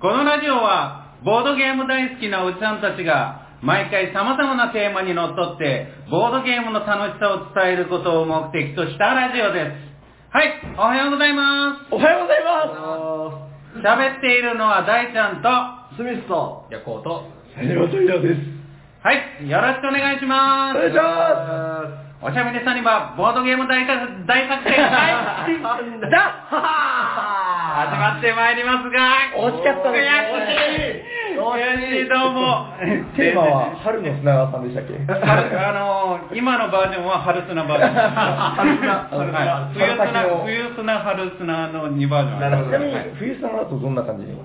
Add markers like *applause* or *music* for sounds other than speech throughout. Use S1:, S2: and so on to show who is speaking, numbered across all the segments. S1: このラジオは、ボードゲーム大好きなおじさんたちが、毎回様々なテーマにのっとって、ボードゲームの楽しさを伝えることを目的としたラジオです。はい、おはようございます。
S2: おはようございま
S3: あ
S1: 喋っているのは大ちゃんと、は
S3: ースミスと
S2: す。ヤコウと。
S3: サニバトイラです
S1: い、よろしくお願いしま
S3: お
S1: す。
S3: 願いしま
S1: おしゃべりサニバ、ボードゲーム大作大作戦会、
S3: すなんだは
S1: *laughs* 始まってまいりますが、
S2: 惜しかったです
S1: 悔しい悔しい、どうも。
S3: テーマは春の砂川さんでしたっけ
S1: あのー今のバージョンは春砂バージョン。
S3: 春砂
S1: はい
S3: 春砂
S1: 冬砂、冬砂、春砂の2バージョンあります。
S3: ちなみ
S1: は
S3: に
S1: い
S3: 冬砂だとどんな感じに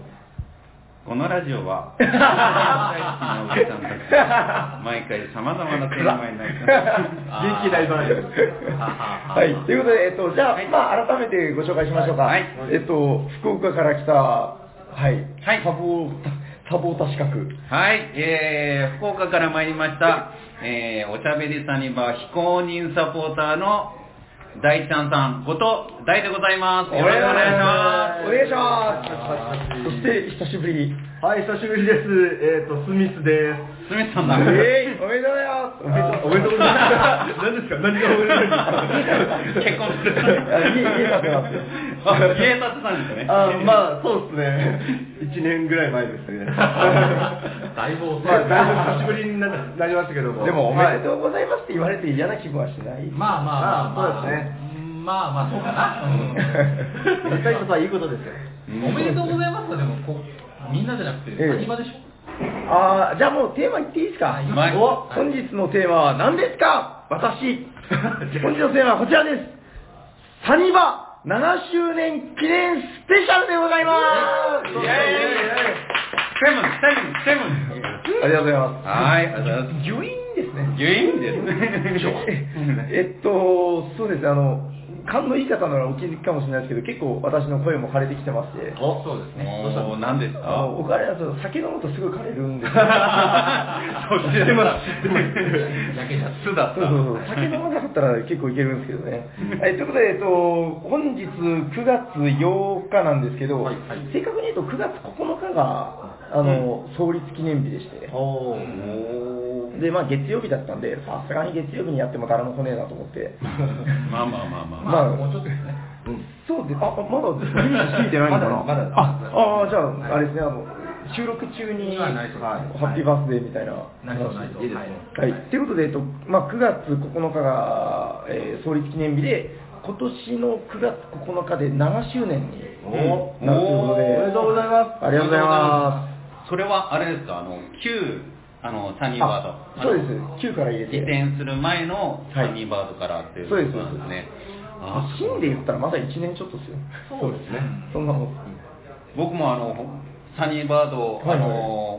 S1: このラジオは、大好きなおじさんたちが毎回様々なテーマになってます。
S2: 元気になりそうなんです
S3: はい、ということで、えっと、じゃあ、まあ、改めてご紹介しましょうか。
S1: はい
S3: えっと、福岡から来た、はい、
S1: はい
S3: サボータ、サボータ資格。
S1: はい、えー、福岡から参りました、えー、おしゃべりサニバ非公認サポーターの大ちゃんさんこと大でございます。よろしくお願いします。
S3: お願いします。そして、久しぶり。
S4: はい、久しぶりです。えっ、と、スミスです。
S1: すみさん
S3: え
S1: だ。
S3: ーおめでとうございます。おめでとう
S4: おめでとうござい *laughs* ます。何ですか何がおめでとうございます
S1: 結婚する。
S3: あいえいえだから
S1: あ家建てたんですね。
S4: あまあ、そうですね。1年ぐらい前です
S3: *laughs*
S4: ね。
S2: だいぶ遅い
S4: まあ、だいぶ久しぶりにななりましたけども。
S3: でも、おめで
S4: う。
S3: とうございますって言われて嫌な気分はしない。
S2: まあまあまあまあ。
S4: あそうですね
S2: うんまあまあ、そうかな。
S3: *laughs* うん
S4: 若いことはいいことですよ。
S2: うんおめでとうございますはでも、こう、みんなじゃなくて、
S3: ええ
S2: サニバでしょ
S3: あーじゃあもうテーマいっていいですか
S2: はい
S1: はい
S3: お本日のテーマは何ですか私本日のテーマはこちらですサニバ7周年記念スペシャルでございます
S1: イェーイセブン、セブン、セブン。
S3: ありがとうございま
S1: はい、ありがとうございます
S3: ギュインです
S1: す。
S3: ね
S1: ギュインですね。
S3: *laughs* えっとそうですねあの勘のいい方ならお気づきかもしれないですけど結構私の声も枯れてきてまして
S2: おそ
S4: *laughs*
S2: うですね。どうした
S1: おー、何です
S3: あの
S1: か
S3: 僕あれだと酒飲むとすぐ枯れる
S2: *laughs*
S3: んですよ
S1: そうしてます。
S2: だけじゃ。
S1: 素だっ
S3: そうそうそう酒飲まなかったら結構いけるんですけどね。はい、ということで、えっと、本日9月8日なんですけど、
S2: はいはい
S3: 正確に言うと9月9日が、あの、創立記念日でして、
S4: おー
S1: おー
S3: で、まあ月曜日だったんで、さすがに月曜日にやっても誰も来ねえなと思って、
S2: *laughs*
S1: まあまあまあまあまあ。
S2: まあ、
S3: まあ
S2: もうちょっとですね。
S3: そうです、あ、ま *laughs* だ過ぎてないのかな
S4: まだまだ
S3: あ、あーじゃあ、あれですね、あの、収録中に、
S2: 今はないそうです
S3: ハ
S2: ね
S3: ッピーバースデーみたいな
S2: なりそうなりそう。
S4: いいです
S2: はい
S4: ね
S3: はい、ということで、えっとまあ、9月9日が、えー創立記念日で、今年の9月9日で7周年に
S1: おー
S3: なるということで、
S1: おーおめでとうござい
S3: ますありがとうございま
S1: それはあれですか、あの、旧、あの、サニー
S3: す。
S1: バ
S3: あ
S1: ード。
S3: そうです、9から入れ
S1: 移
S3: て、
S1: 転する前の
S3: は
S1: サ
S3: い
S1: ニーバードからっていうこ
S3: そう
S1: と
S3: です
S1: なんですね。あ
S3: まあ新で言ったらまだ1年ちょっとですよ、
S2: そうですね。
S3: そんなもん、
S1: 僕もあのサニーバード、
S3: はいはい
S1: あの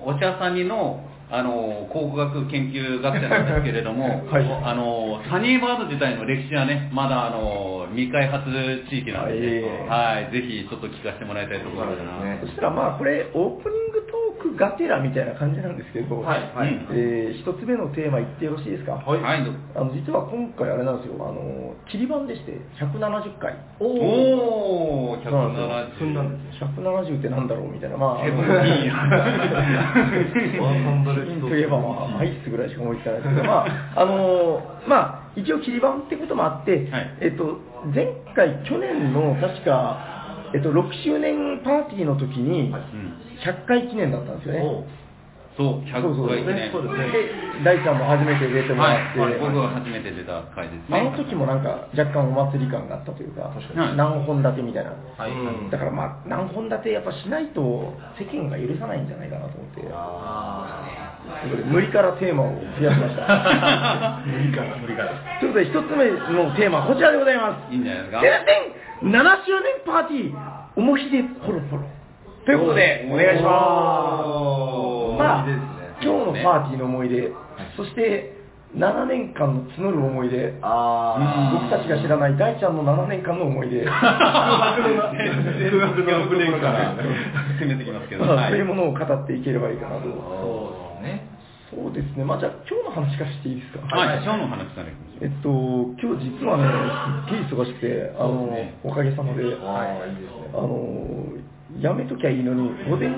S1: お茶さみのあの考古学研究学者なんですけれども、
S3: はい
S1: あのサニーバード自体の歴史はねまだあの未開発地域なんで、ねはいぜひちょっと聞かせてもらいたいところだな、
S3: そしたらまあ、これ、オープニングトークがてらみたいな感じなんですけど、
S2: はいはい
S3: え1つ目のテーマ、言ってよろしいですか。
S1: はい、ど
S3: あの実は今回あれなんですよ、あの切り版でして170回。
S1: おおー
S3: そうな
S1: 170
S4: なんです
S3: 170ってなんだろうみたいな、まあ、あ
S1: 結
S3: の
S1: 構いいや
S4: ワンハンドレッド
S3: といえば、まあ、アイスぐらいしか思いつかないですけど、まあ、あのーまあ、一応切り番ってこともあって、
S1: はい
S3: えっと、前回、去年の確か、えっと、6周年パーティーの時に、
S1: うん
S3: 100回記念だったんですよね。
S4: おう
S1: そう100回記念
S4: そうそうそうですねそうですね
S3: で大ちゃんも初めて出ても
S1: はい
S3: らって、
S1: はい僕が初めて出た回ですね
S3: あの時もなんか若干お祭り感があったというか、
S1: 確かに
S3: 何本立てみたいな、
S2: はい。
S3: だからまあ何本立てやっぱしないと世間が許さないんじゃないかなと思って、
S2: あ
S3: ということで無理からテーマを増やしま
S2: *laughs*
S3: した。
S2: ー無理から、無理から。
S3: ということで一つ目のテーマはこちらでございます。
S1: いいんじゃないですか
S3: てんてん !7 周年パーティー、おもひでポロポロ。ということで、お願いします。
S1: おー
S3: まあ、
S1: いいですね
S3: 今日のパーティーの思い出、そして7年間の募る思い出、
S4: あ
S3: 僕たちが知らない大ちゃんの7年間の思い出。
S1: 数学の6年から攻めてきますけど、
S3: まあ
S1: は
S3: そういう
S1: い、
S3: ものを語っていければいいかなと。
S2: そうですね。
S3: そうですね。まあじゃあ今日の話からしていいですか。
S1: はい、今日の話からいきまし
S3: えっと、今日実はね、すっげえ忙しくて、あの、
S1: そうですね
S3: おかげさま
S4: あ
S3: で、
S4: ーいいですね
S3: あの、やめときゃいいのに、午前中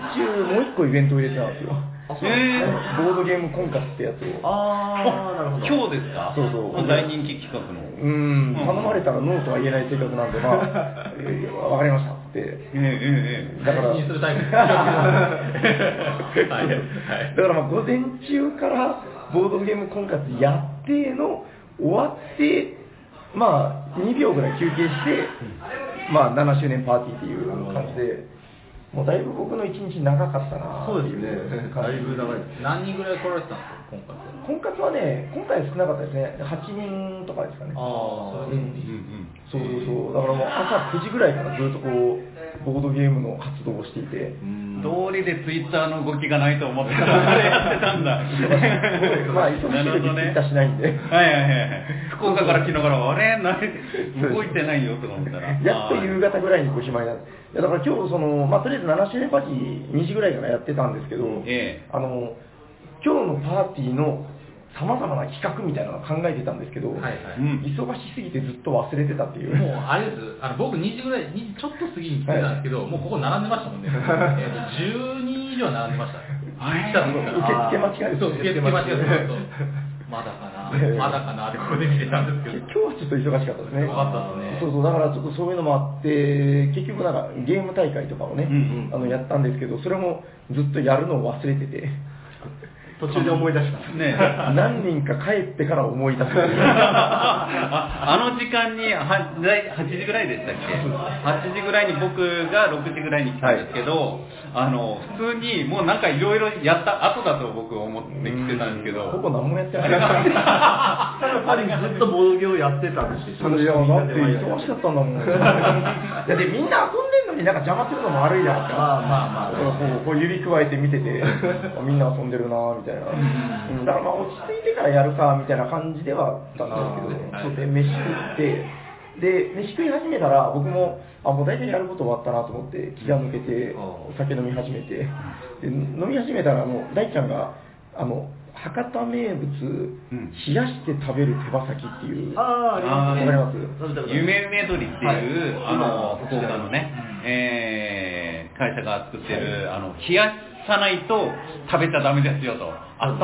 S3: もう一個イベントを入れてたんですよ。
S1: えー、
S3: ボードゲームコンカスってやつを。
S4: あー、なるほど。
S1: 今日ですか
S3: そうそう
S1: も大人気企画の。
S3: うーん、頼まれたらノーとは言えない性格なんで、ま *laughs* あ、えーわかりましたって。
S1: えええええ
S3: だから、
S2: にする
S3: だ
S2: タイプ。はい。はい。
S3: からまあ午前中からボードゲームコンカスやっての、終わって、まあ、2秒ぐらい休憩して、まあ、7周年パーティーっていう感じで、もうだいぶ僕の一日長かったな
S4: そう
S3: っ
S4: で
S3: て
S4: す
S3: い
S4: ね。
S3: 感
S4: だ
S3: じ
S4: いぶ長いです。
S2: 何人ぐらい来られてたんですか、今
S3: 婚
S2: 回。
S3: 活はね、今回は少なかったですね、8人とかですかね。
S2: ああ、それでもいい。
S3: そうそうそう、だからもう朝9時ぐらいからずっとこう、ボードゲームの活動をしていて、
S1: うんうん。どうりでツイッターの動きがないと思ってた *laughs* ら、それやってたんだ。
S3: *laughs* まあ、忙しい
S1: なる
S3: 時
S1: ほど
S3: ツイ
S1: ね
S3: ッターしないんで、
S1: はいはいはいは
S3: *laughs*
S1: い。福岡から昨日から、あれな動いてないよとか思ったら。
S3: やっと夕方ぐらいにおしまいなんです。いやだから今日その、まあ、とりあえず7周年パーティー2時ぐらいからやってたんですけど、
S1: ええ
S3: あの今日のパーティーのさまざまな企画みたいなのを考えてたんですけど、
S2: はいはい
S1: うん
S3: 忙しすぎてずっと忘れてたっていう。
S2: もうあれです、あの僕2時ぐらい、2時ちょっと過ぎに来てたんですけど、もうここ並んでましたも
S4: *laughs*
S2: んね。えっと10人以上並んでました。
S1: はい
S2: 来たんですから。
S3: 受付待ちがですね
S2: そう、受付待ちがです
S4: *laughs*
S2: そうまだかな、まだかなってここで見てたんです
S3: 今
S2: けど。
S3: 日はちょっと忙しかったですね。
S2: 忙しかったですね
S3: そうそう、だからちょっとそういうのもあって、結局なんかゲーム大会とかをね、
S1: うん
S3: あのやったんですけど、それもずっとやるのを忘れ
S1: *laughs*
S3: てて、
S4: *laughs* 途中で思い出した。
S1: ねえ。
S3: 何人か帰ってから思い出す。
S1: ああの時間には大8時ぐらいでしたっけ8時ぐらいに僕が6時ぐらいに来たんですけど、あの普通にもうなんかいろいろやった後だと僕思って *laughs* 来てたんですけ
S3: ほ
S1: ど
S3: ぼ何もやってなかった。
S4: ただ単にずっとボードゲームをやってたんですよ。
S3: いや、だって忙しかったんだもん。 *laughs* だってみんな遊んでんのになんか邪魔するのも悪いじゃないですか。
S4: まあまあまあ
S3: だからこうこう指くわえて見て *laughs* て、あみんな遊んでるなぁみたいな。うんだからまあ落ち着いてからやるかみたいな感じではあったんですけど、そうで、飯食って、で、飯食い始めたら僕も、あ、もう大体やること終わったなと思って気が抜けて、
S4: あ
S3: お酒飲み始めて、で飲み始めたらあの、大ちゃんが、あの、博多名物、
S1: うん
S3: 冷やして食べる手羽先っていう。
S4: あー、ありますね。
S1: あ
S4: 食べたことある
S1: 夢めどりっていう、
S4: はい
S1: あ
S4: 今
S1: の福岡のね、えー会社が作ってる、あの冷やさないと食べちゃダメですよと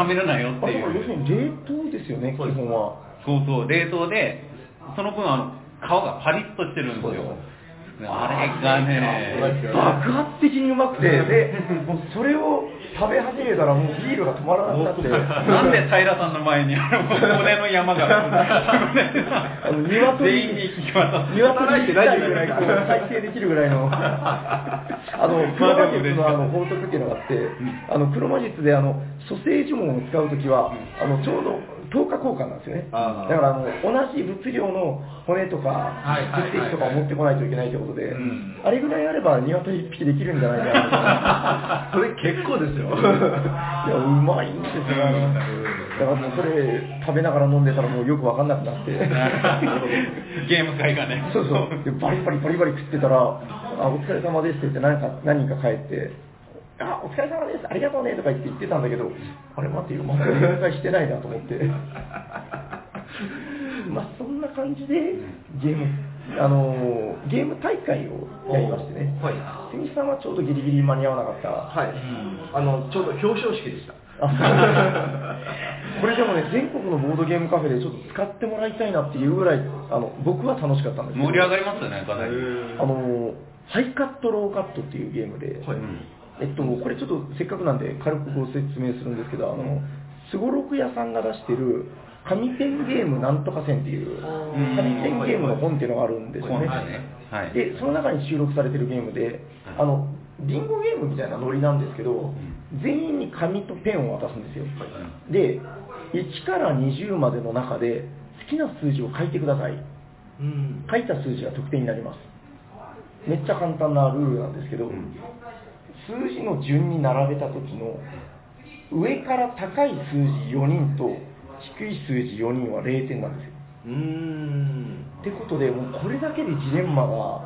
S1: 温めるなよって
S3: あ
S1: い
S3: だから要する
S1: う
S3: に冷凍ですよね、基
S4: そうです
S3: 本は。
S1: そうそう冷凍でその分あの皮がパリッとしてるんですよあれがね
S4: そう
S3: 爆発的にうまくて、で、もうそれを食べ始めたらもうビールが止まらなくなって。
S1: *laughs* なんで平さんの前にあの骨の山が
S3: *laughs* あの鶏
S1: 全員に行き渡す
S3: 鶏みたいぐらいこ *laughs* う再生できるぐらいのあの黒魔術のあの法則っていうのがあって、あの黒魔術であの蘇生呪文を使うときは、あのちょうど等価交換なんですよねだ
S4: あー
S3: からあの同じ物量の骨とか
S2: はいはいはい
S3: 血液とかを持ってこないといけないということで、
S2: ん
S3: あれぐらいあれば鶏一匹できるんじゃないかな
S4: あそれ結構です
S3: *laughs*
S4: よ。
S3: といやうまいんですよだからもうそれ食べながら飲んでたらもうよくわかんなくなって
S1: ゲーム会がね
S3: そうそう。で、バリバリバリバリ食ってたら、あ、お疲れ様ですって言って何か、何人か帰って、あ、お疲れ様です、ありがとうねとか言って言ってたんだけど、あれ待ってよ、まだ連載してないなと
S4: *laughs*
S3: 思って。まあそんな感じで、ゲーム、あのーゲーム大会をやりましてね。
S4: はい
S3: セミさんはちょうどギリギリ間に合わなかった。
S4: はい。あの、ちょうど表彰式でした。
S3: *laughs* これでもね、全国のボードゲームカフェでちょっと使ってもらいたいなっていうぐらい、あの僕は楽しかったんですけど
S1: 盛り上がりますよねかなり
S3: あのハイカットローカットっていうゲームで、
S4: はい
S3: えっと、これちょっとせっかくなんで軽くご説明するんですけどあのすごろく屋さんが出してる紙ペンゲームなんとか線っていう
S1: ー
S3: 紙ペンゲームの本っていうのがあるんですよ
S1: 本で
S3: ね、
S1: すねはい
S3: でその中に収録されてるゲームであのビンゴゲームみたいなノリなんですけど全員に紙とペンを渡すんですよで1から20までの中で好きな数字を書いてください
S4: うん。
S3: 書いた数字が得点になりますめっちゃ簡単なルールなんですけど、数字の順に並べた時の上から高い数字4人と低い数字4人は0点なんですよ
S4: うーん。
S3: ってことでもうこれだけでジレンマが
S2: うん。
S1: も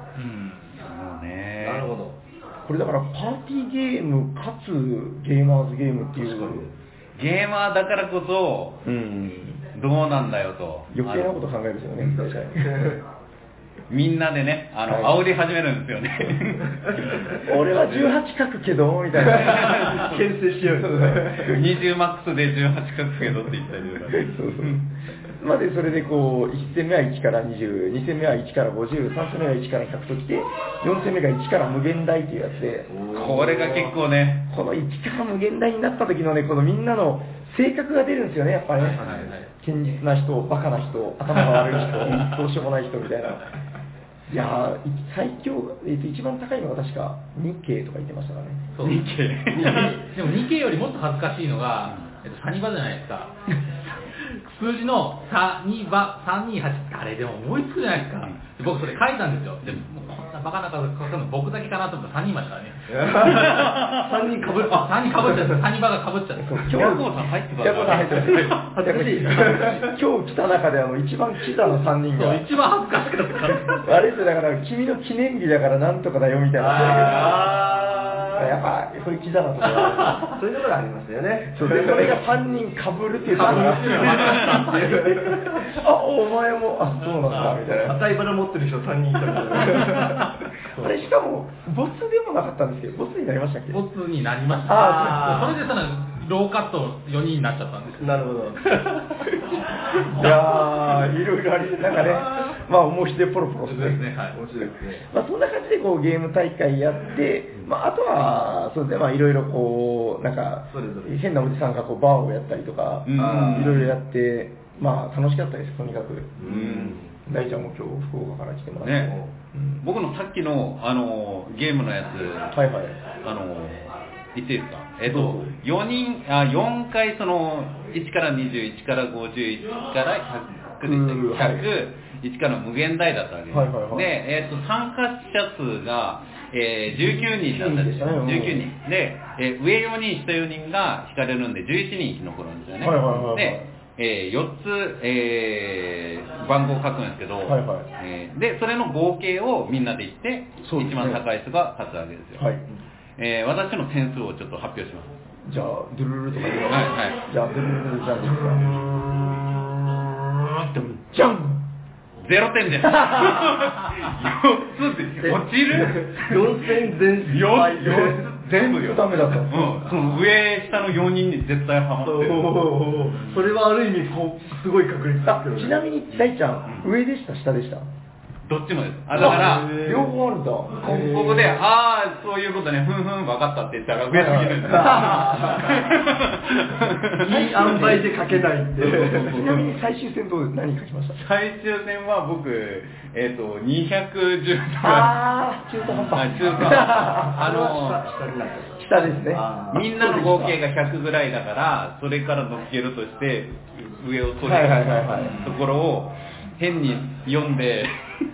S1: うね
S4: なるほど。
S3: これだからパーティーゲームかつゲーマーズゲームっていう
S1: ゲーマーだからこそ
S3: うん
S1: どうなんだよと
S3: 余計なこと考えるんですよね確かに
S1: みんなでね、あの、
S3: は
S1: 煽り始めるんですよね。
S3: *laughs* 俺は18書くけど、みたいな。
S4: 牽制しようよ
S1: 20マックスで18書くけどって言ったりとかね。
S3: *laughs* そうそう。まあで、それでこう、1戦目は1から20、2戦目は1から50、3戦目は1から100ときて、4戦目が1から無限大っていうやつで、
S1: これが結構ね、
S3: この1から無限大になった時のね、このみんなの性格が出るんですよね、やっぱりね。堅実な人、バカな人、頭が悪い人、どうしようもない人みたいな。いやー、い最強、えっと、一番高いのが確か日経とか言ってましたからね。
S2: そう
S1: 日系
S2: *laughs* でも日系よりもっと恥ずかしいのが、えっと、サニバじゃないですか数字のサニバ328ってあれでも思いつくじゃないですかで僕それ書いたんですよでももうこんなバカな数書くの僕だけかなと思ったら3人いましたから
S4: 三
S2: ね
S4: 人かぶる
S2: あ3人かぶっちゃったサニバがかぶっちゃった
S3: そう
S1: ヤコウさん入ってた
S3: ヤコウさん入ってます。
S4: 恥ずかしい
S3: *laughs* 今日来た中であの一番キザの3人
S2: そう
S3: が。
S2: 一番恥ずかしか
S3: *laughs*
S2: った
S3: あれってだから君の記念日だからなんとかだよみたいな。やっぱそういうキザなところがある。
S4: *laughs* そういうところありますよね
S3: そうでこれが3人かぶるっていうところが
S2: 被るっていうのが
S3: あ *laughs* お前もあそうなんだみたいな
S4: 赤いバラ持ってる人3人いたから
S3: あれしかもボスでもなかったんですけどボスになりましたっけ
S2: ボツになりまし
S3: あ
S2: た
S3: ー
S2: それでさらにローカット4人になっちゃったんです
S4: なるほど
S3: いやーいろいろありなんかねまあ思い出ポロポロ
S2: そうですねはい
S4: 面白いですね
S3: まあ、そんな感じでこうゲーム大会やって、まあ、あとは、そうですね、まあ、いろいろこう、なんか
S4: それぞれ、
S3: 変なおじさんがこうバーをやったりとか、
S1: うん
S3: あーいろいろやって、まあ、楽しかったです、とにかく。
S1: うん
S3: 大ちゃんも今日、福岡から来てもらって。
S1: ね
S3: うん
S1: 僕のさっきの、あの、ゲームのやつ、
S3: はいはい。
S1: あの、言っていいですかえっ
S3: どう
S1: と
S3: ぞ、
S1: 4人、あ、4回その、1から20、1から50、1から100で
S3: うん
S1: した
S3: は
S1: っ
S3: い
S1: け100、1から無限大だったわけです。
S3: はいはいはい
S1: で、えっと、参加者数が、えー19人だったんですよ。19
S3: 19人でしたね
S1: 人。で、えー上4人、下4人が引かれるんで、11人残るんですよね。
S3: はいはいはいはい
S1: でえー4つ、えー番号を書くんですけど、
S3: はいはい
S1: えーで、それの合計をみんなで言って、
S3: そうです
S1: 一
S3: ね
S1: 番高い人が勝つわけですよ。
S3: はい。
S1: えー私の点数をちょっと発表し *laughs* ます。
S3: じゃあ、ドゥルルルとか言
S1: は
S3: う
S1: いはい
S3: じゃあ、ドゥルルルじゃないですか。じゃん
S1: 0点です。4つで落ちる
S4: 4戦全
S1: 四四つ全部よ。
S3: ダメだった
S1: うん。その上、下の4人に絶対ハマってる。
S2: *laughs*
S4: それはある意味こうすごい確率
S3: あ
S4: です
S3: ち
S4: け
S3: な
S4: ど
S3: み
S4: ね
S3: に大ちゃん、上でした、下でした
S1: どっちもです。あ、だから、
S4: へー
S3: 両方あるんだ。
S1: こここで、ああ、そういうことね、ふんふん、分かったって言ったら、上すぎるんだ。
S4: *laughs* いい塩梅でかけないって
S3: *laughs* ちなみに最終戦どう何書きました
S1: 最終戦は僕、えっ、と、210とか、
S3: あー、中途半
S1: あ
S3: 端。
S1: 中途半端
S4: *laughs*
S1: あ
S4: 下になっ
S3: の *laughs* ー、下ですね。
S4: あ
S1: の、みんなの合計が100ぐらいだから、それから乗っけるとして、上を取
S3: はい
S1: る
S3: はいはいはい
S1: ところを、変に読んで、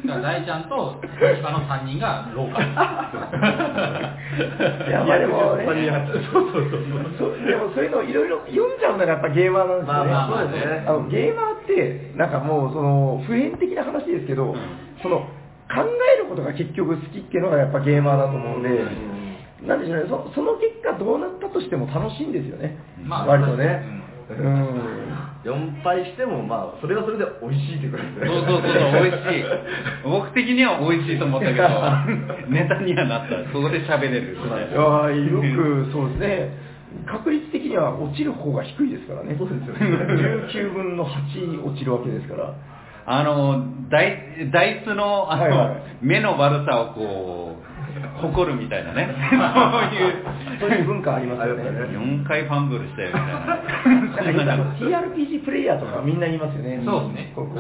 S2: だから大ちゃんと他の3人がロー *laughs* カル
S3: いや、まあでもね、
S2: そうそうそうそう
S3: そうでもそういうのいろいろ読んじゃうのがやっぱゲーマーなんですよね。
S2: まあまあまあね
S3: あのゲーマーって、なんかもうその、普遍的な話ですけど、その、考えることが結局好きっていうのがやっぱゲーマーだと思うんで、なんでしょうねそ、その結果どうなったとしても楽しいんですよね。
S2: まあ
S3: 割とね。
S4: う
S3: うん
S4: 4敗してもまあそれはそれで美味しいってことです
S1: そう
S4: ね
S1: そうそうそう、美味
S3: *laughs*
S2: *laughs*
S1: しい。僕的には美味しいと思ったけど、
S3: *laughs*
S1: ネタにはなった。そこで喋れる。
S3: いやーよくそうですね、確率的には落ちる方が低いですからね、
S4: そうですよね
S3: 19分の8落ちるわけですから、
S1: あの、ダイダイスの、あの、
S3: はいはい
S1: 目の悪さをこう、誇るみたいな
S3: *laughs*
S1: ね。
S3: そういう文化ありますよね
S4: あります
S1: そう
S4: よ
S1: い
S4: ね
S1: う、4回ファンブルしたよみたい
S3: *laughs* なんか
S1: な。
S3: 今の TRPG プレイヤーとかみんな言いますよね、
S2: そうですね
S3: ここ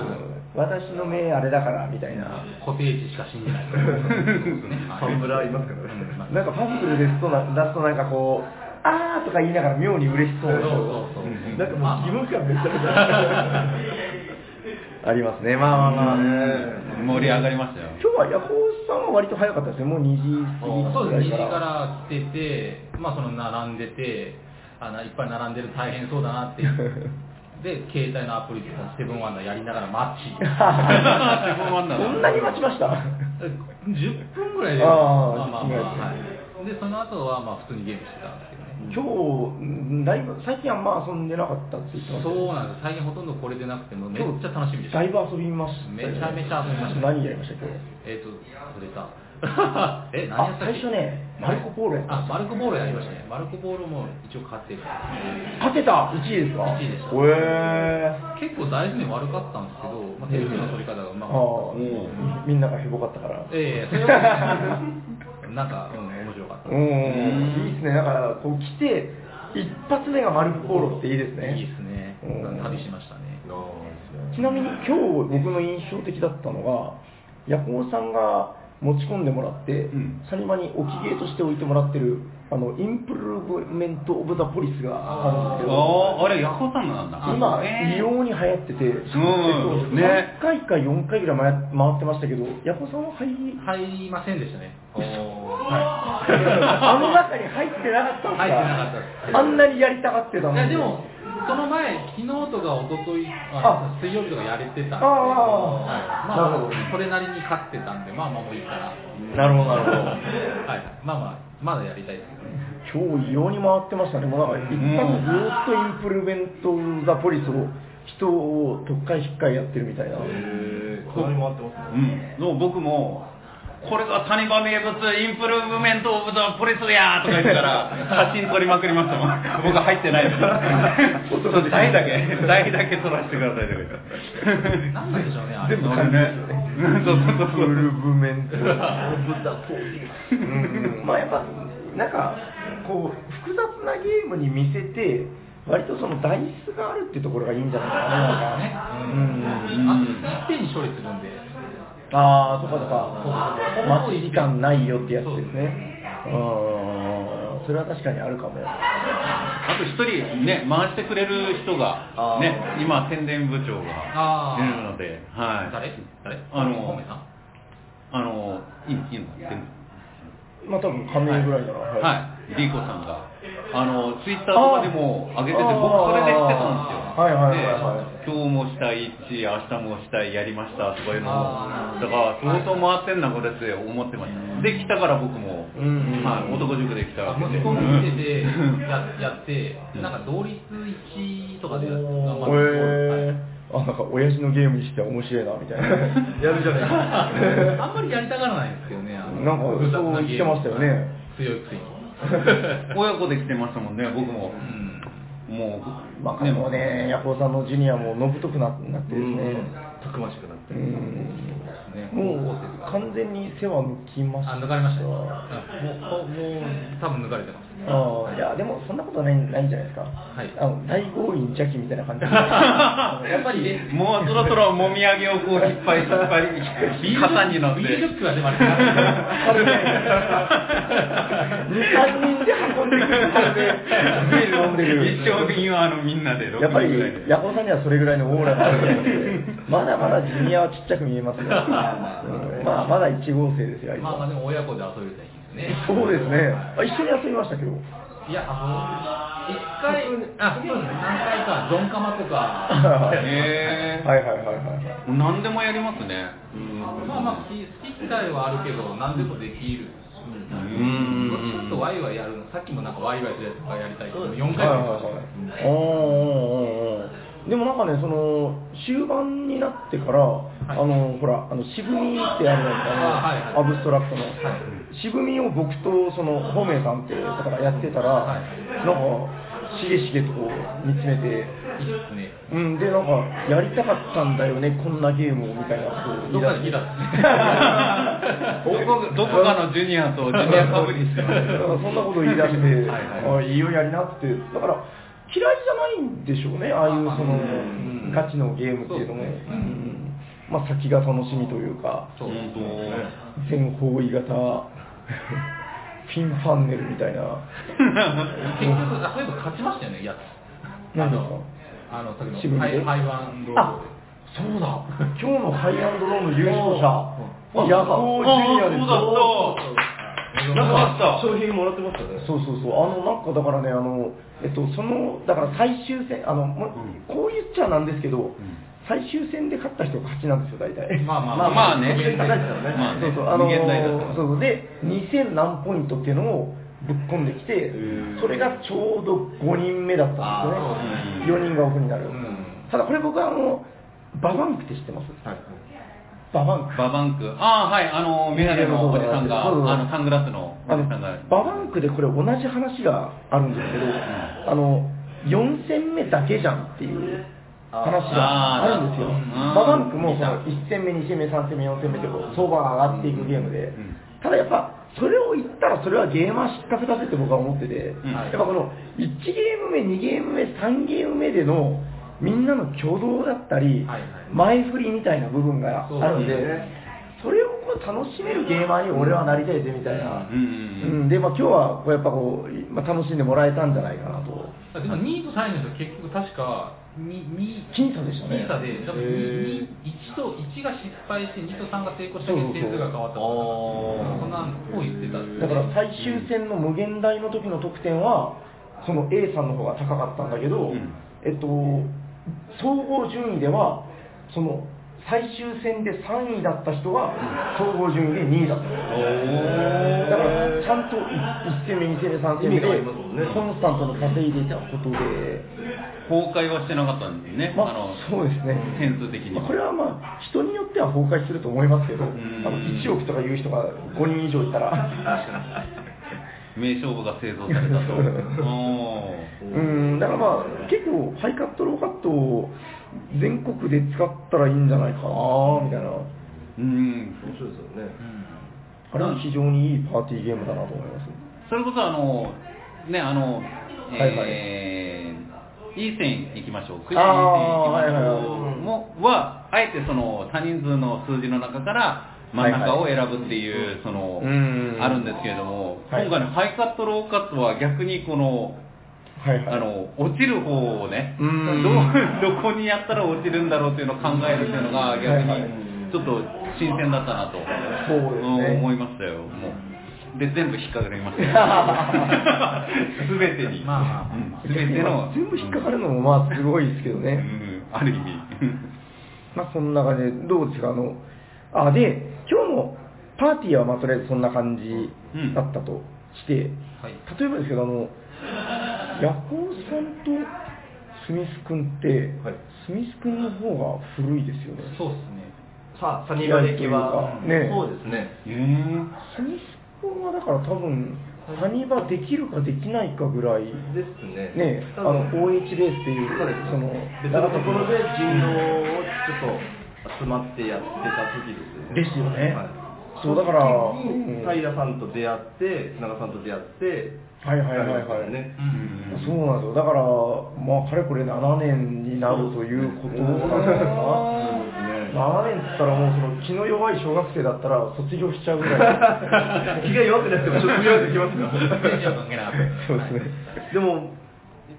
S3: 私の目あれだからみたいな、
S2: 固定値しか信じない。
S4: ファンブラいますからね
S3: なんかファンブルですとな出すと、なんかこう、あーとか言いながら妙に嬉しそうな
S2: そう
S4: なんかもう義務感めちゃめち
S3: ありますね、まあまあまあ、
S1: 盛り上がりましたよ。
S3: 今日はヤホーさんは割と早かったですね、もう2時過
S2: そう
S3: ぎ
S2: です。
S3: ぐ
S2: 西
S3: らい
S2: か
S3: から。
S2: ら来てて、まあその並んでて、あのいっぱい並んでる大変そうだなって。で、携帯のアプリでセブンワンダーやりながらマ
S3: *laughs*
S2: ッチ。
S1: 自分もあんだ
S3: そんなに待ちました
S2: 10分ぐらいで、
S3: あー
S2: まあまあまあ、
S3: 10分ぐらい
S2: はいで、その後はまあ普通にゲームしてたんですけどね。
S3: 今日うん、だいぶ、最近あんま遊んでなかったって言ってましたけど
S2: そうなんです。最近ほとんどこれでなくて、もうめっちゃ楽しみでした。
S3: だいぶ遊びました、
S2: めちゃめちゃ遊びました
S3: 何やりました今日
S2: えっ、と、それ
S3: *laughs*
S2: さ、え、何や
S3: あ
S2: っ、たっ
S3: 最
S2: け
S3: 初ね、マルコ・ポーロやった
S2: あ、マルコボーロやりましたね。マルコボーロも一応勝ってる。
S3: 勝てた !1 位ですか
S2: 一位でした
S3: へー
S2: 結構大事に悪かったんですけど、まあ、手順の取り方がう
S3: あ
S2: まかった
S3: あ、うんみんながヘボかったから。
S2: ええそれは、
S3: *laughs*
S2: なんか、うん、面白かった。
S3: うん、いいですね。だから、こう来て、一発目がマルコ・ポーロっていいですね。
S2: いいですね
S3: うん。
S2: 旅しましたね。
S3: ちなみに今日僕の印象的だったのが、ヤコウさんが持ち込んでもらって、
S1: ん
S3: サニマに置き芸として置いてもらってる、あの、インプルーブメント・オブ・ザ・ポリスがあるんですけど、
S1: おーあれ、ヤコさんなんだ。
S3: 今、
S1: えー
S3: 異様に流行ってて、
S1: んね
S3: 3回か4回ぐらい回ってましたけど、ヤコウさんは入り、
S2: 入りませんでしたね。は
S3: *laughs* あの中に入ってなかったんですか
S2: 入ってなかったです
S3: あんなにやりたがってたのに
S2: い。いや、でも、その前、昨日とか一昨日
S3: あ
S2: あ水曜日とかやれてたんで、
S3: ああ
S2: はいま
S3: なるほど
S2: あ、それなりに勝ってたんで、まあまあもういいかな。
S3: なるほど、なるほど。
S2: はい、まあまあ、まだやりたいですけどね。
S3: 今日異様に回ってましたね、もうなんか一旦ずーっとインプルメント・ザ・ポリスを、人を特会引っかいやってるみたいな、
S4: かなり回ってますね
S1: うん、そう僕も、これがサニバ名物インプルーブメント・オブ・ザ・ポリスやーとか言ってたら、写真撮りまくりましたもん。僕入ってないです。そう台だけ、台だけ撮らせてくださいとか言って。
S2: なんなんでしょうね、あれ。
S3: 全部漢字ですよね、
S1: そうそう
S3: イ
S1: そ
S3: ン
S1: う
S3: プルメント・オブ・ザ・ポリス。うんまあやっぱ、なんか、こう、複雑なゲームに見せて、割とそのダイスがあるっていうところがいいんじゃないかな、
S2: あ
S3: う
S2: と
S3: ん
S2: 一点に処理するんで、
S3: ああ、とかと
S2: そう
S3: か、待ち時間ないよってやつですね。うん、それは確かにあるかも。
S1: あと一人ね、回してくれる人が、
S3: あー
S1: ね、今宣伝部長が
S2: あー
S1: 出るので、はい。
S2: 誰誰
S1: あ
S2: コ
S1: の
S2: メさん、
S1: あの、いいいいの全然
S3: まあ多分仮名ぐらいだな。はい
S1: はい、リーコさんが、あの、ツイッターとかでも上げてて、僕それで知ってたんですよ。
S3: はいはいはいはい
S1: で今日もしたいし、明日もしたい、やりましたとかいうのも
S2: あ、ー
S1: だから相当回ってんな、これって思ってました。で、来たから僕も、
S3: うん
S1: はい、男塾で来たわけ
S2: 持ち
S1: で。
S2: 込み見てて
S1: うん
S2: や、やって
S1: う、ん
S2: なんか同率1とかでや頑張って
S3: へえ。あ、なんか親父のゲームにしては面白いなみたいな。
S4: やるじゃないですか
S2: はい *laughs* あんまりやりたがらないんですけどね、あの
S3: なんか
S2: 複雑な
S3: そう言ってましたよね
S2: ゲーム強いくせに。
S1: 親子で来てましたもんね、僕も
S2: う。ん
S1: もう、
S3: まあでもね、ヤコウさんのジュニアものぶとくななってですね。
S4: たくましくなって
S3: うん。
S2: ね
S3: も
S2: 高校生
S3: う
S2: が
S3: 完全に世話抜きました。
S2: あ、抜かれましたね。うんもう、こもう、多分抜かれてます。
S3: ああ、いや、でもそんなことないないんじゃないですか。はいあの大強引邪気みたいな感じで。や
S2: やっぱりね
S1: もうそろそろもみあげをこう引っ張り、引っ張り、肩に乗って。
S2: ビールジョッキはでもあれ
S3: *laughs* 二三人で運んでくる感じで
S1: *laughs*
S3: ビー *laughs* ル飲んでる。
S1: 一生瓶はあのみんなで6人ぐ
S3: やっぱ
S1: ら
S3: り
S1: いで。、
S3: ヤコウさんにはそれぐらいのオーラがあるので、まだまだジュニアはちっちゃく見え
S2: *laughs*
S3: ますね。うんまあ、まだ1号生ですよ、あいつ
S2: まあまあ
S3: は
S2: でも親子で遊べるといいですね。
S3: そうですね。あ一緒に遊びましたけど。
S2: いや、あの、一回、あ、そうですね、何回か、ドンカマとか、
S1: へ
S3: はいはいはいはい。
S1: ー。もう何でもやりますね。
S2: まあまあ、好き好き嫌いはあるけど、何でもできる。
S1: うー
S2: ちょっと
S1: ん。
S2: ワイワイやるの、さっきもなんかワイワイするやつとかやりたいけど、4
S3: はい
S2: 回
S3: は
S2: も
S3: い
S2: やりました
S3: はい。おーおーおーおーでもなんかね、その、終盤になってから、あの、ほら、あの、渋みってあるじゃないですか、あの
S2: あはいはい
S3: アブストラクトの。渋みを僕と、その、ホメイさんっていう方がやってたら、
S2: はい
S3: なんか、しげしげとこう、見つめて、
S2: いいですね。
S3: うん、で、なんか、やりたかったんだよね、こんなゲームを、みたいなことを
S2: ど
S3: 言い
S2: っかで聞
S3: 出
S2: い
S3: し
S2: たん
S3: て
S2: ですね。
S1: どこどこかのジュニアとジュニアかぶりして
S3: *laughs*
S1: ます
S3: だ
S1: よ
S3: からそんなこと言い出して、
S2: はい
S3: あ
S2: はい
S3: いいよやりなって、だから嫌いじゃないんでしょうね、ああいうその
S2: うん
S3: ガチのゲームっていうのも、
S2: そうですね
S3: うんまあ、先が楽しみというか、
S2: そう
S1: 本当。
S3: 全方位型、フィンファンネルみたいな、
S2: 結局、あそういえば勝ちましたよね、やつ。
S3: 何ですか
S2: あの、さっき
S3: 渋
S2: の
S3: 谷
S2: 台
S3: で
S2: 湾ロ
S3: あ
S2: ーで。 *laughs*
S3: そうだ、今日のハイアンドローの優勝
S1: あ
S3: 者、ヤコージュニアです
S1: あそうだそうだなんかあった
S4: 商品もらってましたね
S3: そうそうそう、あのなんかだからね、あのえっと、そのだから最終戦、あのもう
S1: うん
S3: こう言っちゃなんですけど、
S1: ん
S3: 最終戦で勝った人が勝ちなんですよ、大体。
S2: まあまあ
S1: まあまあね。
S2: 無限大だからね
S1: まあね
S3: そうそう、あ
S1: 無
S3: のー
S1: 限大だから
S3: そうそうで、2000何ポイントっていうのをぶっ込んできて
S2: ー、
S3: それがちょうど5人目だったん
S1: あーそうですね
S3: ですよね。4人がオフになる。
S2: うん
S3: ただこれ僕はあの、ババンクって知ってますババンク。
S1: ババンク。ああ、はい。あの、メガネのおじさんが、あ
S3: そうそうそう
S1: の、サングラスのお
S3: あ
S1: じ
S3: の
S1: さんが。
S3: ババンクでこれ同じ話があるんですけど、あの4戦目だけじゃんっていう話があるんですよ
S1: あー、
S3: ババンクも
S1: 見
S3: そ
S1: た
S3: の1戦目、2戦目、3戦目、4戦目ってこう相場が上がっていくゲームで
S1: うん、
S3: ただやっぱ、それを言ったらそれはゲーマー失格だぜって僕は思ってて、
S1: ん
S3: やっぱこの1ゲーム目、2ゲーム目、3ゲーム目でのみんなの挙動だったり
S2: はいはい、
S3: 前振りみたいな部分があるん
S2: そ
S3: で
S2: うですね、
S3: それをこう楽しめるゲーマーに俺はなりたいぜみたいな。
S1: うんうんうん
S3: うん、で、まあ、今日はこうやっぱこう、まあ、楽しんでもらえたんじゃないかなと。
S2: でも2位と3位の人結局確かにに
S3: 僅差でしたね
S2: 僅差でだから
S3: へー
S2: 1と1が失敗して2と3が成功したけど点数が変わっ
S1: そう
S2: た
S1: そうそう
S2: そんなのを言ってたんです
S3: だ
S2: よね
S3: から最終戦の無限大の時の得点は、その A さんの方が高かったんだけど、
S1: うん
S3: えっと、総合順位では、その、最終戦で3位だった人は、総合順位で2位だったんですよ。だから、ちゃんと1戦目、2戦目、3戦目
S4: 意味
S3: で
S4: がありますもんね、
S3: コンスタントに稼いでいたことで、
S1: 崩壊はしてなかったんですね。
S3: ま
S1: あの
S3: あ、、そうですね、
S1: 点数的には
S3: まあこれはまあ、人によっては崩壊すると思いますけど、あの
S1: ん
S3: 1億とかいう人が5人以上いたら、
S1: 名勝負が製造され
S3: *laughs*
S1: たと。お
S3: う
S1: ー
S3: ん、だからまあ、結構、ハイカット、ローカットを全国で使ったらいいんじゃないかなみたいな、
S1: うん。
S4: 面白いですよね。
S3: あれは非常にいいパーティーゲームだなと思います。
S1: それこそあの、ね、あの、
S3: はいはい
S1: えー、いい線行きましょう。クリアいい線行き
S3: あ
S1: まし
S3: ーはいはい
S1: ょう。も、は、あえてその、他人数の数字の中から、真ん中を
S3: はい
S1: 選ぶっていう、その、
S3: うん
S1: あるんですけれども、
S3: はい
S1: 今回のハイカット、ローカットは逆にこの、
S3: はいは
S1: あ
S3: い、
S1: の、落ちる方をね、
S3: う
S1: ど
S3: ん
S1: う、 *laughs* どこにやったら落ちるんだろうっていうのを考えるっていうのが逆
S3: はいはい
S1: に、ちょっと新鮮だったなと。
S3: そうですね
S1: ん思いましたよ、もう。で、全部引っかかりました。すべてに。
S2: まあまあまあ
S1: すべての。
S3: 全部引っかかる
S1: の
S3: のもまあすごいですけどね。
S1: うん、ある意味。
S3: まあ、そんな感じで、どうですか、あの、あ、で、今日のパーティーはまあとりあえずそんな感じ
S1: うん
S3: だったとして、
S2: はい
S3: 例えばですけど、あの、ヤコウさんとスミス君って、
S4: はい
S3: スミス君の方が古いですよね。
S2: そうですね
S5: さあ、サニバ的は、
S3: ねえ
S5: そうですね。
S1: えー
S3: スミス君はだから多分、サニバできるかできないかぐらい、
S5: ですね。
S3: ね、あ
S5: 多
S3: の
S5: 分
S3: OH レースっていう、
S5: そうです
S3: その、
S5: 別のところで人狼をちょっと集まってやってた時で
S3: で
S5: すね。
S3: すよね
S5: はい
S3: そうだから
S5: その時
S3: うん
S5: に平さんと出会って、砂川さんと出会って、
S3: はいはいはいはい
S5: 二人で
S1: うん
S5: すね
S3: そうなんですよ。だから、まあ、かれこれ7年になるということなんですか。7年っつったらもうその気の弱い小学生だったら卒業しちゃうぐ
S5: *laughs*
S3: らい。
S5: 気が弱くなくても職業できます
S2: 全然関係なかったです
S3: そうですね。
S5: でも、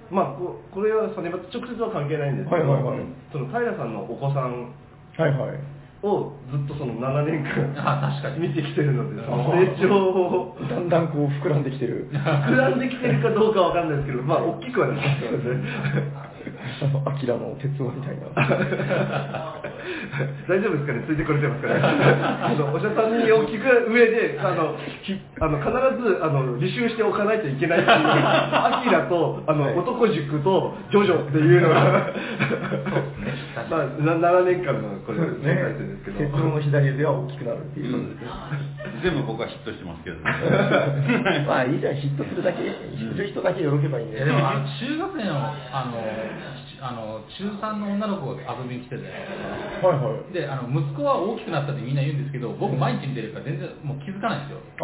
S5: まあ、ここれはそれ直接は関係ないんですけど、
S3: はいはいはい
S5: その平さんのお子さん
S3: はいはい。
S5: をずっとその7年間
S2: あ確かに
S5: 見てきてるので、その
S3: あー
S5: 成長を
S3: だんだんこう膨らんできて
S2: *laughs*
S3: る。
S5: 膨らんできてるかどうかわかんないですけど、まあ、大きくはなりますよね。
S3: あの、
S5: *laughs*
S3: アキラの鉄道みたいな。
S5: 大丈夫ですかねついてこれてます
S3: *laughs*
S5: かねあのお医者さんにお聞く上で、あの、きあの必ず、あの、履修しておかないといけないっていう、
S3: *laughs*
S5: アキラと、あの、
S3: はい
S5: 男塾と、ジョジョっていうのが、 *laughs* まあ、な7年間のこれ、
S3: そうですね
S5: 生活ですけど。
S3: 鉄道の左腕は大きくなるっていうう。
S1: ん全部僕はヒットしてますけどね。
S3: *laughs* まあいいじゃん、ヒットするだけ、する人だけ喜べばいいん
S2: い
S3: で。
S2: やでもあの中学生のあのしあの中3の女の子が遊びに来てたじゃないですか
S3: はいはい。
S2: であの息子は大きくなったってみんな言うんですけど僕毎日見てるから全然もう気づかないんですよ
S3: あー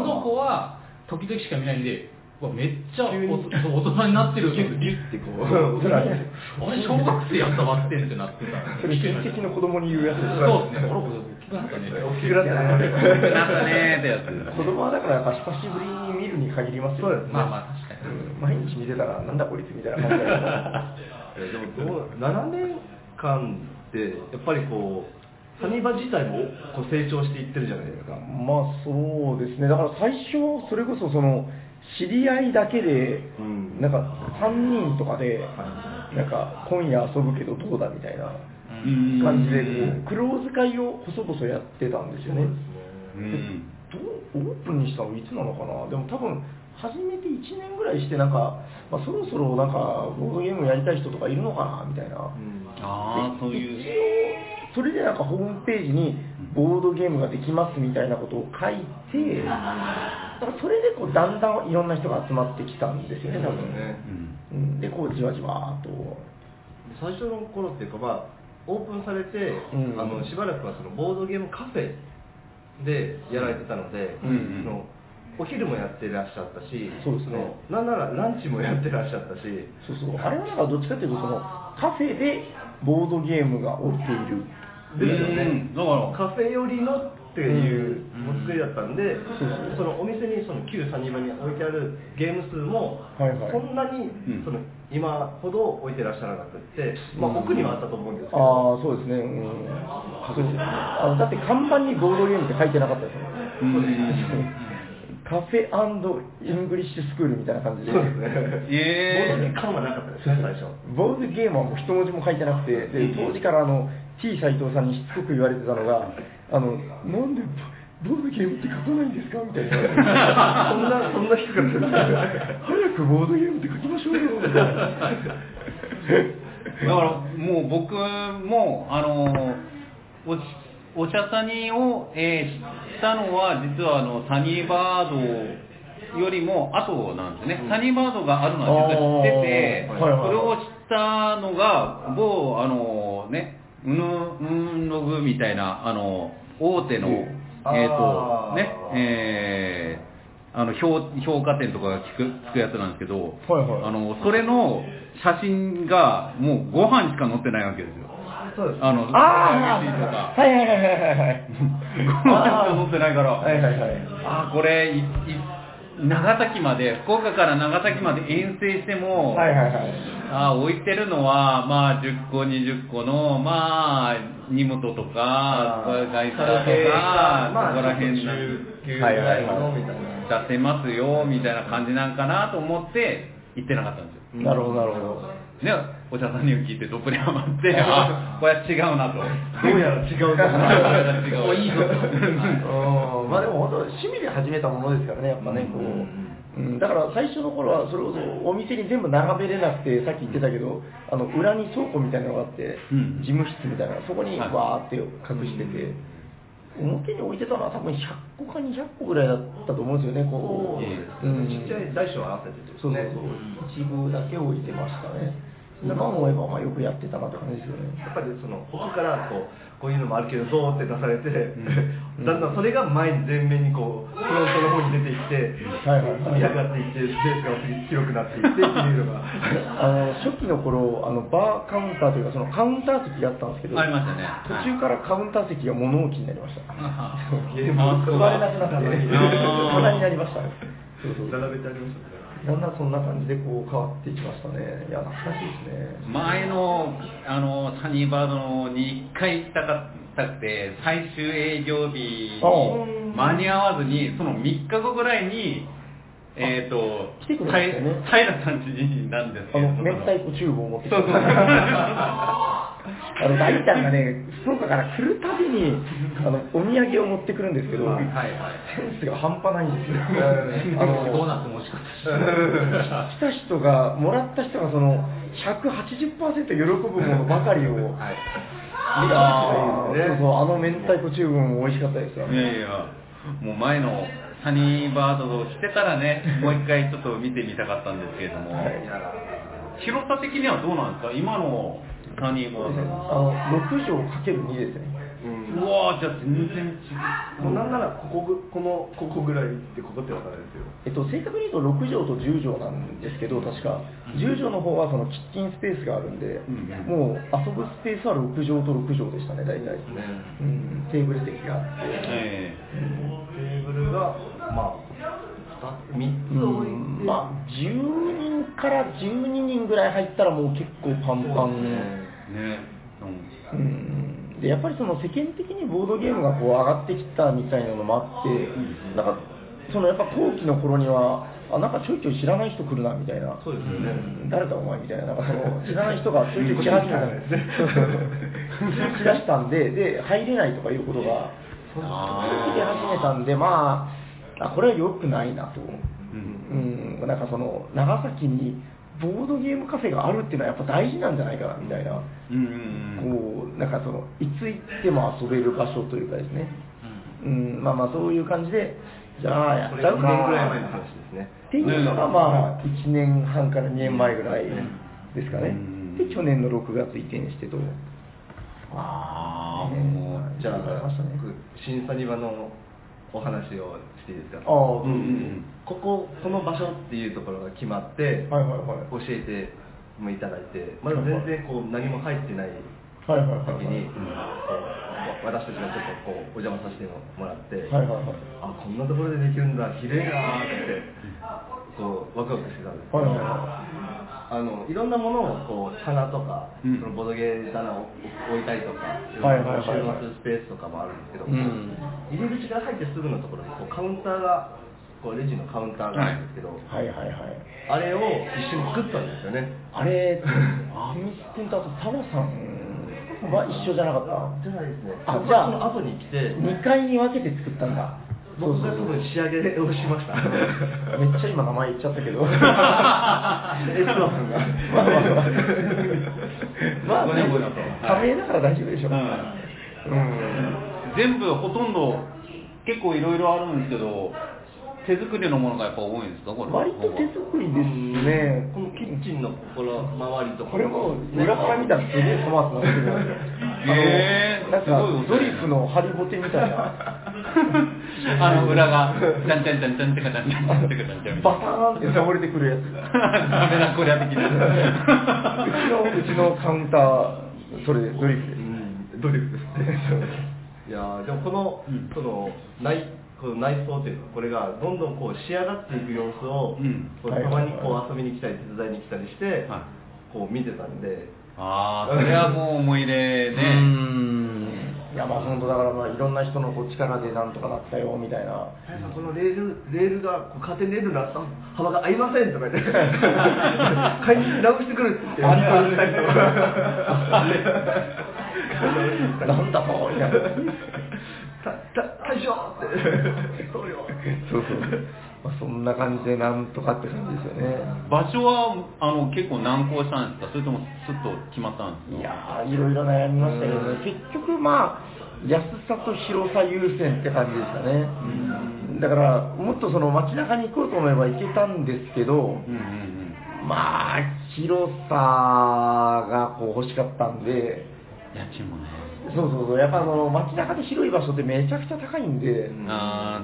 S2: この子は時々しか見ないんでうわめっちゃおそう大人になってる
S5: リュッてこう
S2: そうそう *laughs* あれ小学生やったばってんってなってた
S3: それ、親戚の子供に言うやつです
S2: そうですね俺大きくなったね
S5: 大きくなった
S1: な
S5: ね。
S1: ったねーってやつ。
S3: 子供はだからやっぱ久しぶりに見るに限りますよ
S5: そうですね
S2: まあまあ確かに
S3: うん毎日見てたらなんだこいつみたいな感じだよ
S5: えーでもどう7年間ってやっぱりこうサニバ自体もこう成長していってるじゃないですか
S3: まあそうですねだから最初それこそその知り合いだけで、
S5: うん
S3: なんか3人とかで、なんか今夜遊ぶけどどうだみたいな
S1: うん
S3: 感じでこうクローズ会を細々やってたんですよね
S1: うん
S3: どうオープンにしたのいつなのかなでも多分始めて1年ぐらいしてなんか、まあ、そろそろなんかボードゲームやりたい人とかいるのかなみたいな、
S1: ああそういう
S3: 一応それでなんかホームページにボードゲームができますみたいなことを書いて、だからそれでこうだんだんいろんな人が集まってきたんですよね、多分ね。
S1: うん
S3: うんで、こうじわじわーっと。
S5: 最初の頃っていうかまあオープンされて、
S3: うん
S5: あのしばらくはそのボードゲームカフェでやられてたので、
S1: うん
S5: そのお昼もやってらっしゃったし
S3: そうですね
S5: そのなんならランチもやってらっしゃったし
S3: そうそう。あれはなんかどっちかっていうと、そのカフェでボードゲームが起きている。
S5: ですよね
S1: うんだから
S5: カフェ寄りのっていうお作りだったんで、
S3: そう
S5: そのお店にその旧サニバに置いてあるゲーム数も、
S3: はいはい
S5: そんなに
S1: うん
S5: その今ほど置いてらっしゃらなくって、まあ、奥にはあったと思うんですけど、
S3: ああ、そうですね。うん。そうあのだって看板にボードゲームって書いてなかったですもん
S1: うん
S3: *laughs* カフェイングリッシュスクールみたいな感じで、
S5: そうですね *laughs* ボード
S1: え
S5: に感はなかったですね最初
S3: ボードゲームはもう一文字も書いてなくて、で当時からあの T 斎藤さんにしつこく言われてたのが、あのなんでボボードゲームって書かないんですかみ *laughs* たいな、
S5: そんな、そんな低かったです。
S3: 早くボードゲームって書きましょう *laughs* よみたいな。
S1: え *laughs* だからもう僕もあのおしおしゃさにを、えー知ったのは実はあのサニーバードよりも後なんですね、サニーバードがあるのは実は知ってて、
S3: あーはいはいはい
S1: それを知ったのが某あのねうぬうんログみたいなあの大手の、
S5: あー
S1: えっ、とねえーあの評評価点とかがつくつくやつなんですけど、
S3: はいはい
S1: あのそれの写真がもうご飯しか載ってないわけですよ
S5: そうです。
S1: あの
S3: あ
S1: スパゲティとか
S3: あ、はいはいはいはいはい。
S1: ご飯しか載ってないから
S3: はいはいはい。
S1: あーこれいい長崎まで福岡から長崎まで遠征しても、
S3: はいはいはい。
S1: あー置いてるのは、まあ、10個、20個の、まあ、荷物とか、外貨と
S5: カ
S1: か、
S5: ラオケがま
S1: そ
S5: あ、
S1: こら辺な
S5: 中級ぐ
S3: はいは
S5: らい
S3: いは
S5: の
S3: い
S5: みたいな。
S1: 出せますよ、みたいな感じなんかなと思って、行ってなかったんですよ。
S3: なるほどなるほど。
S1: ね、お茶さんに聞いてどっぷりハマ
S3: *laughs*
S1: って、あ、これは違うなと。
S5: どうやら違うな。
S1: 違う。いいぞ。
S3: うんまあでも本当趣味で始めたものですからねやっぱねこう、うんだから最初の頃はそれこそお店に全部並べれなくてさっき言ってたけどあの裏に倉庫みたいなのがあって、
S1: うん
S3: 事務室みたいなそこに
S1: はい
S3: わーって隠してて、表に置いてたのは多分100個か200個ぐらいだったと思うんですよねこう、うん
S5: ちっちゃい大小合わせてです
S3: そうそうそう、
S5: ね。
S3: 一部だけ置いてましたね今思えばまあよくやってたなって感じですよね
S5: やっぱりその奥からこうこういうのもあるけどどうって出されて、
S1: う
S5: だんだんそれが前に前面にこうフロントの方に出ていって
S3: はいはいはい
S5: 積み上がっていってスペースが広くなっていってっていう *laughs* のが
S3: あの初期の頃あのバーカウンターというかそのカウンター席があったんですけど
S1: ありましたね
S3: 途中からカウンター席が物置になりました
S5: ゲームを
S3: 座れなくなって
S5: 並べて
S3: 棚になりましたそうそう
S5: 並べてありましたね
S3: だんだんそんな感じでこう変わっていきましたねいや懐かしいですね
S1: 前の、あの、サニーバードに一回行きたかったくて、最終営業日に
S3: うん
S1: 間に合わずに、その3日後ぐらいに、えっ、と、
S3: 来てくれましたよね
S1: 平平さん知人なんですけ
S3: あ
S1: ど、
S3: の明太子厨房を持ってきて
S1: そうそう
S3: あの大ちゃんがね福岡から来るたびにあのお土産を持ってくるんですけど、
S2: はいはい
S3: センスが半端ないんですよ
S2: ド
S3: あ
S2: ー
S3: の
S2: ナツも美味しかった
S3: *laughs*
S2: し
S3: 来た人が、もらった人がその180%喜ぶものばかりを、
S2: *laughs* はい
S3: あ
S5: ーね
S3: そうそうあの明太子チューブも美味しかったですよ
S1: いやいや、もう前のサニーバードをしてからね、
S3: *laughs*
S1: もう一回ちょっと見てみたかったんですけれども、広さ的にはどうなんですか今のサニーバード
S3: あの6畳かける2ですね。
S1: うわー、じゃあ全然違う。
S5: もうなんならここぐこのここぐらいってここってわかるんですよ
S3: えっと、正確に言うと6畳と10畳なんですけど、確か、10畳の方はそのキッチンスペースがあるんで、もう遊ぶスペースは6畳と6畳でしたね、大体。うん、テーブル席があって。
S1: え
S5: テーブルがまあ2つ3つ置いて、
S3: うんまあ、10人から12人ぐらい入ったらもう結構パンパン
S1: えね
S3: うんでやっぱりその世間的にボードゲームがこう上がってきたみたいなのもあって、なんかそのやっぱ後期の頃には、あなんかちょいちょい知らない人来るなみたいな、
S2: そうですよね。
S3: 誰だお前みたいな、なんかその知らない人がちょいちょい来始めたんで、しだしたんで、で入れないとかいうことが、出始めたんで、まあ、あこれは良くないなと、うんなんかその長崎にボードゲームカフェがあるっていうのは、やっぱ大事なんじゃないかなみたいな、
S1: うん
S3: こうなんかそのいつ行っても遊べる場所というかですね。うん、まあまあそういう感じで、じゃあやっちゃうか。
S5: これ1年ぐらい前の話ですね
S3: っていうのがまあ1年半から2年前ぐらいですかね
S1: うん。
S3: で、去年の6月移転してと。
S1: ああもう
S5: じゃあ
S3: わかりましたね
S5: 僕新サニバのお話をしていいですか
S3: ああ、
S1: うんうん
S5: こここの場所っていうところが決まって、
S3: はいはいはい
S5: 教えてもいただいてまだ全然こう何も入ってない
S3: はいはいはい
S5: 時に、
S3: は
S5: こう私たちがちょっとこうお邪魔させてもらって、
S3: はいはいはい
S5: あこんなところでできるんだきれいなーってこうワクワクしてたんですけど、
S3: はいはいは
S5: あのいろんなものをこう棚とか、
S1: うん
S5: そのボドゲー棚を置いたりとか、
S3: はいはいはい
S5: 収納するスペースとかもあるんですけ
S3: う
S5: ど、
S3: ん
S5: 入り口から入ってすぐのところにこうカウンターがこうレジのカウンターがあるんですけど、
S3: はいはいはい。
S5: あれを一緒に作ったんですよね
S3: あれ、テニス店とあとタモさんは一緒じゃなかった
S5: じゃないですね
S3: あ、
S5: 僕
S3: じゃ
S5: は
S3: あ、
S5: その後に来て
S3: 2回に分けて作ったんだ。
S5: 僕が多分仕上げをしました
S3: *laughs* めっちゃ今名前言っちゃったけど。
S5: エスラさんが
S3: まあまあまあ。まあ、
S1: ごめんごめんなさい
S3: 仮名だから大丈夫でしょ。う
S1: うん
S3: ん。
S1: 全部ほとんど結構いろいろあるんですけど手作りのものがやっぱ多いんですかこれ
S3: 割と手作りですね。
S5: このキッチンのこの周りとか
S3: これも裏から見たらすげえ粗末なんですけど、
S1: へー
S3: あのなん
S1: す
S3: か
S1: ごい
S3: ドリフのハリボテみたいな、
S1: *laughs* あの裏が、ちゃんちゃんちゃんちゃんちゃんちゃんちゃんちゃんちゃんちゃんちゃん。
S3: バターンって倒れてくるやつ。
S1: ダメだこりゃ的な。
S3: うちのうちのカウンター、それドリフで
S5: う
S3: す。
S5: ん努力ですねいやーでもこの,、
S1: うん
S5: その内この内装というかこれがどんどんこう仕上がっていく様子を、
S1: うん
S5: こう
S3: はい
S5: た
S3: はい
S5: ま
S3: はい
S5: にこう遊びに来たり手伝いに来たりして、
S1: はい
S5: こう見てたんで
S1: ああ、それはもう思い出
S3: う
S1: ね。
S3: ん。いやまあ本当だからまあいろんな人のこう力でなんとかなったよみたいな。
S5: 「林さんこのレールレールがこうカーテンレールの幅が合いません」とか *laughs* 言って「買いに直してくる」って言って
S3: あれ
S5: アンパンしたりとか
S3: *laughs* なんだとみたいな。
S5: たた大将ってそうよ
S3: そうそう。まあそんな感じでなんとかって感じですよね。
S1: 場所はあの結構難航したんですかそれともスッと決まったんです
S3: い
S1: か
S3: やーいろいろ悩みましたけどね、結局まあ、安さと広さ優先って感じですかね。だから、もっとその街中に行こうと思えば行けたんですけど、
S1: うんうんうん。
S3: まあ、広さがこう欲しかったんで、
S1: 家賃もね。
S3: そうそうそう、やっぱその街中で広い場所ってめちゃくちゃ高いんで、
S1: あ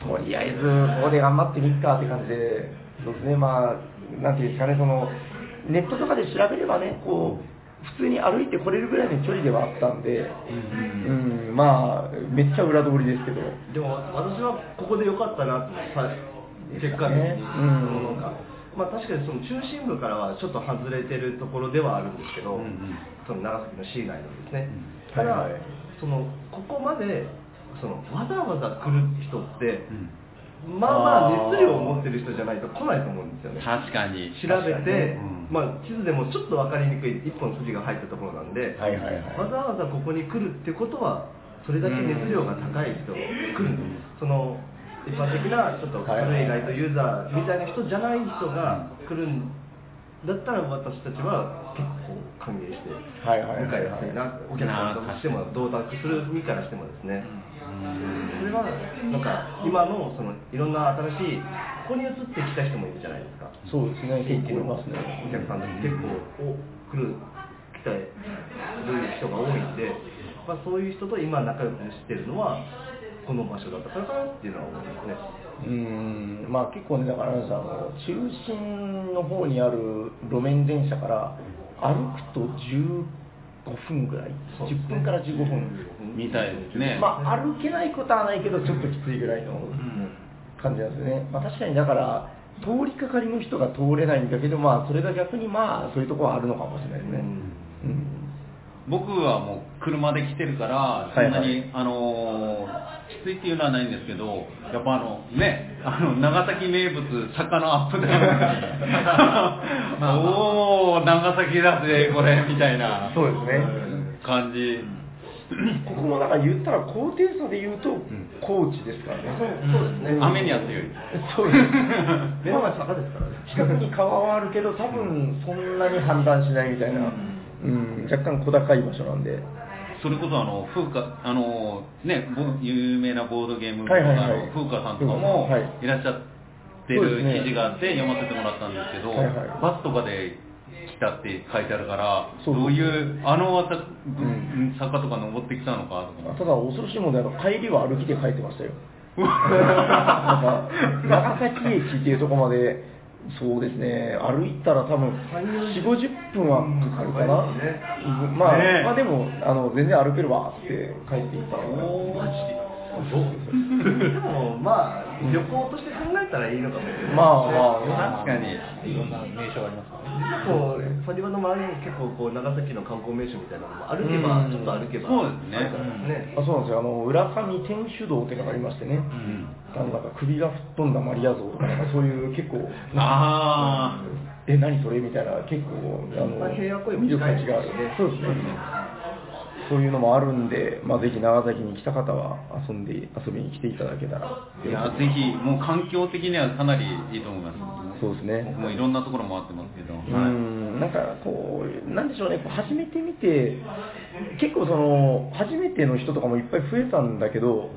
S3: とりあえずここで頑張ってみっかって感じで、そうですね、まあ、なんていうんですかね、そのネットとかで調べればね、こう、普通に歩いてこれるぐらいの距離ではあったんで、うん、まあ、めっちゃ裏通りですけど、
S5: でも私はここで良かったなと思ってさ結果的に、
S3: ですねうん
S5: なんかまあ、確かにその中心部からはちょっと外れてるところではあるんですけど、
S1: うんうん
S5: その長崎の市内のですね、
S3: うん
S5: ただ、
S3: はいはい
S5: そのここまでそのわざわざ来る人って
S1: ー、うん。
S5: まあまあ熱量を持ってる人じゃないと来ないと思うんですよね
S1: 確かに。
S5: 調べ
S1: う
S5: て、
S1: ん
S5: まあ、地図でもちょっと分かりにくい一本筋が入ったところなんで、
S3: はいはいはい
S5: わざわざここに来るってことはそれだけ熱量が高い人、来るその一般的なちょっと
S3: はい
S5: 軽いライトユーザーみたいな人じゃない人が来るんだったら私たちは結構歓迎して迎
S3: はいはいはい
S5: えやすいなお客さんとしても同卓する身からしてもですね、それはなんか今のそのいろんな新しいここに移ってきた人もいるじゃないですか
S3: そうですね、
S5: 地域
S3: 結構い
S5: のお
S3: ま
S5: 客
S3: すね。
S5: さん結構お来る来てる人が多いんで、まあ、そういう人と今仲良くしてるのはこの場所だったからかなっていうのは思いますね
S3: うんまあ結構ね、だからあの中心の方にある路面電車から歩くと15分ぐらい、
S5: そうですね
S3: 10分から15分、
S1: みたいですね。
S3: まあ歩けないことはないけど、ちょっときついぐらいの感じなんですよね、まあ、確かにだから、通りかかりの人が通れないんだけど、まあ、それが逆にまあそういうところはあるのかもしれないですね。うん
S1: 僕はもう車で来てるから、そんなに、あのーきついっていうのはないんですけど、やっぱあの、ね、あの、長崎名物、坂の *laughs* アップダウン。
S2: まあ
S1: おー、長崎だぜ、これ、みたいな
S3: そうですね。
S1: 感じ。
S3: ここもなんか言ったら高低差で言うと
S1: ん
S3: 高知ですからね。
S5: そうですね。
S1: 雨には強い。
S3: そうです。
S5: 目の前坂ですからね。
S3: 近くに川はあるけど多分そんなに判断しないみたいな。うん、若干小高い場所なんで。
S1: それこそあの風花あのねぼ有名なボードゲームの
S3: はいはいはい
S1: あの風花さんとかも
S3: 風花さんはい
S1: いらっしゃって
S3: そうです
S1: る
S3: ね
S1: 記事があって読ませてもらったんですけど、
S3: はいはい
S1: バスとかで来たって書いてあるから
S3: そう
S1: どういうあの渡
S3: ん
S1: 坂とか登ってきたのかと
S3: あ
S1: か
S3: ただ恐ろしいもんであの帰りは歩きで帰ってましたよ。なんか長崎駅っていうところまで、そうですね、歩いたら多分4、50分はかかるかな、
S5: うん
S3: うんまあ
S1: ねえ
S3: まあでもあの、全然歩けるわって帰っていったの
S1: おー
S5: でもまあ旅行として考えたらいいのかもしれないですね。
S3: まあまあ
S1: 確かに
S2: いろんな名所がありますからね
S5: 結構サニバの周りに結構こう長崎の観光名所みたいなのも歩けば、
S3: うん
S5: ちょっと歩けば
S1: そうですね
S5: あるからね
S3: あそうなんですよあの、浦上天主堂っていうのがありましてね、
S1: ん
S3: あのなんか首が吹っ飛んだマリア像とか、なんかそういう結構、
S1: あ
S3: え、何それみたいな、結構、あ
S5: まあ
S3: の
S5: 平和公園も
S3: 魅力
S5: 近い
S3: 価
S5: で
S3: 値
S5: すし
S3: がある
S5: ね、
S3: そうですね、そういうのもあるんで、まあ、ぜひ長崎に来た方は遊んで遊びに来ていただけたら、
S1: ーいやぜひもう環境的にはかなりいいと思います
S3: そうですね。
S1: 僕もいろんなところ回ってますけど、
S3: う
S1: はい
S3: んなんかこう、なんでしょうね、こう始めてみて、結構その、初めての人とかもいっぱい増えたんだけど、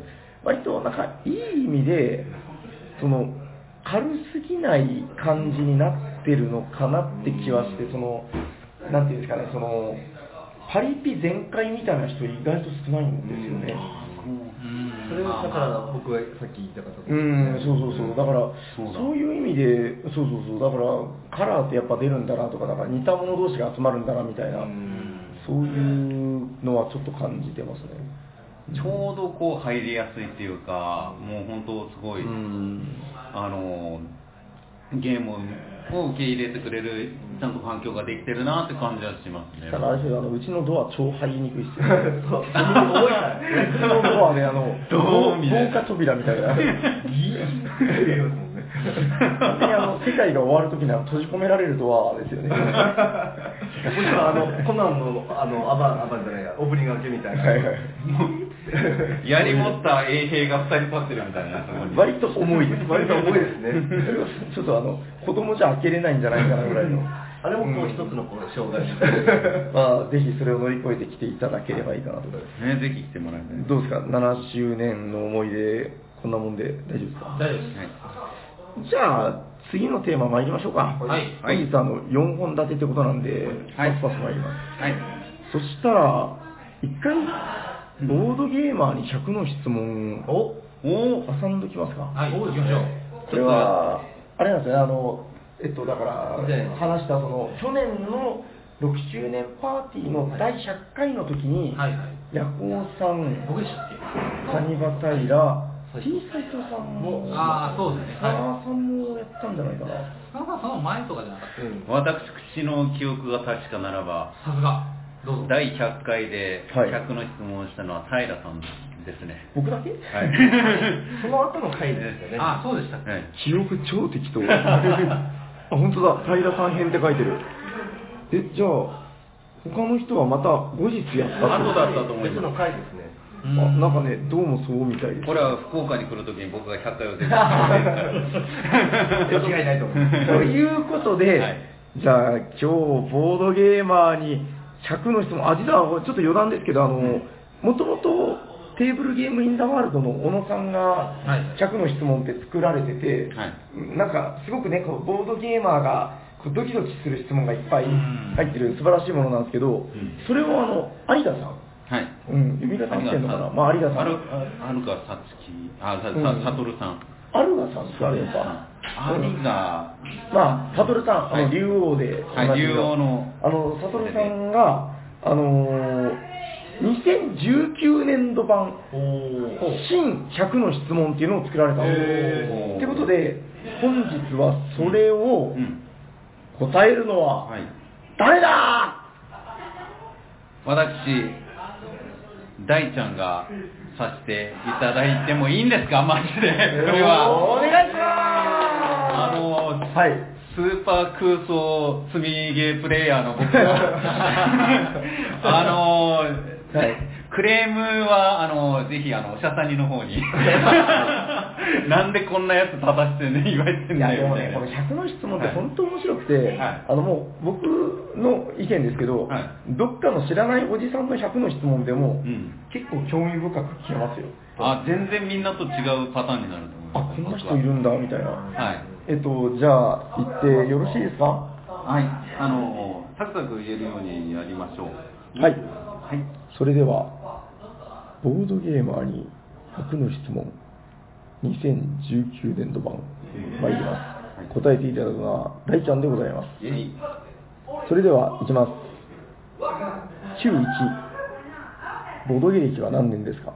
S3: 割となんかいい意味で、その、軽すぎない感じになってるのかなって気はして、その、なんていうんですかね、その、パリピ全開みたいな人意外と少ないんですよね。
S5: それはだから僕がさっき言いたかったこと
S3: う
S5: です
S3: ん
S5: ね、
S3: そうそうそう、だから、
S1: そうだ
S3: そういう意味で、そうそうそう、だから、カラーってやっぱ出るんだなとか、だから似た者同士が集まるんだなみたいな、そういうのはちょっと感じてますね。
S1: ちょうどこう入りやすいっていうか、もう本当すごい、
S3: うん、
S1: あのゲームを受け入れてくれるちゃんと環境ができてるなって感じはしますね
S3: だからあれですよあのうちのドア超入りにくいっすよ、
S5: *laughs* そう重いから
S3: うちのドアね、あの、
S1: ドーミネ
S3: 防火扉みたいな。
S5: ギーって言い
S3: *laughs*
S5: ますもんね
S3: 本当にあの世界が終わるときには閉じ込められるドアですよ
S5: *laughs*
S3: ね。
S5: もしくはあのコナンのあのアバンアバンじゃないやオブリガン家みたいな、
S3: はいはい
S1: やり持った衛兵が2人立ってるみたいなところに
S3: 割と重いです。
S5: 割と重いですね
S3: *laughs* ちょっとあの、子供じゃ開けれないんじゃないかなぐら
S5: *laughs*
S3: いの。
S5: あれもこう一つのこう障害です
S3: まあ、ぜひそれを乗り越えてきていただければいいかなと思います。
S1: ねぜひ来てもらいたい
S3: どうですか ?7 周年の思い出、こんなもんで大丈夫ですか
S2: 大丈夫です
S3: じゃあ、次のテーマ参りましょうか。
S2: はい
S3: 本日あの、4本立てってことなんで、
S1: はい
S3: パスパス参ります。
S1: はい、はい、
S3: そしたら、一回、ボードゲーマーに100の質問を
S5: お
S1: お
S3: 挟んどきますか。
S2: はい行きましょう
S3: これは、あれなんですよね、あの、えっと、だから
S5: じゃ、あ
S3: 話したその、去年の6周年パーティーの第100回の時に、
S2: はいはい
S3: ヤコウさん、
S2: 僕でしたっけ
S3: サニバタイラ、T 斎藤さんも、
S2: あーそうですね
S3: サワーさんもやったんじゃないかな。
S2: さんその前とかじゃなかった
S5: うん
S1: 私口の記憶が確かならば
S2: さすがどうぞ
S1: 第100回で
S3: はい
S1: 100の質問をしたのは平さんですね、
S3: 僕だけ *laughs*
S1: はい、
S5: その後の回ですよね
S2: あそうでしたっけ
S1: はい
S3: 記憶超適
S5: *laughs*
S3: 当。あ、本当だ、平さん編って書いてる。え、じゃあ、他の人はまた後日やったってこと
S1: 後だったと思います
S5: 別の回ですね
S3: あなんかね、どうもそうみたいです。
S1: これは福岡に来るときに僕が100回を全部間
S5: 間違いないと思う
S3: ということで、
S1: はい
S3: じゃあ今日ボードゲーマーに100の質問、あ、実はちょっと余談ですけど、あの、もともとテーブルゲームインダワールドの小野さんが
S2: はい
S3: 100の質問って作られてて、
S1: はい
S3: なんかすごくね、こうボードゲーマーがこうドキドキする質問がいっぱい
S2: うん
S3: 入ってる素晴らしいものなんですけど、
S1: ん
S3: それをあの、有田さん、
S1: はい。
S3: うん、読み方合ってんのかな、まあ有田さん、
S1: あるあるかさつき、あ、さ、
S3: うん
S1: さ、さとるさん。
S3: アルガさんですかね、やっぱ。
S1: ありが、
S3: まあ、サトルさん、あ
S1: は
S3: の
S1: い
S3: 竜王で、
S1: はい
S3: おなじみ
S1: 竜王の
S3: あの、サトルさんが、あのー、2019年度版、新100の質問っていうのを作られたん
S1: へ
S3: で
S1: ー
S3: す。ということで、本日はそれを
S1: うん。
S3: 答えるのは
S1: はい、
S3: 誰だ
S1: 私、大ちゃんがさせていただいてもいいんです
S3: *laughs*
S1: かマジで。これ
S3: お
S1: は。
S3: 願いし
S1: あ
S3: ま
S1: の、
S3: すはい。
S1: スーパー空想積みゲープレイヤーの僕
S3: *laughs*
S1: は、あの
S3: はい
S1: クレームは、あのぜひ、あの、おしゃさんにの方
S3: *laughs*
S1: に。なんでこんなやつ立たしてね、言われてん
S3: いや
S1: だ
S3: で
S1: よ、み
S3: も
S1: たい
S3: ね、
S1: *laughs* な。
S3: この100の質問って
S1: はい
S3: 本当面白くて、
S1: はい
S3: あのもう僕の意見ですけど、
S1: はい
S3: どっかの知らないおじさんの100の質問でも、
S1: うん
S3: 結構興味深く聞けますよ。
S1: あ、全然みんなと違うパターンになると思い
S3: あ、
S1: ます。
S3: こんな人いるんだ、みたいな。
S1: はい。
S3: えっと、じゃあ、行ってよろしいですか
S1: はい、あの、サクサク言えるようにやりましょう。
S3: はい。
S1: はい。
S3: それでは、ボードゲーマーに100の質問、2019年度版、参ります。答えていただくのは、大ちゃんでございます。
S1: イェイ。
S3: それでは、いきます。91、ボードゲ歴は何年ですか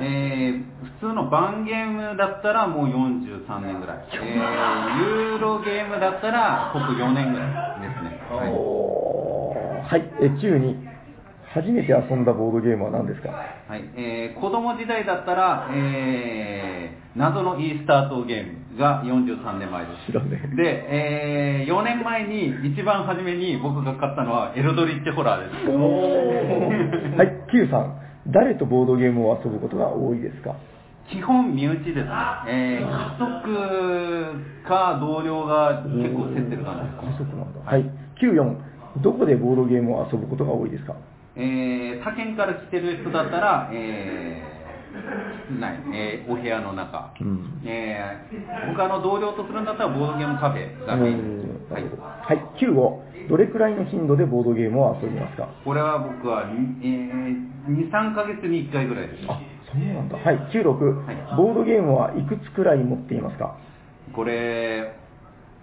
S1: えー、普通の盤ゲームだったらもう43年ぐらい。えー、ユーロゲームだったら僕4年ぐらいですね。はい。
S3: おーはい、え92、初めて遊んだボードゲームは何ですか
S1: はいえー、子供時代だったら、えー、謎のイースター島ゲームが43年前です。
S3: 知らねえ
S1: で、えー、4年前に一番初めに僕が買ったのはエルドリッチホラーです。
S3: はい、93、誰とボードゲームを遊ぶことが多いですか
S1: 基本身内ですね。えー、家族か同僚が結構競ってる感じ
S3: 家
S1: です
S3: 族。なんだ。はい、94、どこでボードゲームを遊ぶことが多いですか
S1: えー、他県から来てる人だったら、えー、ない、えーお部屋の中。
S3: うん
S1: えー、他の同僚とするんだったらボードゲームカフェがメイン。は
S3: はいい、はい、95、どれくらいの頻度でボードゲームを遊びますか
S1: これは僕は、にえー、2、3ヶ月に1回ぐらいです。
S3: あ、そうなんだ。はい、96、
S1: はい
S3: ボードゲームはいくつくらい持っていますか
S1: これ、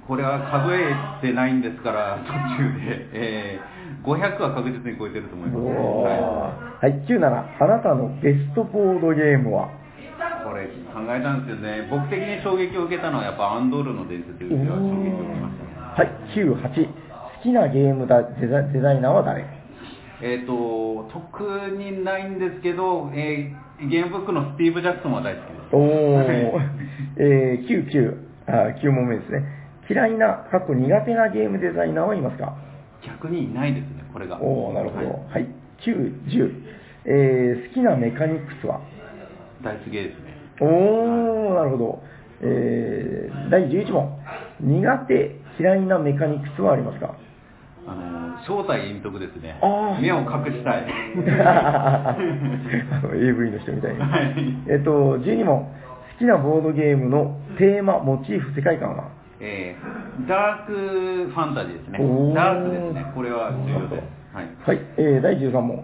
S1: これは数えてないんですから、途中で、えー、500は確実に超えてると思います。は、
S3: はい、97、あなたのベストボードゲームはい
S1: これ考えたんですよね。僕的に衝撃を受けたのはやっぱアンドールの伝説というのは衝撃を受けましたね。
S3: はい、98、好きなゲームだデザデザイナーは誰
S1: えっ、と、特にないんですけど、えー、ゲームブックのスティーブ・ジャクソンは大好きです。
S3: おー、 *laughs* えー、99、あ9問目ですね。嫌いな、過去苦手なゲームデザイナーはいますか
S1: 逆にいないですね、これが。
S3: おー、なるほど。
S1: はい
S3: はい、9、10、えー、好きなメカニクスは
S1: ダイスゲーですね。
S3: おー、なるほど。えー、第11問、苦手、嫌いなメカニクスはありますか
S1: あの、正体隠匿ですね
S3: あ。ー
S1: 目を隠した
S3: *laughs*
S1: い。
S3: あの AV の人みたいに。えっと、12問。好きなボードゲームのテーマ、モチーフ、世界観は
S1: えー、ダークファンタジーですね
S3: おー。
S1: ダークですね。これは重要です。はい。
S3: はい。えー第13問。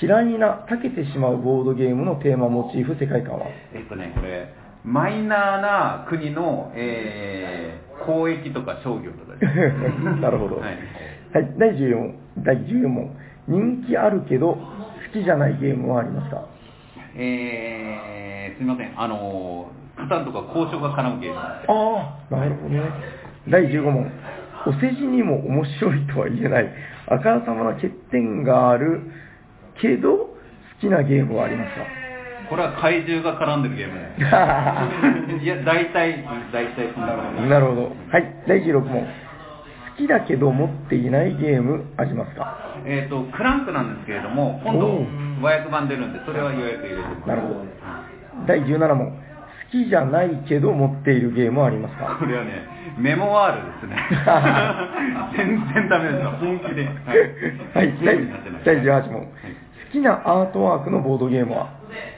S3: 嫌いな、たけてしまうボードゲームのテーマ、モチーフ、世界観は *laughs*
S1: えっとね、これ、マイナーな国の、えー、交易とか商業とかです
S3: なるほど。
S1: はい。
S3: はい第14問。第14問。人気あるけど、好きじゃないゲームはありますか
S1: *laughs* えー、すみません、あのー、カタンとか交渉が絡むゲームなんで。
S3: ああ、なるほどね。第15問。お世辞にも面白いとは言えない、あからさまな欠点があるけど、好きなゲームはありますか
S1: これは怪獣が絡んでるゲーム *laughs* です。 *laughs* いや、大体、大体そんな感じ
S3: なるほど。はい、第16問。好きだけど持っていないゲームありますか
S1: えっ、と、クランクなんですけれども、今
S3: お
S1: 度
S3: う、
S1: 和訳版出るんで、それは予約入れてます。
S3: なるほど。第17問。好きじゃないけど持っているゲームはありますか
S1: これはね、メモワール *laughs* ですね。全然ダメですわ、本気で。
S3: はい、
S1: ゲームになってない
S3: 第第18問。好きなアートワークのボードゲームは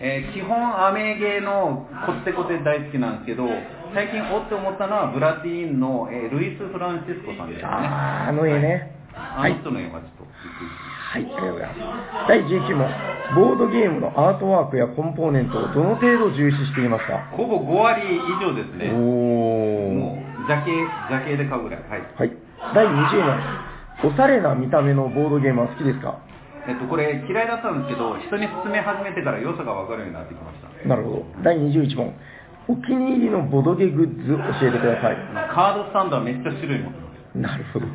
S1: えー基本アメゲーのコテコテ大好きなんですけど、最近おって思ったのはブラティーンの、えールイス・フランシスコさんですね。
S3: あーあの絵ね。
S1: あの人の絵はちょっとびっくりし
S3: はい、ありがとうございます。第19問、ボードゲームのアートワークやコンポーネントをどの程度重視していますか
S1: たほぼ5割以上ですね。も
S3: おー。
S1: う、邪形、邪形で買うぐらい。はい。
S3: はい。第20問、おしゃれな見た目のボードゲームは好きですか
S1: えっと、これ嫌いだったんですけど、人に勧め始めてから良さが分かるようになってきました。
S3: なるほど。第21問、お気に入りのボドゲグッズ教えてください。
S1: あのカードスタンドはめっちゃ種類持ってます。
S3: なるほど。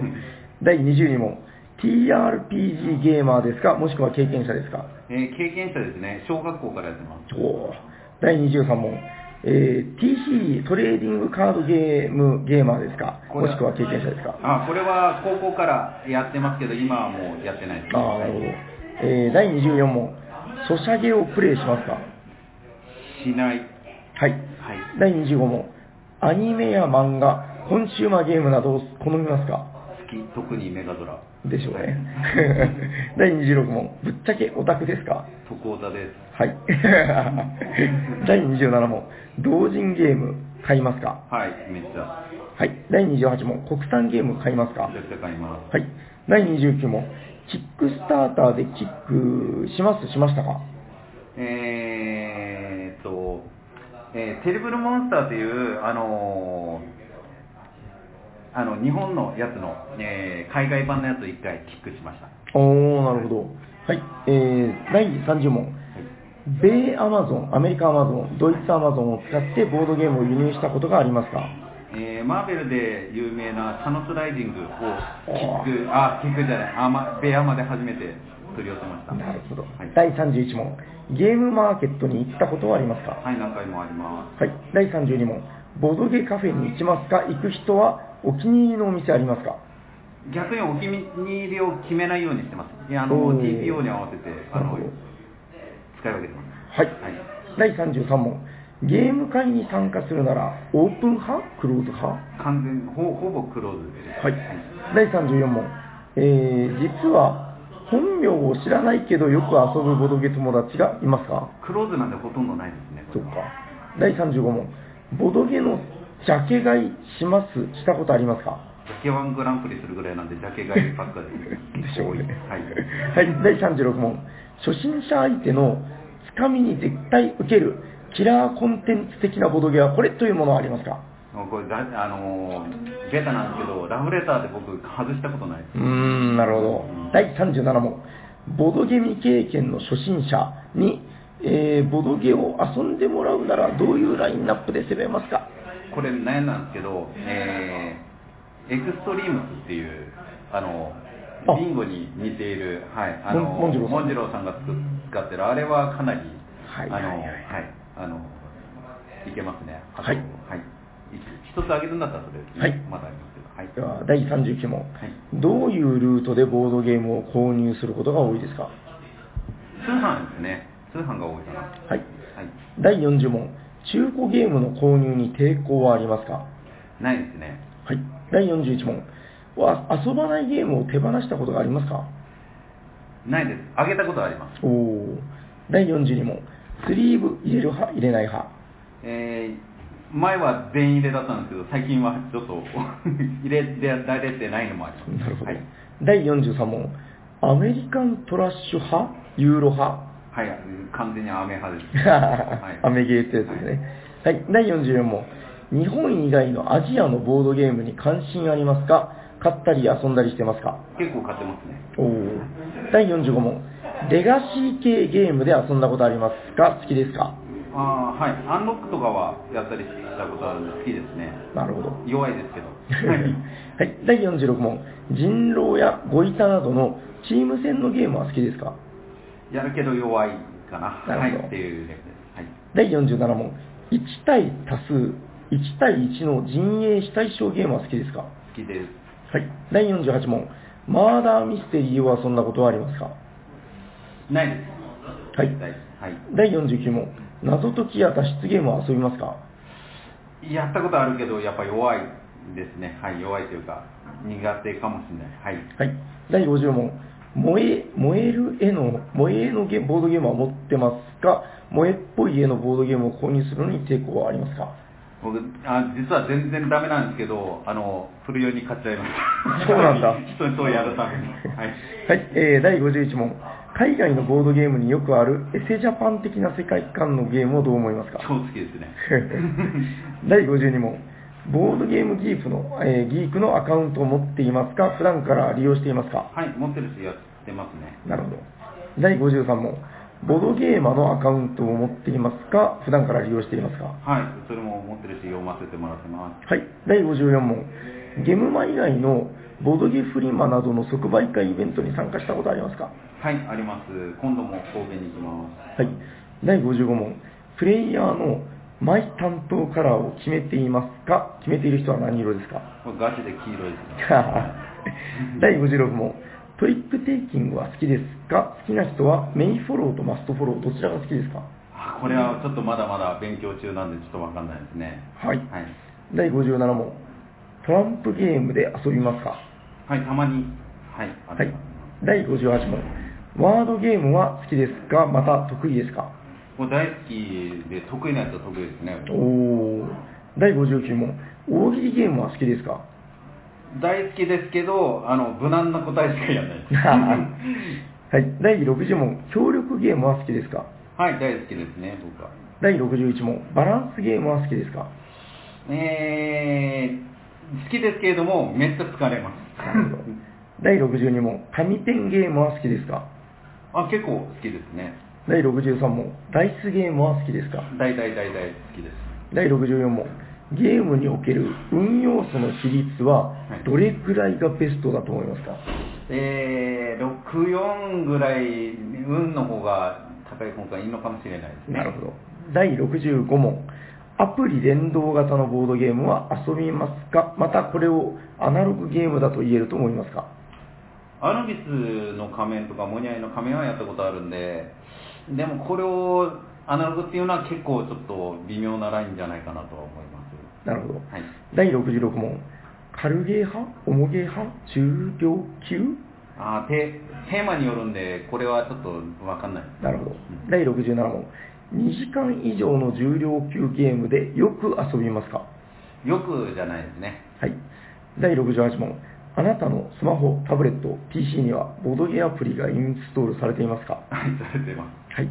S3: 第22問、 TRPG ゲーマーですかもしくは経験者ですか
S1: えー経験者ですね。小学校からやってます。
S3: おー第23問、えー TC トレーディングカードゲームゲーマーですか
S1: これ
S3: もしくは経験者ですか
S1: あ、これは高校からやってますけど、今はもうやってないです、
S3: ああ、なるほど。えー第24問、ソシャゲをプレイしますか
S1: しない。
S3: はい。
S1: い
S3: 第25問、アニメや漫画、コンシューマーゲームなどを好みますか
S1: 好き、特にメガドラ。
S3: でしょうね。 *laughs* 第26問、ぶっちゃけオタクですか
S1: 徳太田です。
S3: はい。 *laughs* 第27問、同人ゲーム買いますか
S1: はい、めっちゃ。
S3: はい。第28問、国産ゲーム買いますか
S1: めっちゃ買います。
S3: はい。第29問、キックスターターでキックしますしましたか
S1: えーっと、えーテレブルモンスターという、あのーあの、日本のやつの、えー海外版のやつを一回キックしました。
S3: おー、なるほど。はい。えー、第30問。米アマゾン、アメリカアマゾン、ドイツアマゾンを使ってボードゲームを輸入したことがありますか
S1: えーマーベルで有名なサノスライディングをキック、あ、キックじゃない、あま、ベアまで初めて取り寄せました。
S3: なるほど
S1: はい。。
S3: 第31問。ゲームマーケットに行ったことはありますか
S1: はい、何回もありま
S3: はい。第32問。ボードゲカフェに行きますか行く人はお気に入りのお店ありますか
S1: す。逆にお気に入りを決めないようにしてます。いや、あ
S3: お
S1: の、
S3: ー
S1: TPO に合わせて、あ
S3: な
S1: の
S3: るほど、
S1: 使い分けてます。
S3: はい。第33問。ゲーム会に参加するなら、オープン派クローズ派
S1: 完全ほほぼクローズです
S3: はい。第34問。えー、実は、本名を知らないけどよく遊ぶボドゲ友達がいますか
S1: クローズなんでほとんどないですね
S3: そうか。第35問。ボドゲのジャケ買いしますしたことありますか
S1: ジャケワングランプリするぐらいなんでジャケ買いばっ
S3: *laughs*
S1: かり
S3: でしょうね。
S1: はい
S3: *laughs* はい。第36問。初心者相手のつかみに絶対受けるキラーコンテンツ的なボドゲはこれというものはありますか
S1: もうこれだあのーベタなんですけどラブレターで僕外したことないです
S3: うーん、なるほど。第37問。ボドゲ未経験の初心者に、えーボドゲを遊んでもらうならどういうラインナップで攻めますか
S1: これ悩んだんですけどえー、エクストリームスっていうあの
S3: あ
S1: ビンゴに似ている、はい、あの
S3: もんもんじろうさん
S1: もんじろうさんが作使ってるあれはかなり、
S3: はい
S1: あの
S3: はいはい
S1: あのいけますねあと
S3: はい
S1: はい、一つあげるんだったらそれ、
S3: はい
S1: まだありますけどはい
S3: では、第39問、
S1: い
S3: どういうルートでボードゲームを購入することが多いですか
S1: 通販ですね通販が多いかなは
S3: はい。
S1: い
S3: 第40問、中古ゲームの購入に抵抗はありますか
S1: ないですね
S3: はい。第41問、わ遊ばないゲームを手放したことがありますか
S1: ないですあげたことはあります
S3: おー。第42問、スリーブ入れる派入れない派
S1: えー、前は全員入れだったんですけど最近はちょっと *laughs* 入れられてないのもあります
S3: なるほ
S1: は
S3: ど。
S1: い、
S3: 第43問、アメリカントラッシュ派ユーロ派
S1: はい、完全にアメ派です
S3: アメゲーってやつですね。はい、第44問、日本以外のアジアのボードゲームに関心ありますか買ったり遊んだりしてますか
S1: 結構買ってますね
S3: おー第45問、レガシー系ゲームで遊んだことありますか好きですか
S1: ああはいアンロックとかはやったりしたことあるんで好きですね
S3: なるほど。
S1: 弱いですけど
S3: *laughs* は
S1: はい
S3: い、第46問、人狼やゴイタなどのチーム戦のゲームは好きですか
S1: やるけど弱いかな
S3: なるほど
S1: はいっていうレベルです、はい
S3: 第47問、1対多数、1対1の陣営非対称ゲームは好きですかは
S1: 好きです
S3: い。第48問、マーダーミステリーを遊んだことはありますかは
S1: ないですは
S3: い。
S1: い
S3: 第49問、謎解きや脱出ゲームは遊びますか
S1: やったことあるけど、やっぱ弱いですね。はい、弱いというか、苦手かもしれない。はい。
S3: はい。第50問、燃え、燃える絵の、燃え絵のゲボードゲームは持ってますか燃えっぽい絵のボードゲームを購入するのに抵抗はありますか
S1: 僕あ、実は全然ダメなんですけど、あの、古用に買っちゃいました。
S3: そうなんだ
S1: *laughs* 人にそうやるために。はい。
S3: はい、えー、第51問。海外のボードゲームによくあるエセジャパン的な世界観のゲームをどう思いますか
S1: 超好きですね。
S3: *laughs* 第52問。ボードゲームギークの、えーギークのアカウントを持っていますか普段から利用していますか
S1: はい、持ってるしやってますね。
S3: なるほど。第53問。ボードゲーマーのアカウントを持っていますか普段から利用していますか
S1: はい、それも持ってるし、読ませてもらってます。
S3: はい。第54問。ゲムマ以外のボードゲーフリマなどの即売会イベントに参加したことありますか
S1: はい、あります。今度も神戸に行きます。
S3: はい。第55問。プレイヤーのマイ担当カラーを決めていますか決めている人は何色ですか
S1: これガチで黄色いですね。
S3: *laughs* 第56問。トリックテイキングは好きですか好きな人はメインフォローとマストフォローどちらが好きですか
S1: あこれはちょっとまだまだ勉強中なんでちょっとわかんないですね。
S3: はい
S1: はい。
S3: 第57問。トランプゲームで遊びますか
S1: はい、たまに。はい、あ
S3: は
S1: り
S3: い
S1: ます。。
S3: 第58問。ワードゲームは好きですかまた得意ですか
S1: もう大好きで、得意なやつは得意ですね。
S3: おー。第59問。大喜利ゲームは好きですか
S1: 大好きですけど、あの、無難な答えしかやらないです。
S3: はい、第60問、協力ゲームは好きですか
S1: はい、大好きですね、僕は。
S3: 第61問、バランスゲームは好きですか
S1: えー、好きですけれども、めっちゃ疲れます。
S3: 第62問、紙ペンゲームは好きですか
S1: あ、結構好きですね。
S3: 第63問、ダイスゲームは好きですか
S1: 大大大大好きです。
S3: 第64問、ゲームにおける運要素の比率はどれくらいがベストだと思いますか
S1: えー、64ぐらい、運の方が高い方がいいのかもしれないですね。
S3: なるほど。第65問、アプリ連動型のボードゲームは遊びますかまたこれをアナログゲームだと言えると思いますか
S1: アヌビスの仮面とかモニャイの仮面はやったことあるんで、でもこれをアナログっていうのは結構ちょっと微妙なラインじゃないかなとは思います。
S3: なるほど。
S1: はい
S3: 第66問。軽ゲー派重ゲー派重量級
S1: あーテテーマによるんで、これはちょっとわかんないです。
S3: なるほど。第67問。2時間以上の重量級ゲームでよく遊びますか
S1: よくじゃないですね。
S3: はい。第68問。あなたのスマホ、タブレット、PC にはボードゲーアプリがインストールされていますか
S1: はい、されてます。
S3: はい。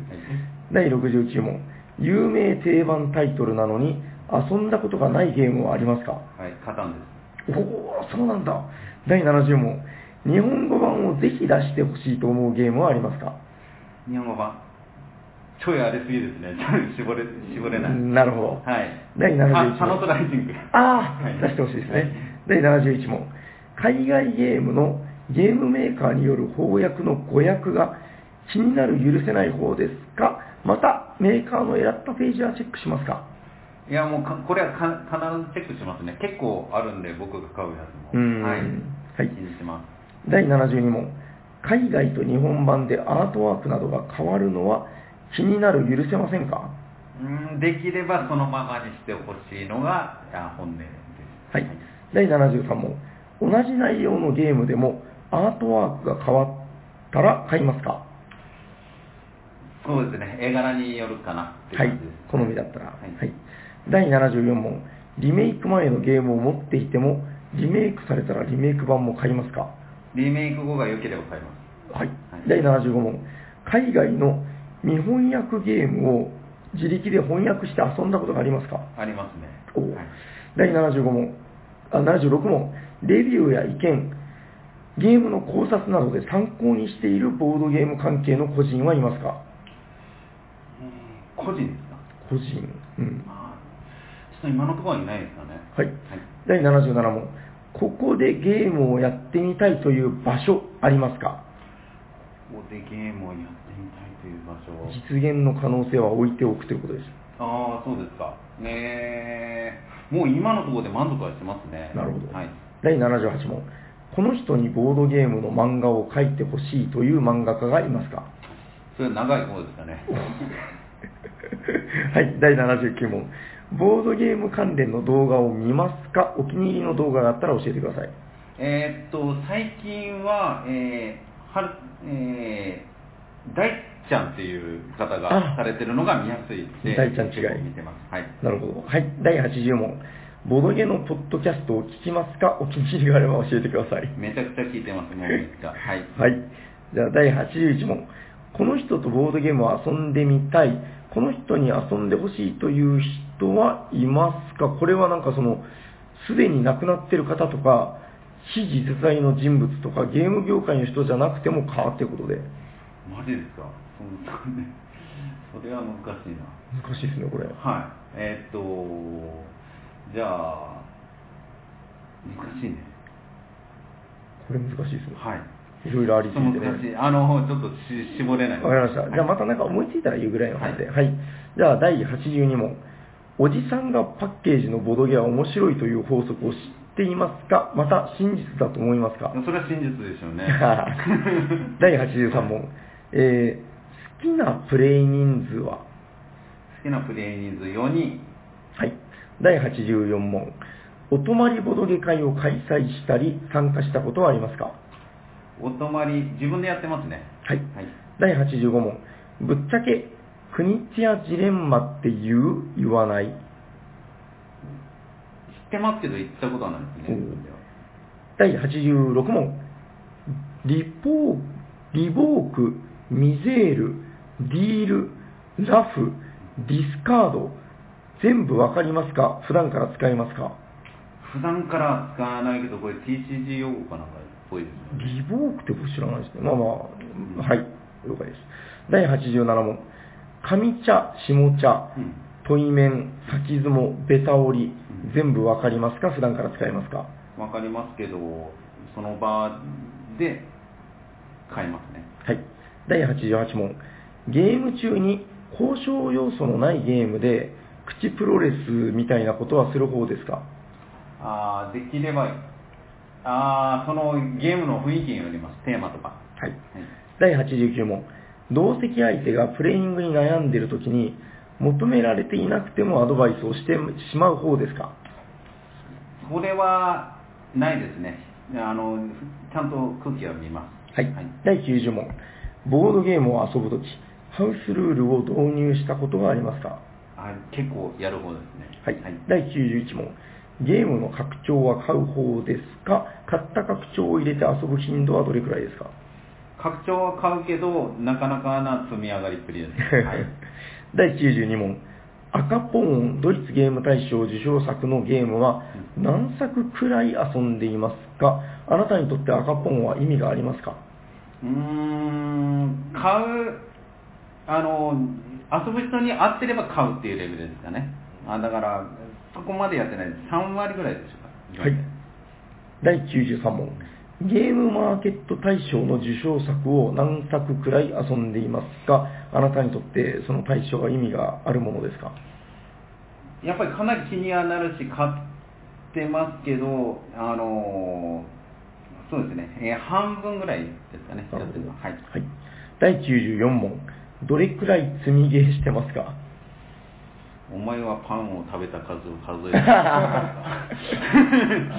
S3: 第69問。有名定番タイトルなのに遊んだことがないゲームはありますか
S1: はい、カタンです。
S3: おお、そうなんだ。第70問。日本語版をぜひ出してほしいと思うゲームはありますか
S1: 日本語版。ちょいあれすぎですね。ちょい絞れ、絞れない。
S3: なるほど。
S1: はい。
S3: 第71
S1: あ
S3: 問。
S1: サノトライジング。
S3: ああ、
S1: はい
S3: 出してほしいですね。第71問。海外ゲームのゲームメーカーによる翻訳の誤訳が気になる許せない方ですかまた、メーカーの選ったページはチェックしますか
S1: いや、もうか、これはか必ずチェックしますね。結構あるんで、僕が買うやつ
S3: う
S1: も。
S3: ん
S1: はい。
S3: はい
S1: 気にします。
S3: 第72問。海外と日本版でアートワークなどが変わるのは気になる許せませんか
S1: うん、できればそのままにしてほしいのが、あ本音です。
S3: はい。第73問。同じ内容のゲームでもアートワークが変わったら買いますか
S1: そうですね。絵柄によるかなって
S3: は
S1: 感
S3: い
S1: じです。。
S3: 好みだったら。は
S1: はい
S3: い。第74問。リメイク前のゲームを持っていても、リメイクされたらリメイク版も買いますか
S1: リメイク後が良ければ買います。
S3: はい
S1: はい。
S3: 第75問。海外の未翻訳ゲームを自力で翻訳して遊んだことがありますか
S1: ありますね。
S3: お
S1: はい
S3: 第75問あ、76問、レビューや意見、ゲームの考察などで参考にしているボードゲーム関係の個人はいますか
S1: 個人ですか
S3: 個人。うん。
S1: まあ、ちょっと今のところはいないですかね。
S3: はい。第77問、ここでゲームをやってみたいという場所ありますか
S1: ここでゲームをやってみたいという場所を。
S3: 実現の可能性は置いておくということです。
S1: ああ、そうですか。ねえ。もう今のところで満足はしてますね。
S3: なるほど。
S1: はい。
S3: 第78問、この人にボードゲームの漫画を描いてほしいという漫画家がいますか *laughs*
S1: それは長い方でしたね。
S3: はい、第79問。ボードゲーム関連の動画を見ますかお気に入りの動画があったら教えてください。
S1: *laughs* えーっと、最近は、えー、はる、えー、大ちゃんっていう方が
S3: あ
S1: されてるのが見やすいんで、
S3: 大ちゃん違い
S1: 結構見てます。はい。
S3: なるほど。はい、第80問。ボードゲームのポッドキャストを聞きますかお気に入りがあれば教えてください。
S1: めちゃくちゃ聞いてます、もうめっちゃ。はい。
S3: はい。じゃあ、第81問。この人とボードゲームを遊んでみたい。この人に遊んでほしいという人はいますかこれはなんかその、すでに亡くなってる方とか、非実在の人物とか、ゲーム業界の人じゃなくても変わっていうことで。
S1: マジですか *laughs* そんなねそれは難しいな。
S3: 難しいですね、これ。
S1: はい。えーっと、じゃあ、難しいね。
S3: これ難しいですね。
S1: はい。
S3: いろいろありす
S1: そ
S3: ぎ
S1: う
S3: てね。
S1: 難しい。あの、ちょっとし絞れない。
S3: わかりました。じゃあまたなんか思いついたら言うぐらいの感じで。はい。じゃあ第82問。おじさんがパッケージのボドゲは面白いという法則を知っていますかまた真実だと思いますか
S1: それは真実でしょうね。
S3: *laughs* 第83問。えー、好きなプレイ人数は
S1: 好きなプレイ人数4人。
S3: はい。第84問。お泊まりボドゲ会を開催したり、参加したことはありますか
S1: お泊まり、自分でやってますね。
S3: はい。
S1: はい。
S3: 第85問。ぶっちゃけ、クニチアジレンマって言う言わない
S1: 知ってますけど行ったことはないですね。
S3: おー第86問。リポー、リボーク、ミゼール、ディール、ラフ、ディスカード、全部わかりますか普段から使いますか
S1: 普段から使わないけど、これ TCG 用語かなんかっぽいですね。
S3: リボークって僕知らないですね。まあまあ、はい、了解です。第87問。上茶、下茶、
S1: うん
S3: 問い面、先相撲、ベタ折り、全部わかりますか普段から使いますか
S1: わかりますけど、その場で買いますね。
S3: はい。第88問。ゲーム中に交渉要素のないゲームで、口プロレスみたいなことはする方ですか
S1: ああ、できれば、ああ、そのゲームの雰囲気によります。テーマとか。
S3: はい。第89問。同席相手がプレイングに悩んでいるときに、求められていなくてもアドバイスをしてしまう方ですか
S1: これはないですね。あの、ちゃんと空気は見ます。
S3: はい。第90問。ボードゲームを遊ぶとき、ハウスルールを導入したことがありますか
S1: あ結構やる方ですね。
S3: はい。第91問。ゲームの拡張は買う方ですか買った拡張を入れて遊ぶ頻度はどれくらいですか
S1: 拡張は買うけど、なかなかな積み上がりっぷ *laughs* りですね。はい
S3: *laughs* 第92問。赤ポーンドイツゲーム大賞受賞作のゲームは何作くらい遊んでいますかあなたにとって赤ポーンは意味がありますか
S1: うーん、買う、あの、遊ぶ人に合ってれば買うっていうレベルですかね。あだから、そこまでやってないです。3割ぐらいでしょうか。
S3: はい。第93問。ゲームマーケット大賞の受賞作を何作くらい遊んでいますかあなたにとってその大賞は意味があるものですか
S1: やっぱりかなり気にはなるし、買ってますけど、あのそうですね、えー半分ぐらいですかね、やってるのは。はい。
S3: はい。第94問。どれくらい積みゲーしてますか。
S1: お前はパンを食べた数を数える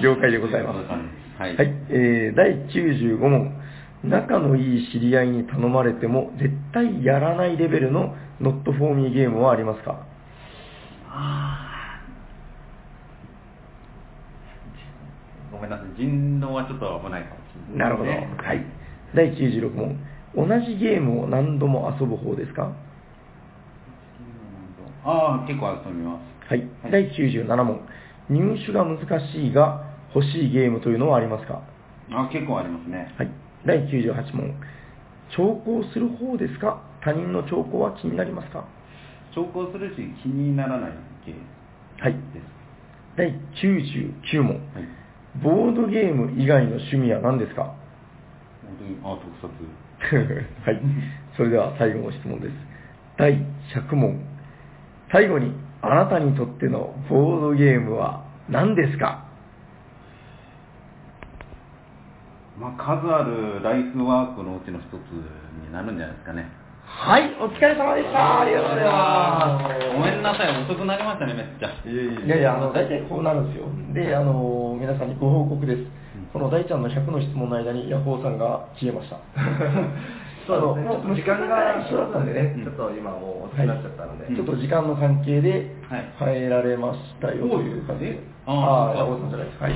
S3: *laughs* 了解でございます
S1: そうう感じですはい。
S3: はい。えー、第95問。仲のいい知り合いに頼まれても絶対やらないレベルの Not for me ゲームはありますか
S1: あーごめんなさい、人狼はちょっと危ないかもしれ
S3: な
S1: ない
S3: る
S1: で
S3: ほ
S1: すね、
S3: ど。はい。第96問。同じゲームを何度も遊ぶ方ですか
S1: ああ、結構遊びます。
S3: はい。第97問。入手が難しいが欲しいゲームというのはありますか
S1: あ結構ありますね。
S3: はい。第98問。調校する方ですか他人の兆候は気になりますか
S1: 調校するし、気にならない系です。
S3: はい第99問。
S1: はい。
S3: ボードゲーム以外の趣味は何ですか *laughs*
S1: 本当に、あ、特撮。
S3: はい。それでは最後の質問です。第100問。最後に、あなたにとってのボードゲームは何ですか
S1: まあ、数あるライフワークのうちの一つになるんじゃないですかね。
S3: はい、お疲れ様でした。ありがとうございます。
S1: ごめんなさい、遅くなりましたね、めっちゃ。
S3: いやいや、あの、大体こうなるんですよ。で、あの、皆さんにご報告です。この大ちゃんの100の質問の間にヤホーさんが消えました。
S5: そうですね
S3: あの
S5: ちょっと時間が
S3: 一緒だったんでね。
S5: ちょっと今もう遅
S3: は
S5: く
S3: い
S5: なっちゃったので、
S3: ちょっと時間の関係で
S1: はい
S3: 変えられましたよという感じで
S1: え。あー
S3: ヤ
S1: そ
S3: ホ
S1: う
S3: ー
S1: か
S3: さんじゃないです。はい。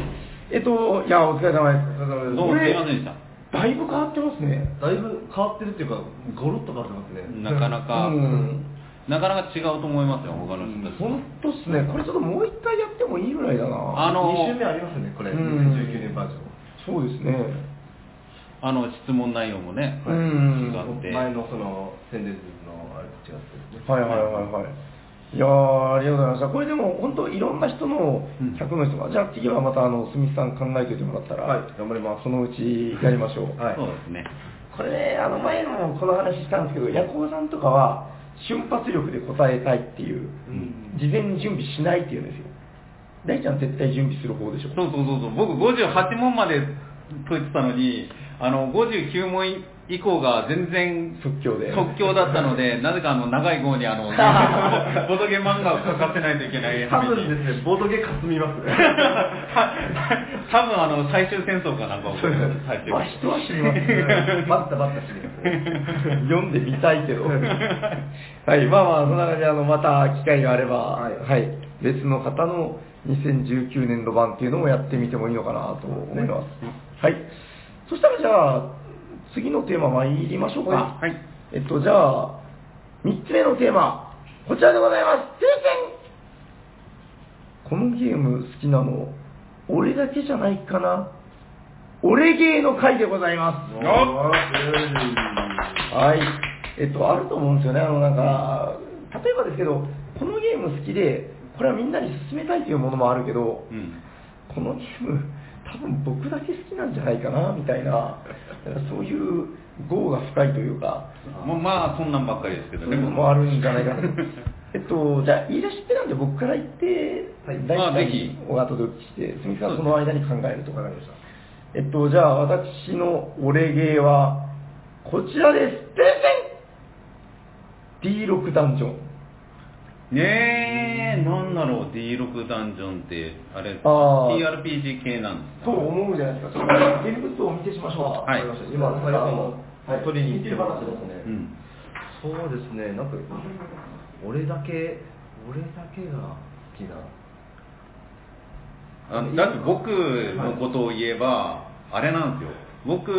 S3: えっと、いや、お疲れ様です。
S1: どうもすいませんでした。
S3: だいぶ変わってますね。
S5: だいぶ変わってるっていうかゴロッと変わってますね
S1: なかなか、
S3: うん
S1: なかなか違うと思いますよ、他の人たちと。
S3: 本当っすね。これちょっともう一回やってもいいぐらいだな。
S1: あの
S5: 2週目ありますねこれ
S3: うん
S5: 2019年バージョン
S3: そうですね。
S1: あの質問内容もね、
S3: う
S1: 違
S3: ん
S1: って、
S5: 前のその宣伝図のあれと違ってですね
S3: はいはいはいはい。いやーありがとうございました。これでも本当いろんな人の客の人が、じゃあ次はまたあの、スミスさん考えておいてもらったら、
S5: はい頑張ります
S3: そのうちやりましょう。
S5: *laughs* はい
S1: そうですね。
S3: これね、あの前もこの話したんですけど、夜行さんとかは瞬発力で答えたいっていう、事前に準備しないっていうんですよ。大ちゃん絶対準備する方でしょ。
S1: そうそうそうそう。僕58問まで解いてたのに、あの、59問以降が全然
S3: 即興で
S1: 即興だったの
S3: *laughs*
S1: で、なぜかあの、長い号にあの、ボトゲ漫画を書かせないといけない
S5: 多
S1: はめに
S5: 分ですね、ボードゲーかすみますね。
S1: 多分あの、最終戦争かなんかを書いて
S3: まあ
S1: る。
S3: 人は知りますね。
S5: バッタバッタしてる。
S3: 読んでみたいけど。はい、まあまあ、そんな感じで、あの、また機会があれば、はい、別の方の2019年度版っていうのもやってみてもいいのかなと思います。はい。そしたらじゃあ、次のテーマ参りましょうか。
S1: はいはい
S3: えっと、じゃあ、3つ目のテーマ、こちらでございます。このゲーム好きなの、俺だけじゃないかな。俺ゲーの回でございます。
S1: お
S3: はい。えっと、あると思うんですよね。あの、なんか、例えばですけど、このゲーム好きで、これはみんなに勧めたいというものもあるけど、
S1: うん
S3: このゲーム、多分僕だけ好きなんじゃないかな、みたいな、なんかそういう業が深いというか、
S1: もうまあ、そんなんばっかりですけど
S3: そうい
S1: ね。
S3: うのもあるんじゃないかなと。えっと、じゃあ、言い出しっぺなんで僕から言って、
S1: はい
S3: 大
S1: あぜ
S3: 体
S1: ひ
S3: お後でお聞きして、すみさん
S1: そうです
S3: そ
S1: ね
S3: の間に考えるとかなりました。えっと、じゃあ、私の俺芸は、こちらです。てんてん !D6 ダンジョン。
S1: ねえ、なんだろう、D6 ダンジョンって、あれ、
S3: あー
S1: TRPG 系なんですか
S3: と思うじゃないですか。ちょっと、インプットを見てしましょう。
S1: はい
S3: わかりました今、さやさんも、
S5: はい取りに行って
S3: 聞
S5: る
S3: いてる方ですね。
S1: うん。
S5: そうですね、なんか、俺だけ、俺だけが好きな。
S1: あだって僕のことを言えば、あれなんですよ。僕、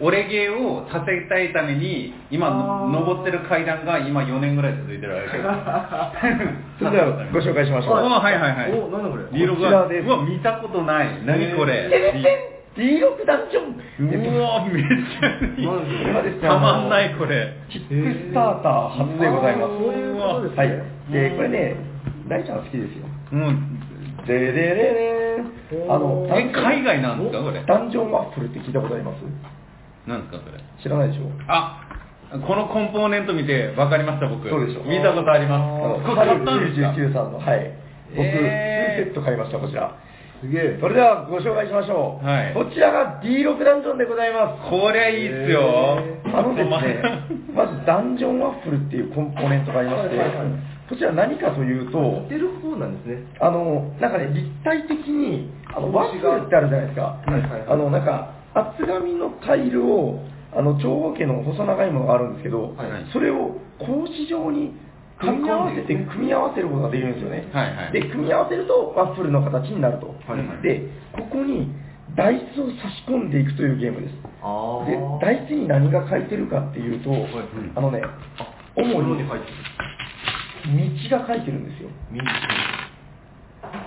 S1: 俺芸を立てたいために、今、登ってる階段が今4年ぐらい続いてるあれです
S3: それでは、ご紹介しましょう。
S1: *laughs* おはいはいはい。
S5: おなんだこれ
S1: D6
S3: こちらです
S1: うわ、見たことない。何これ。
S3: てんてん !D6 ダンジョン
S1: うわ、めっち
S5: まず
S3: これは
S1: ゃ
S3: で
S1: いい。
S3: すねあ
S1: た
S3: の
S1: まんない、これ。
S3: キックスターター初でございます。
S5: あーそういうことですね
S3: はい。で、これね、大ちゃん好きですよ。
S1: うん。
S3: ででででーんあの、
S1: え、海外なんですか、これ。
S3: ダンジョンワッフルって聞いたことあります
S1: なんですか、それ。
S3: 知らないでしょ
S1: あこのコンポーネント見て分かりました僕
S3: そうでしょ
S1: 見たことありま
S3: あ
S1: す
S3: の、
S1: これ買ったんですか
S3: 99さんの、はい。僕、
S1: えー
S3: 2セット買いました、こちら。
S5: すげえ。
S3: それではご紹介しましょう。
S1: はい
S3: こちらが D6 ダンジョンでございます。
S1: こりゃいいっすよ *laughs*
S3: あのですね、まずダンジョンワッフルっていうコンポーネントがありまして
S5: はいはいはい、
S3: こちら何かというと
S5: 似、てる方なんですね。
S3: あの、なんかね、立体的に、あの、ワッフルってあるじゃないですか。
S5: いはいはい
S3: あの、なんか、厚紙のタイルを、あの、長方形の細長いものがあるんですけど、
S1: はいはい
S3: それを格子状に組み合わせて、組み合わせることができるんですよね。
S1: はいはい
S3: で、組み合わせるとワッフルの形になると。
S1: はいはい
S3: で、ここにダイスを差し込んでいくというゲームです。
S5: あ
S3: で、ダイスに何が書いてるかっていうと、あのね、主に
S5: 袋に入って
S3: 道が書いてるんですよ。
S5: へ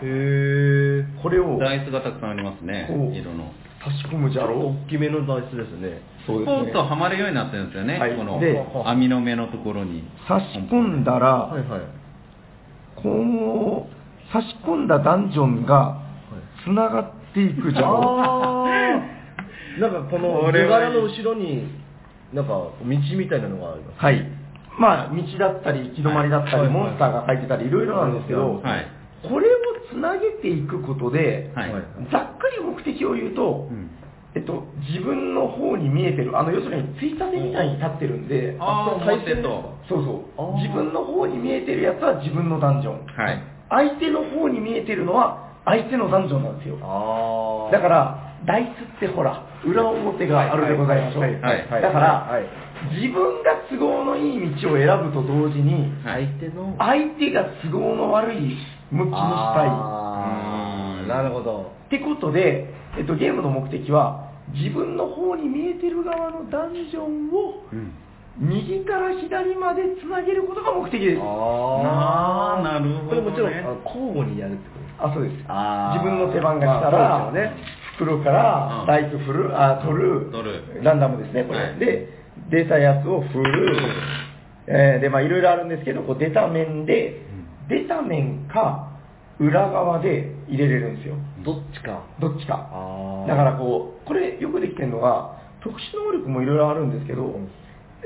S5: え。
S3: これを
S1: ダイスがたくさんありますね
S3: こう
S1: 色の
S3: 差し込むじゃろう。
S5: 大きめのダイスですね。
S3: そうです
S1: ポ
S3: ね
S1: ンとはまるようになってるんですよね、
S3: はい
S1: この
S3: で
S1: 網の目のところに
S3: 差し込んだら、
S5: はいはい。
S3: こう差し込んだダンジョンがつながっていくじゃろ
S5: あ。なんかこの
S1: これ
S5: 図
S1: は
S5: 柄の後ろに、なんか道みたいなのがあります。
S3: はい。まあ、道だったり、行き止まりだったり、
S5: はい
S3: モンスターが書いてたり、いろいろなんですけど、
S1: はい
S3: これをつなげていくことで、
S1: はい、
S5: はい
S3: ざっくり目的を言うと、
S1: うん
S3: えっと、自分の方に見えてる、あの、要するに、ついたてみたいに立ってるんで、
S1: ああ
S5: あそう
S1: 表と
S3: そうそ
S5: あ
S3: う。
S5: ー
S3: 自分の方に見えてるやつは自分のダンジョン。
S1: はい
S3: 相手の方に見えてるのは相手のダンジョンなんですよ。
S5: あ
S3: だから、ダイスってほら、裏表があるでございましょう。
S5: は
S3: だ
S5: い
S1: はいはいはい
S3: か
S5: は
S3: ら
S5: い、
S3: 自分が都合のいい道を選ぶと同時に、
S1: はい
S5: 手の
S3: 相手が都合の悪い向きにしたい。
S5: あ
S1: う
S5: ー
S1: ん
S5: なるほど。
S3: ってことで、えっと、ゲームの目的は、自分の方に見えてる側のダンジョンを、
S1: うん
S3: 右から左までつなげることが目的です。
S5: あ
S1: あーなるほどね
S5: これもちろんあの交互にやるってこと
S3: あ、そうです。
S5: あ
S3: 自
S5: ー
S3: 分の手番が来た
S5: まあ
S3: ら、
S5: そうですよね
S3: 袋から
S1: うん
S3: ダイス振る、あ、取る、
S1: 取る
S3: ランダムですね、これ。
S1: はい
S3: で、出たやつを振る、えーで、まあいろいろあるんですけど、こう出た面で、出た面か、裏側で入れれるんですよ。
S6: どっちか。
S3: どっちか
S6: あ。ー
S3: だからこう、これよくできてるのが、特殊能力もいろいろあるんですけど、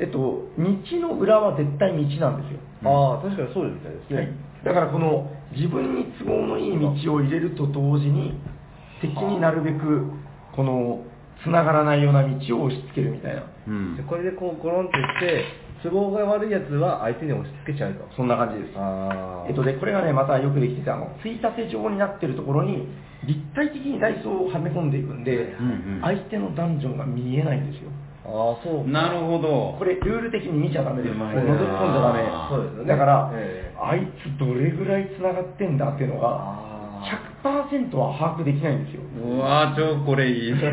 S3: えっと、道の裏は絶対道なんですよ。
S6: ああ、確かにそうみたいですね。
S3: はい、だからこの自分に都合のいい道を入れると同時に敵になるべくこの繋がらないような道を押し付けるみたいな
S1: うん
S6: でこれでこうゴロンってして、都合が悪いやつは相手に押し付けちゃうと。
S3: そんな感じです
S6: あー
S3: えっとでこれがねまたよくできててあのついたて状になってるところに立体的にダイソーをはめ込んでいくんで、
S1: うんうん
S3: 相手のダンジョンが見えないんですよ
S6: ああ、そう。
S1: なるほど
S3: これルール的に見ちゃダメです
S6: う
S3: もう
S6: まい
S3: 覗
S6: ね
S3: き込んじゃダメ
S6: そうですよね
S3: だから、
S6: ええ
S3: あいつどれぐらい繋がってんだっていうのが
S6: あー
S3: 100%は把握できないんですよ
S1: うわー超これいいた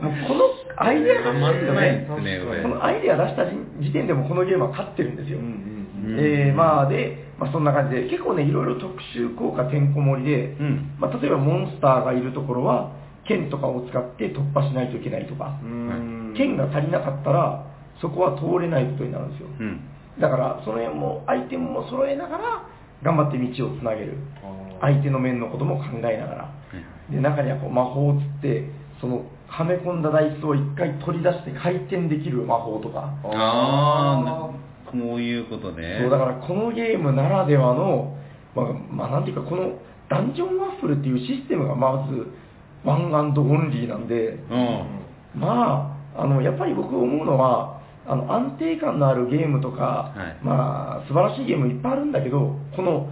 S3: もうこのアイデアが
S1: ま
S3: 出て
S1: ん
S3: る
S1: ない
S3: ね
S1: ですねこれ
S3: このアイデア出した時時点でもうこのゲームは勝ってるんですよ、
S1: うんうん
S3: えーまあで、まあ、そんな感じで結構ねいろいろ特殊効果てんこ盛りで、
S1: ん
S3: まあ、例えばモンスターがいるところは剣とかを使って突破しないといけないとか、剣が足りなかったらそこは通れないことになるんですよ、
S1: うん
S3: だからその辺もアイテムも揃えながら頑張って道をつなげる
S6: あ
S3: 相手の面のことも考えながらで中にはこう魔法をつってそのはめ込んだダイスを一回取り出して回転できる魔法とか
S1: ああこういうことね
S3: そうだからこのゲームならではの、まあまあ、なんていうかこのダンジョンワッフルっていうシステムがまずワンアンドオンリーなんで、
S1: うん
S3: まあ、あのやっぱり僕思うのはあの安定感のあるゲームとか、
S1: はい
S3: まあ、素晴らしいゲームいっぱいあるんだけどこの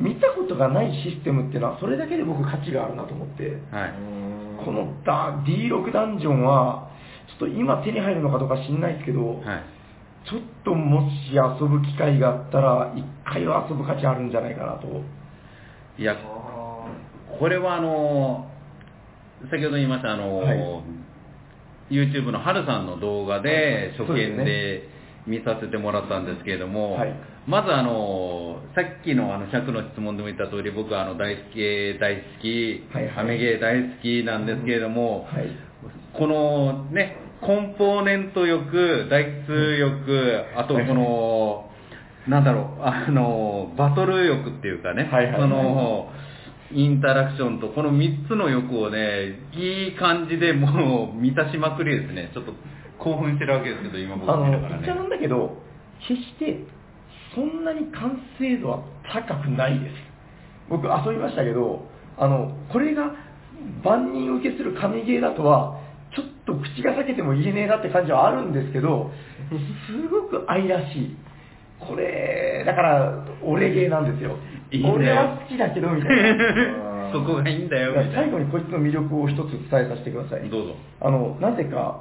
S3: 見たことがないシステムっていうのはそれだけで僕価値があるなと思って。
S1: はい
S3: このダ D6 ダンジョンは、ちょっと今手に入るのかどうか知んないですけ
S1: は
S3: ど、
S1: い
S3: ちょっともし遊ぶ機会があったら、一回は遊ぶ価値あるんじゃないかなと。
S1: いや、これはあのー先ほど言いました、あのー
S3: はい
S1: YouTube のハルさんの動画で、初
S3: そうです
S1: 見
S3: ね
S1: で見させてもらったんですけれども、
S3: はい
S1: まずあのーさっきのあの尺の質問でも言った通り、僕はあの大好き、大好き、
S3: はいはい
S1: アメゲー大好きなんですけれども、
S3: はい。
S1: このね、コンポーネント欲、台数欲、あとこの、なんだろう、あの、バトル欲っていうかね、
S3: はいはいはい
S1: その、インタラクションと、この3つの欲をね、いい感じでもう満たしまくりですね。ちょっと興奮してるわけですけど、今
S3: あ
S1: 僕見
S3: の
S1: ながら、
S3: 言っちゃなん
S1: ね。
S3: だけど、決してそんなに完成度は高くないです。僕遊びましたけど、あの、これが万人受けする神ゲーだとは、ちょっと口が裂けても言えねえなって感じはあるんですけど、すごく愛らしい。これ、だから、俺ゲーなんですよ。
S1: いいね。
S3: 俺は好きだけど、みたいな
S1: *laughs* そこがいいんだよ、みたい
S3: 最後
S1: な。
S3: にこいつの魅力を一つ伝えさせてください。
S1: どうぞ
S3: あの、なぜか、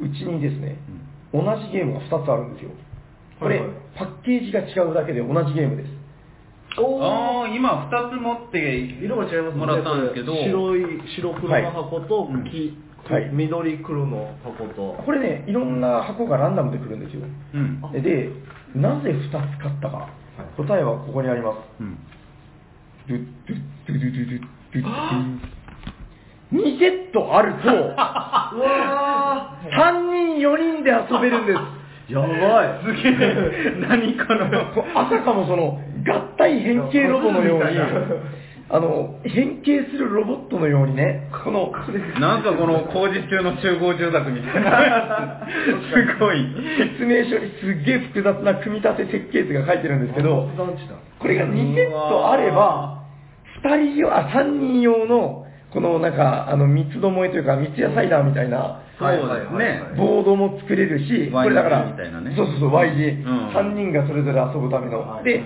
S3: うちにですね、同じゲームが2つあるんですよ。これ、
S5: はいはい
S3: パッケージが違うだけで同じゲームです。
S1: ああー、今2つ持って
S6: 色も違います
S1: も
S6: もんね
S1: らったんですけど、
S6: これ白い白黒の箱と、
S1: はい
S6: 黄
S3: はい
S6: 緑黒の箱と、
S3: これね、いろんな箱がランダムで来るんですよ。
S1: うん。
S3: で、なぜ2つ買ったか、答えはここにあります。
S1: うん
S3: ドゥッドゥッドゥドゥドゥドゥドゥドゥ2セットあると、3人4人で遊べるんです。
S6: やばい。
S1: すげえ、何この。
S3: あたかもその合体変形ロボのように、あの変形するロボットのようにね、この、
S1: なんかこの工事中の集合住宅みたいな。すごい。
S3: 説明書にすっげえ複雑な組み立て設計図が書いてるんですけど、これが2セットあれば、2人用、あ、3人用の、このなんか、あの、三つどもえというか、三つ野菜だみたいな、
S1: そうですね。
S3: ボードも作れるし、これだか
S1: YG
S3: ら、
S1: みたいなね
S3: そうそうそう、YG、
S1: うん
S3: 3人がそれぞれ遊ぶための。
S6: はい
S3: で、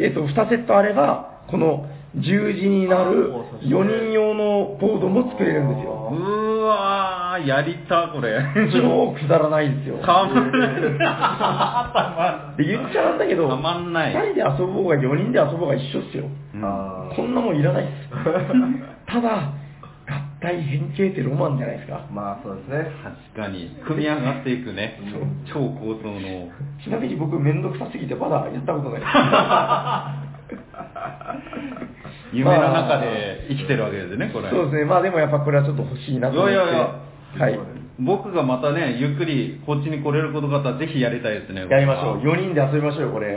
S3: えっと、2セットあれば、この十字になる
S6: あーそうですね
S3: 4人用のボードも作れるんですよ。
S1: うーわー、やりた、これ。
S3: 超くだらないんですよ。
S1: たまんない。
S3: で言っちゃうんだけど、
S1: たまんない
S3: 2人で遊ぼうが4人で遊ぼうが一緒っすよ。
S1: あ
S3: こんなもんいらないっ
S1: *laughs*
S3: す。ただ、合体変形ってロマンじゃないですか。
S6: まあそうですね。
S1: 確かに、組み上がっていくね。超高層の。
S3: ちなみに僕めんどくさすぎてまだやったことない。
S1: 夢の中で生きてるわけですね、これ。
S3: そうですね、まあでもやっぱこれはちょっと欲しいなと思って。
S1: いやいやいや
S3: はい。
S1: 僕がまたね、ゆっくりこっちに来れることがあったらぜひやりたいですね。
S3: やりましょう。4人で遊びましょうよ、これ。
S1: ね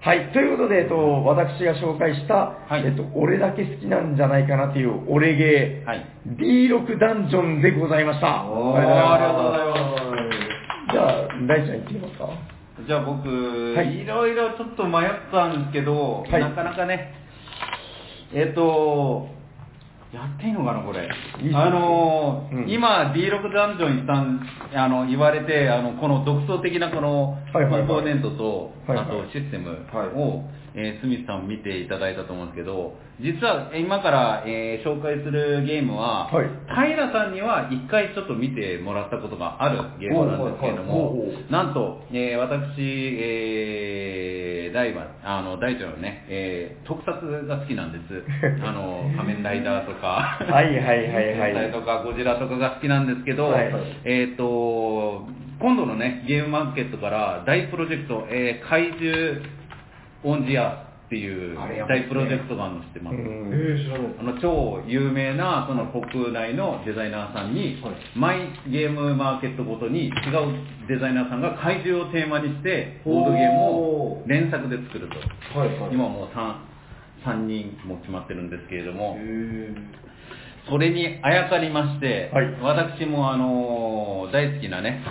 S3: はい、ということで、えっと、私が紹介した、
S1: はい
S3: えっと、俺だけ好きなんじゃないかなっていう、俺ゲー、
S1: はい
S3: D6 ダンジョンでございました。
S1: おーありがとうございます。
S3: じゃあ、大ちゃん行ってみますか
S1: じゃあ僕、
S3: はい
S1: い、ろいろちょっと迷ったんですけど、
S3: はい
S1: なかなかね、えっ、と、やっていいのかな、これ。
S3: いいっすよ
S1: あのー
S3: うん
S1: 今、D6 ダンジョンにさんあの言われて、あのこの独創的なこのコ
S3: はいはいはい
S1: ンポーネントと、
S3: はいはい
S1: あとシステムを、
S3: はい
S1: えースミスさん見ていただいたと思うんですけど、実はえー今から、えー紹介するゲームは、
S3: はい
S1: 平さんには一回ちょっと見てもらったことがあるゲームなんですけれども、
S3: おうおうおう
S1: なんと、えー私、えー、大はあの大腸のね、えー特撮が好きなん
S3: *laughs*
S1: です。あの仮面ライダーとか、
S3: はいはいはいは
S1: 戦
S3: い
S1: 隊とかゴジラとかが好きなんですけど、
S3: はい
S1: えっ、と今度のねゲームマーケットから大プロジェクト、えー怪獣オンジアっていう
S3: あれやばいっす
S1: 大プロ
S3: ね
S1: ジェクトがあるの知ってます。
S3: うん
S1: あの超有名なその国内のデザイナーさんに、毎ゲームマーケットごとに違うデザイナーさんが怪獣をテーマにしてボードゲームを連作で作ると、今もう 3, 3人も決まってるんですけれどもそれにあやかりまして、
S3: はい
S1: 私もあのー大好きなね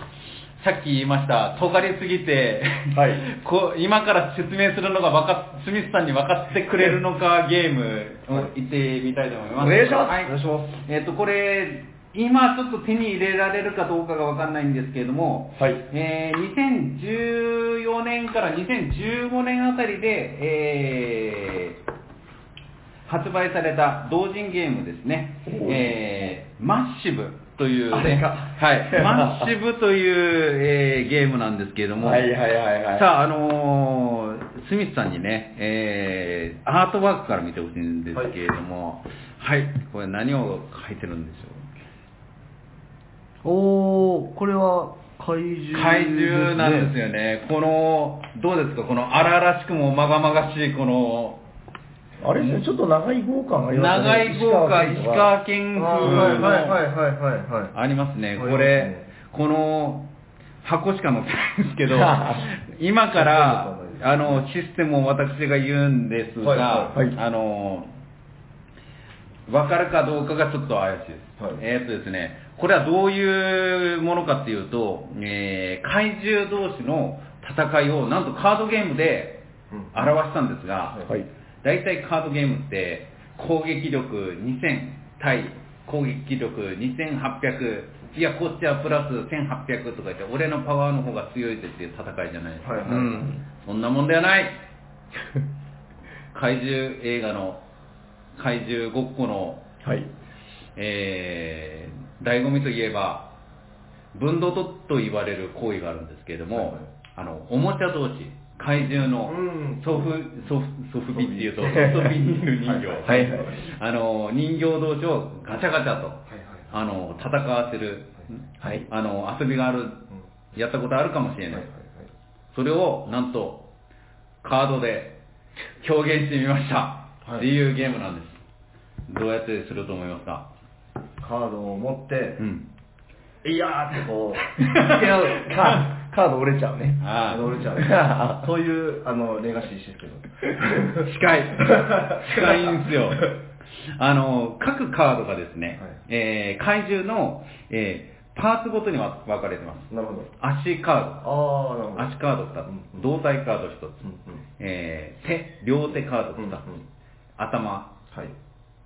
S1: さっき言いました、尖りすぎて、
S3: はい
S1: *laughs* こう今から説明するのがわかっスミスさんに分かってくれるのかゲームを行ってみたいと思います。
S3: お願いします
S1: は
S3: お願いします
S1: えっ、と、これ、今ちょっと手に入れられるかどうかがわかんないんですけれども、
S3: はい
S1: えー2014年から2015年あたりで、えー発売された同人ゲームですね、えーマッシブという
S3: あ
S1: ね、
S3: れか *laughs*
S1: はい、マッシブという、えーゲームなんですけれども、
S3: はいはいはいはい。
S1: さあ、あのースミスさんにね、えーアートワークから見てほしいんですけれども、はい、これ何を書いてるんでしょ
S6: おー、これは怪獣、
S1: う怪獣なんですよね。この、どうですか、この荒々しくもまがまがしい、この、
S3: あれですね、ちょっと長い豪華がありますね。
S1: 長い豪華、石
S3: 石
S1: 川
S3: 川
S1: 県
S6: あー
S1: 風
S6: はいはいはい
S1: の、
S6: はいはいはい。
S1: ありますね、こ
S6: あります
S1: れ
S6: ね、
S1: この、箱しか載ってないんです
S6: *laughs*
S1: けど、今から、あの、システムを私が言うんですが、
S6: はいはい
S1: あの、わかるかどうかがちょっと怪しいです。
S6: はい
S1: えーっとですね、これはどういうものかっていうと、えー怪獣同士の戦いをなんとカードゲームで表したんですが、
S3: はいはい
S1: 大体カードゲームって攻撃力2000対攻撃力2800いやこっちはプラス1800とか言って俺のパワーの方が強いぜっていう戦いじゃないですか、
S6: はいはい
S1: うんそんなもんではない *laughs* 怪獣映画の怪獣ごっこの
S3: はい。
S1: えー醍醐味といえば、分道とと言われる行為があるんですけれども、あの、おもちゃ同士、怪獣の
S6: うん
S1: ソフ、ソフ、ソフビっていうと、ソフビニル人形、
S3: はいはい
S1: あの、人形同士をガチャガチャと、あの、戦わせる、
S3: はい
S1: あの、遊びがある、やったことあるかもしれない。それを、なんと、カードで表現してみました。っていうゲームなんです。どうやってすると思いますか
S6: カードを持って
S1: う、ん。
S6: いやーってこ
S1: *laughs*
S6: う、
S3: カカード折れちゃうね。
S1: あ
S6: 乗れちゃう。そういう、あの、レガシーシステ
S1: あ、
S6: ム。 *laughs*
S1: 近い。近いんですよ。あの、各カードがですね、
S6: はい
S1: えー怪獣の、えーパーツごとにわ分かれてます。
S6: なるほど。
S1: 足カ
S6: ああ、な
S1: ー
S6: るほ
S1: ド、
S6: ど。
S1: 足カード2つ、胴体カード1つ、えー手、両手カード2つ、
S6: うんうん
S1: 頭、
S6: はい。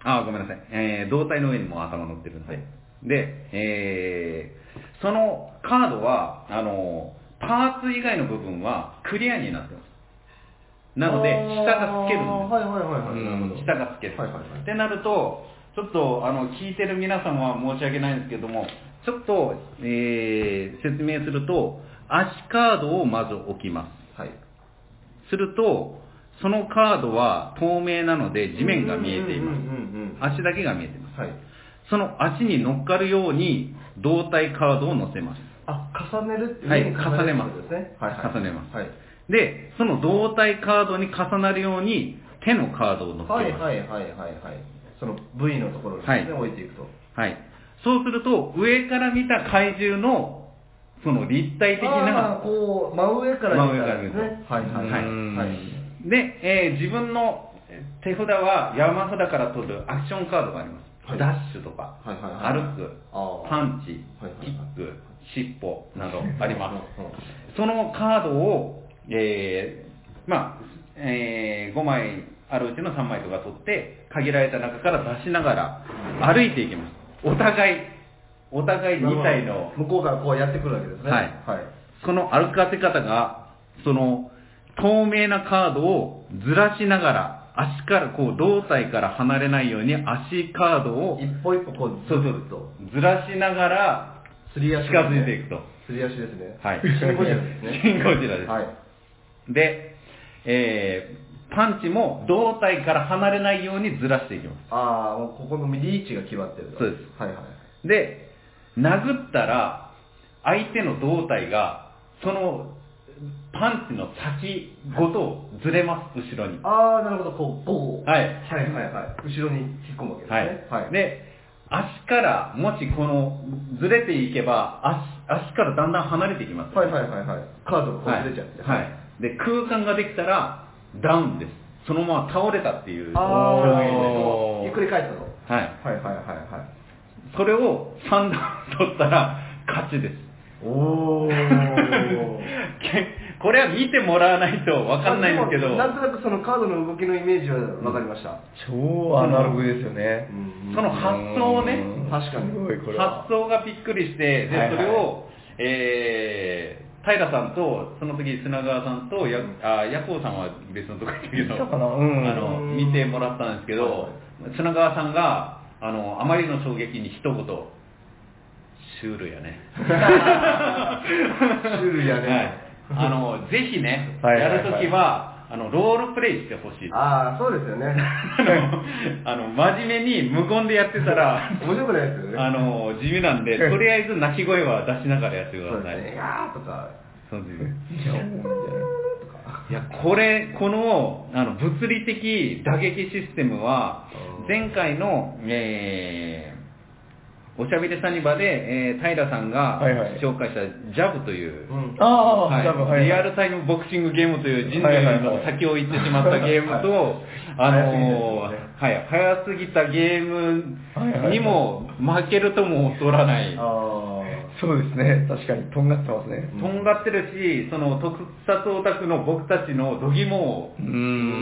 S1: あー、ごめんなさい、えー胴体の上にも頭乗ってるんで、で、えーそのカードは、あのパーツ以外の部分はクリアになってます。なので、下がつけるんです。
S6: はいはいはいはい。なるほど。
S1: 下がつける、
S6: はいはいはい
S1: ってなるとちょっとあの聞いてる皆さんは申し訳ないんですけどもちょっと、えー説明すると足カードをまず置きま
S6: はい。
S1: すするとそのカードは透明なので地面が見えています
S6: うんうんうんうん
S1: 足だけが見えています、
S6: はい
S1: その足に乗っかるように胴体カードを乗せます
S6: あ、重ねるっていう
S1: はい、重ねま
S6: ってことです
S1: す。
S6: ね。はいはい。
S1: 重ねます。
S6: はい。
S1: で、その胴体カードに重なるように、手のカードを乗っけま
S6: は
S1: す。
S6: いはいはいはいはい。その部位のところにですね、
S1: はい
S6: 置いていくと。
S1: はい。そうすると、上から見た怪獣の、その立体的
S3: あ
S1: な
S3: ー、こう、真上から見たらですね
S1: 真上。
S3: はいはいはい。
S1: うん
S3: はい
S1: で、えー自分の手札は山札から取るアクションカードがあります。ダッシュとか、
S5: はいはいはい
S1: 歩く
S5: あ、ー
S1: パンチ
S5: はいはいは、い
S1: キック、尻尾などあります。そのカードを、えーまあ、え5枚あるうちの3枚とか取って、限られた中から出しながら歩いていきます。お互い、お互い2体の
S5: 向こうからこうやってくるわけですね。
S1: はいその歩かせ方が、その、透明なカードをずらしながら、足から、こう、胴体から離れないように足カードを
S5: 一、歩一歩こう、
S1: そうそ
S5: ずっと
S1: う、ずらしながら、
S5: すり
S1: 近
S5: 足ですね
S1: づいていくと。
S5: すり足ですね。
S1: はい。
S5: シンゴジラですね。
S1: シンゴジラです。
S5: はい。
S1: で、えー、パンチも胴体から離れないようにずらしていきま
S5: ああ、もうここのリーチが決まってると。
S1: そうです
S5: はいはい。
S1: す。で、殴ったら、相手の胴体が、その、パンチの先ごとずれます、後ろに。
S5: ああ、なるほど、こう、ボー。
S1: はい
S5: はいはいはい。後ろに引っ込むわけですね。
S1: はい。
S5: で、
S1: で、足から、もしこの、ずれていけば、足、足からだんだん離れていきます。
S5: はいはいはいはい。カードがこうずれちゃって。
S1: はい。はいで、空間ができたら、ダウンです。そのまま倒れたっていう
S5: ああ、な
S1: 表
S5: るほど。ゆっ
S1: 現
S5: く
S1: です。
S5: り返ったの。
S1: はい。
S5: はいはいはいはい。
S1: それを3段取ったら、勝ちです。
S5: おー。
S1: けこれは見てもらわないと *laughs* わかんないんですけど、
S5: まあもなんとなくそのカードの動きのイメージはわかりました。
S6: 超アナログですよね。
S1: その発想をね、
S5: 確かに
S6: すごい、これは。
S1: 発想がびっくりして、で、
S6: はいはい
S1: それを、えー、平さんと、その時砂川さんと、や、あ、ヤコウさんは別のとこ行ったけど、
S6: 行ったかなうん
S1: あの、見てもらったんですけど、砂川さんが、あの、あまりの衝撃に一言、シュール
S6: *laughs*
S1: やね。
S5: シュールやね。
S1: はい。あの、ぜひね、
S6: はいはいは
S1: や
S6: い
S1: るときは、あの、ロールプレイしてほしい。
S5: ああ、そうですよね。
S1: あの、 *laughs* あの、真面目に無言でやってたら、
S5: 面白くないですよね。
S1: あの、地味なんで、とりあえず鳴き声は出しながらやってく
S5: そう
S1: ださ
S5: ですね。い
S1: い。
S5: やーとか。
S1: そうですね。いや、これ、この、あの、物理的打撃システムは、前回の、えー、おしゃべりサニバで、えー、平さんが
S6: はいはい
S1: 紹介したジャブという、
S5: うん。
S6: ああ、
S1: はい
S6: 多分はい。
S1: リアルタイムボクシングゲームという人
S6: はい
S1: 類
S6: はい
S1: の
S6: はい
S1: 先を行ってしまったゲームと、あのーはい、早すぎたゲームにも負けるとも劣らない、
S5: *laughs* あ
S6: そうですね。確かに、とんがってますね。
S1: とんがってるし、その特撮オタクの僕たちの度肝を
S6: うん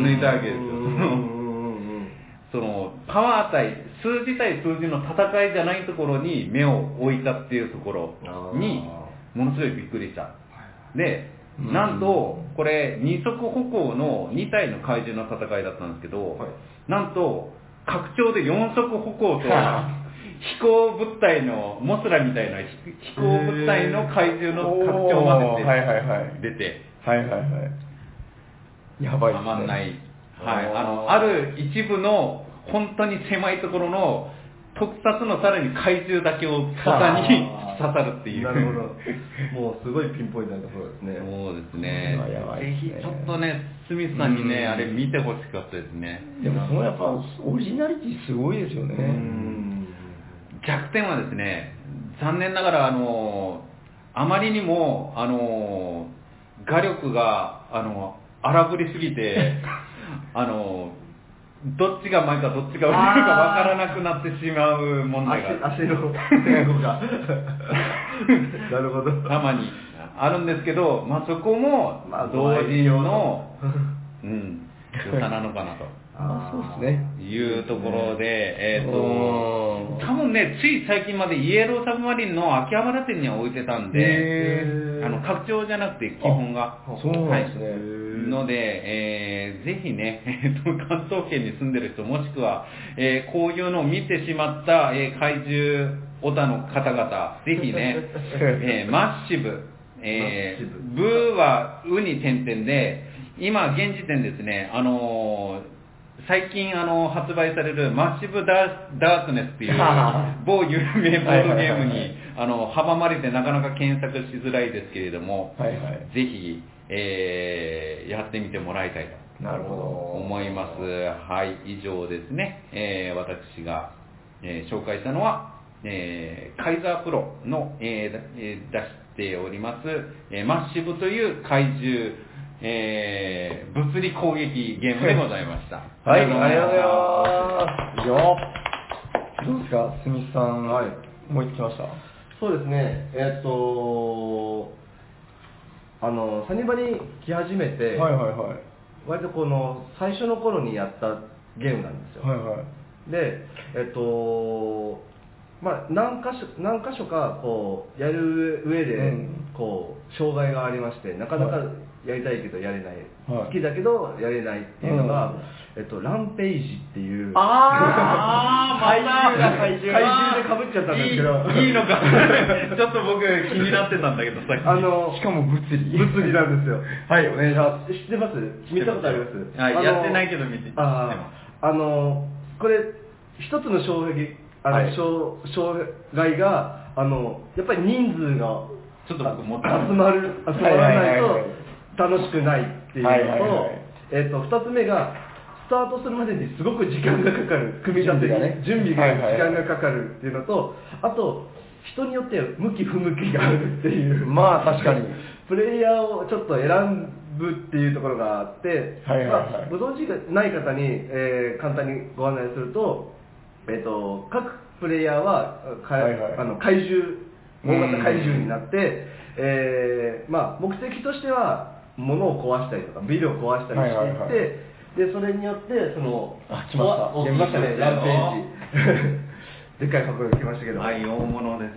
S1: 抜いたわけ
S5: ー
S1: ですよ。
S5: うんうんうん
S1: そのパワー対、数字対数字の戦いじゃないところに目を置いたっていうところにものすごいびっくりした。で、なんと、これ二足歩行の2体の怪獣の戦いだったんですけど、
S5: はい
S1: なんと、拡張で4足歩行と、
S6: *laughs*
S1: 飛行物体の、モスラみたいな飛飛行物体の怪獣の拡張ま
S6: おー
S1: で出
S6: はい
S1: て、
S6: はいはい
S1: 出て、
S6: はいはいはい。やばいで
S1: た
S6: すね。
S1: まんない。はい。
S5: おー
S1: あの、ある一部の、本当に狭いところの、特撮のさらに怪獣だけを刺さに
S5: あ
S1: *laughs*
S5: ー
S1: 刺さるっていう。
S5: なる
S1: *laughs*
S5: ほど。もうすごいピンポイントなところですね。
S1: そうですね
S6: これはや。ばい
S1: ぜ
S6: です
S1: ひ
S6: ね
S1: ちょっとね、スミスさんにね、
S6: うん
S1: あれ見てほしかったですね。
S6: でもそのやっぱオリジナリティすごいですよね。
S5: *laughs* うん。
S1: 弱点はですね、残念ながら、あの、あまりにも、あの、画力が、あの、荒ぶりすぎて、
S5: *laughs*
S1: あの、どっちが前かどっちが後ろかわからなくなってしまう問題が
S5: 足足の前後が。なるほど。
S1: たまにあるんですけど、まあ、そこも
S5: まあ
S1: 同人の、うん、良さなのかなと
S6: あそうですね。
S1: いうところで、えっ、と、
S6: おー
S1: 多分ね、つい最近までイエローサブマリンの秋葉原店には置いてたんで
S6: へ、ー
S1: あの拡張じゃなくて基本が。
S6: そうなんですね。
S1: はい、ので、えーぜひね、 *laughs* えーと関東圏に住んでる人、もしくは、えーこういうのを見てしまった、えー怪獣オタの方々、ぜひね、
S6: *laughs*
S1: えーマッシブ、えーブーはウに点々で、今現時点ですね、あのー最近あの発売されるマッシブダーダークネスっていう某有名ボードゲーム
S6: はいはいはいはい
S1: にあの阻まれてなかなか検索しづらいですけれども、
S6: はいはい。
S1: ぜひ、えーやってみてもらいたいと
S6: なるほ
S1: 思います。はい、以上ですね。えー私が、えー紹介したのは、えーカイザープロの、えーだえー出しております、えーマッシブという怪獣、えー物理攻撃ゲームでございました。
S3: はい、あり
S1: り
S3: が
S1: が
S3: と
S1: とうござい
S3: うございます。よどうですか、スミスさん。
S5: はい
S3: もう行きました。
S5: そうですね、えーっと、あの、サニバに来始めて、
S3: はいはいはい。
S5: 割とこの、最初の頃にやったゲームなんですよ。
S3: はいはい。
S5: で、えっと、まあ、何箇所何箇所かこうやる上で、
S3: うん
S5: こう障害がありましてなかなか
S3: はい
S5: やりたいけどやれない、
S3: はい
S5: 好きだけどやれないっていうのが、えっと、ランページっていう
S1: あー、
S5: *laughs*
S1: また
S5: *laughs* 怪獣怪獣で被っちゃったんですけど
S1: いいいいのか。 *laughs* ちょっと僕気になってたんだけどさっき。
S5: あの
S3: しかも物理。
S6: *laughs*
S5: 物理なんですよ
S3: はい、お願いします。
S5: 知ってます見たことあります
S1: はい
S5: あの
S1: やってないけど見て知ってま
S5: あーあのこれ一つの障壁あの、
S3: はい
S5: 障障害があのやっぱり人数が
S1: ちょっと僕持って
S5: 集まる集まらないと楽しくないっていうの
S3: は
S5: と,、
S3: いはいはい
S5: えっと2つ目がスタートするまでにすごく時間がかかる組み立てに準
S3: 準
S5: 備
S3: 備
S5: が
S3: がね
S5: 時間がかかるっていうのと、あと人によって向き不向きがあるっていう
S3: まあ確かに
S5: *laughs* プレイヤーをちょっと選ぶっていうところがあって、
S3: はいはいはい
S5: まあご存知がない方に、えー簡単にご案内すると、えっと各プレイヤーはか、
S3: はいはい
S5: あの怪獣大型怪獣になって、えーまあ、目的としては物を壊したりとかビルを壊したりしていって、
S3: はいはいはい
S5: でそれによってその
S3: あ来ました
S5: お大きい
S3: 来ましたね
S5: ランペー
S3: *laughs*
S5: ジ *laughs* でっかい箱が来ましたけど、
S1: はい、大物です。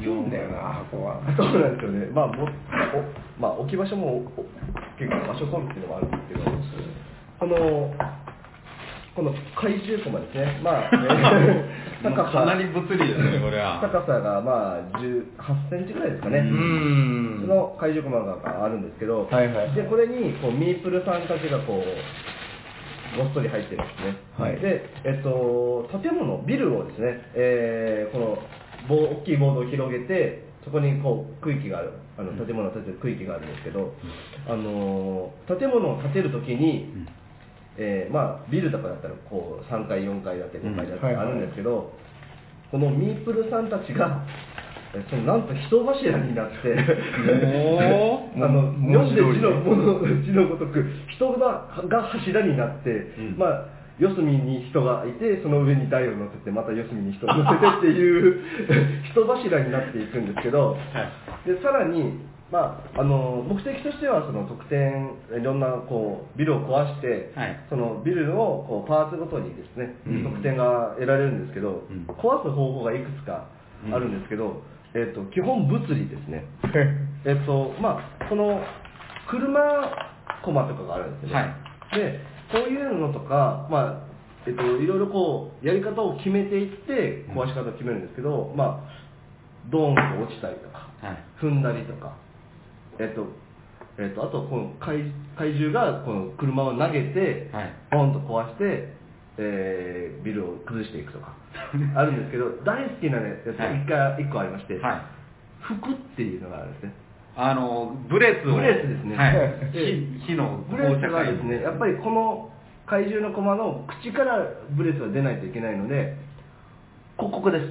S3: 熱いんだよな、箱は。
S5: そうなんですよね、まあ、もおまあ、置き場所もお結構場所込みっていうのもあるんですけど、この、この怪獣コマですね、ま *laughs* あ、えー
S1: もう
S5: 高
S1: かな
S5: さ
S1: り物理ですね、これは。
S5: 高さがまあ18センチぐらいですかね、
S3: ん
S5: の怪獣コマがあるんですけど、
S3: はいはい
S5: でこれにこうミープルさんたちがこう、ごっそり入ってるんですね。
S3: はい
S5: で、えっと、建物、ビルをですね、えーこの棒大きいボードを広げて、そこにこう区域がある、あの建物を建てる区域があるんですけど、あのー建物を建てるときに、えーまあ、ビルとかだったらこう3階、4階建て、5階建て
S3: うんはいはい
S5: あるんですけど、このミープルさんたちが、えそのなんと人柱に
S3: *laughs*
S5: なって、
S1: お
S5: *laughs* あの
S3: もう
S5: 読んで字のもの字のごとく人がが柱になって、まあ四隅に人がいてその上に台を乗せてまた四隅に人を乗せてっていう *laughs* 人柱になっていくんですけど、でさらに、まあ、あの目的としてはその得点いろんなこうビルを壊して、
S1: はい
S5: そのビルをこうパーツごとにですね、
S1: うん
S5: 得点が得られるんですけど、
S1: うん
S5: 壊す方法がいくつかあるんですけど、えっと基本物理です
S1: *laughs*
S5: ね。えっと、まあ、この、車コマとかがあるんですよね。
S1: はい
S5: で、こういうのとか、まあ、えっと、いろいろこう、やり方を決めていって、壊し方を決めるんですけど、まあ、ドーンと落ちたりとか、
S1: はい
S5: 踏んだりとか、えっと、えっと、あと、この怪怪獣がこの車を投げて、
S1: はい
S5: ボンと壊して、えービルを崩していくと
S1: *laughs*
S5: か、あるんですけど、大好きなね、やつが一回、一個ありまして、
S1: はい
S5: 服っていうのがあるんですね。
S1: あの、ブレスを。
S5: ブレスですね
S1: はい
S5: で。
S1: 火火の
S5: ブレスがですね、やっぱ
S1: り。
S5: りこの怪獣の駒の口からブレスが出ないといけないので、こここです。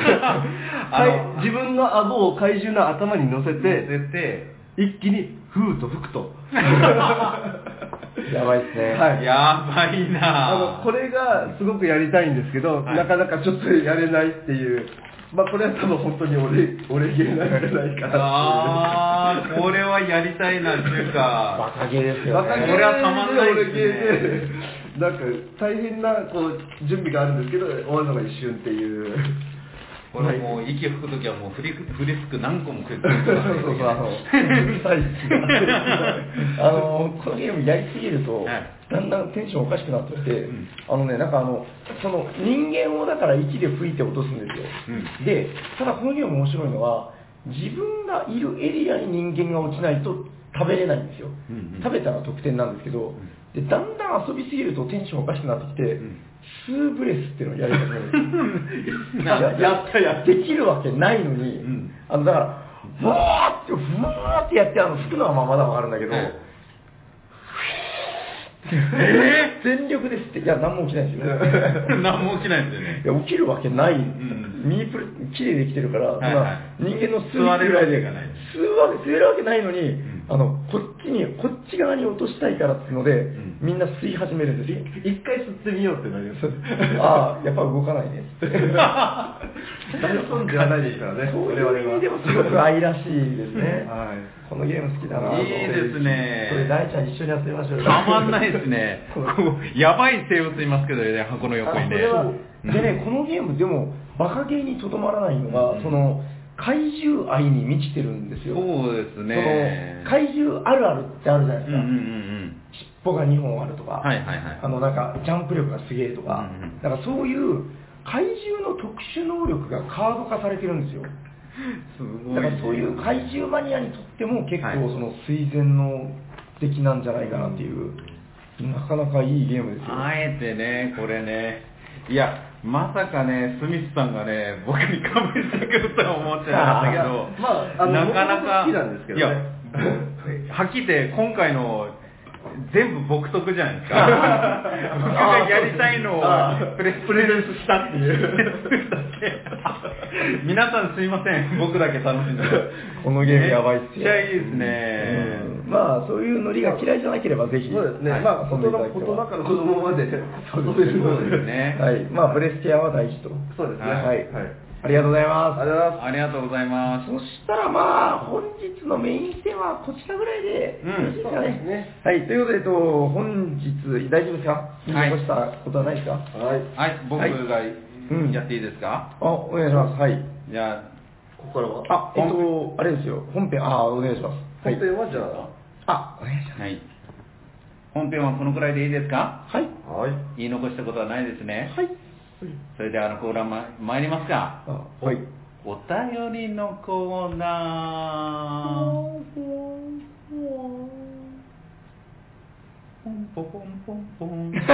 S1: あの
S5: はい自分の顎を怪獣の頭に乗せて、
S1: 出て、
S5: 一気にふーと吹くと。
S3: やばいっすね。
S5: はい
S1: やばい
S5: あ
S1: な
S5: のこれがすごくやりたいんですけど、
S1: はい
S5: なかなかちょっとやれないっていう、まあ、これは多分本当に俺俺芸なんじゃないかな
S1: あー、これはやりたいなっていう
S5: *laughs*
S3: バ
S1: か。
S3: カゲーです
S5: ってい
S3: よ
S5: う。
S1: バカゲ
S3: ね。
S1: ーこれはたまんないですね
S5: 俺芸でなんか大変なこう準備があるんですけど終わるのが一瞬っていう
S1: これもう息吹くときはもうフリフリスク何個も食って
S5: そうそう *laughs* そうあの
S3: あのこのゲームやりすぎると、
S1: はい *laughs*
S3: だんだんテンションおかしくなってきて、あのね、なんかあの、その人間をだから息で吹いて落とすんですよ。で、ただこのゲーム面白いのは、自分がいるエリアに人間が落ちないと食べれないんですよ。
S1: うんうん
S3: 食べたら得点なんですけど、で、だんだん遊びすぎるとテンションおかしくなってきて、
S1: ん
S3: スーブレスっていうのをやり始めるんですよ。い
S1: な
S3: *laughs* ややったやったできるわけないのに、
S1: うん
S3: あのだからふわーってふわーってやってあの吹くのはまあまだわかるんだけど、ふ
S1: え
S3: 全力ですって。いや、何も起きない *laughs* ですよ。
S1: ー、何も起きないですよ
S5: *laughs*
S1: ね。
S3: いや、起きるわけない。
S1: ん
S3: ミープル、木でできてるから、
S1: はいはい
S3: まあ人間の吸うぐら
S1: 吸わ
S3: いで、
S1: れるわけがない
S3: 吸うわけ、吸えるわけないのに、
S1: ん
S3: あの、こっちに、こっち側に落としたいからっていうので、
S1: ん
S3: みんな吸い始めるんですよ。
S5: 一回吸ってみようってなります
S3: ああ、やっぱ動かないねって。
S5: 大損じゃないですからね
S3: そう
S5: 我
S3: い
S5: 々
S3: う意
S5: は
S3: 味でもすごく愛らしいですね。
S5: はい
S3: このゲーム好きだなと
S1: いいですね
S3: それ、大ちゃん一緒にやってみましょうよ。
S1: たまんないですね。こ
S3: そう
S1: う、やばい生物いますけどね、箱の横
S3: あ
S1: にね
S3: それは。
S1: うん
S3: でね、このゲームでもバカゲーにとどまらないのが、その怪獣愛に満ちてるんですよ
S1: そうですね。
S3: その怪獣あるあるってあるじゃない
S1: うん
S3: ですか、
S1: うんうん
S3: 尻尾が2本あるとか、
S1: はいはいはい
S3: あのなんかジャンプ力がすげえとか、
S1: うんうん
S3: なんかそういう怪獣の特殊能力がカード化されてるんですよ
S1: うん。すごい。
S3: だからそういう怪獣マニアにとっても結構その垂涎の敵なんじゃないかなっていう、なかなかいいゲームですよ
S1: あえてね、これね。いや、まさかね、スミスさんがね、僕に被ってくるとは思ってなかったけど、
S5: *laughs* まああの
S1: なかなか、
S5: 僕も好きなんですけどね
S1: いや、僕はっきり言って、今回の、全部僕得じゃないです
S5: *laughs*
S1: か。僕がやりたいのをプレプレゼンスしたって
S5: *laughs*
S1: いう。皆さんすいません、僕だけ楽しんでる。
S3: このゲームやばいっすよ
S1: めっちゃいいですね。
S3: まあそういうノリが嫌いじゃなければぜひ、
S5: そうですね、
S3: はい
S5: まあ
S3: 遊
S5: 大
S3: んで
S5: 人
S3: いただけ
S5: 大
S3: れ
S5: 人
S3: ば
S5: から子供まで遊べる
S1: そう
S5: の
S1: で
S5: です
S1: ね。
S3: はい、まあブレスケアは大事と。
S5: そうですね
S3: はい。
S5: はい
S3: ありがとうございます。
S5: ありがとうございます
S1: ありがとうございます。
S3: そしたらまあ、本日のメイン戦はこちらぐらいで
S1: うん
S3: よろしいですか
S5: そうですね
S3: ね。はい、ということで、えっと、本日、大丈夫ですか
S1: はい
S3: 言い残したことはないですか、
S5: はい
S1: はい、僕
S3: はい
S1: が
S3: うん
S1: やっていいですか、
S3: あ、お願いします。はい。
S1: じゃあ、
S5: ここからは
S3: あ、えっと、あれですよ。本編、あ、お願いします。は
S5: 本
S3: い。
S5: 編はじゃ
S3: あ、
S5: あ
S3: お願いしま
S1: はい。本編はこのくらいでいいですか
S3: す。はい。
S5: はい
S1: 言い残したことはないですね。
S3: はい。
S1: それではあのコーナーま、参りますか。
S3: あはい。
S1: お便りのコーナー。ポンポコンポンポン。
S5: なるほ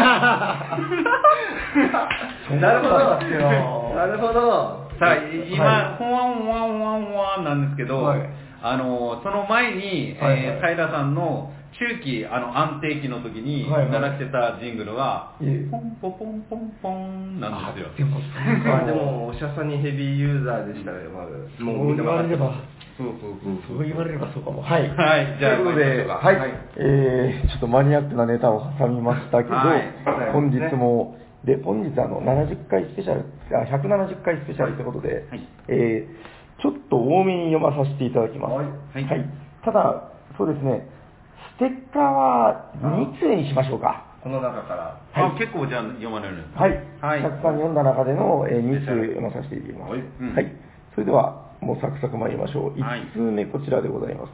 S3: そん
S5: ど
S3: な
S5: なるほど
S1: さあ、い今、
S3: は
S1: ほわんほわんほわんほわんなんですけど、
S3: はい
S1: あのその前に、
S3: はいはい
S1: えー、平さんの中期、あの安定期の時に
S3: はいはい
S1: 鳴らしてたジングルは、
S3: いえ
S1: ポンポポンポンポンなんですよ。
S3: でも、
S5: まあでもお医者さんにヘビーユーザーでしたねまず
S3: もう言われれば。
S1: そうそうそう。
S3: そう言われればそうかも。はい。
S1: はいじゃあ
S3: ということ
S1: 参りましょ
S3: で、
S1: うか
S3: はい、
S1: はい
S3: えーちょっとマニアックなネタを挟みましたけど、
S1: はい
S3: 本日も、で、本日あの、70回スペシャル、あ、170回スペシャルということで、
S1: はい
S3: えーちょっと多めに読まさせていただきます。
S1: はい
S3: ただ、そうですね、ステッカーは2通にしましょうか。
S5: この中から
S1: あ結構じゃあ読まれるんですか
S3: はい。
S1: はい
S3: たくさん読んだ中での、えー、2通読まさせていただきま
S1: は
S3: す。はい
S1: う
S3: い、
S1: ん
S3: それでは、もうサクサク参りましょう。
S1: はい
S3: 1通目、こちらでございます。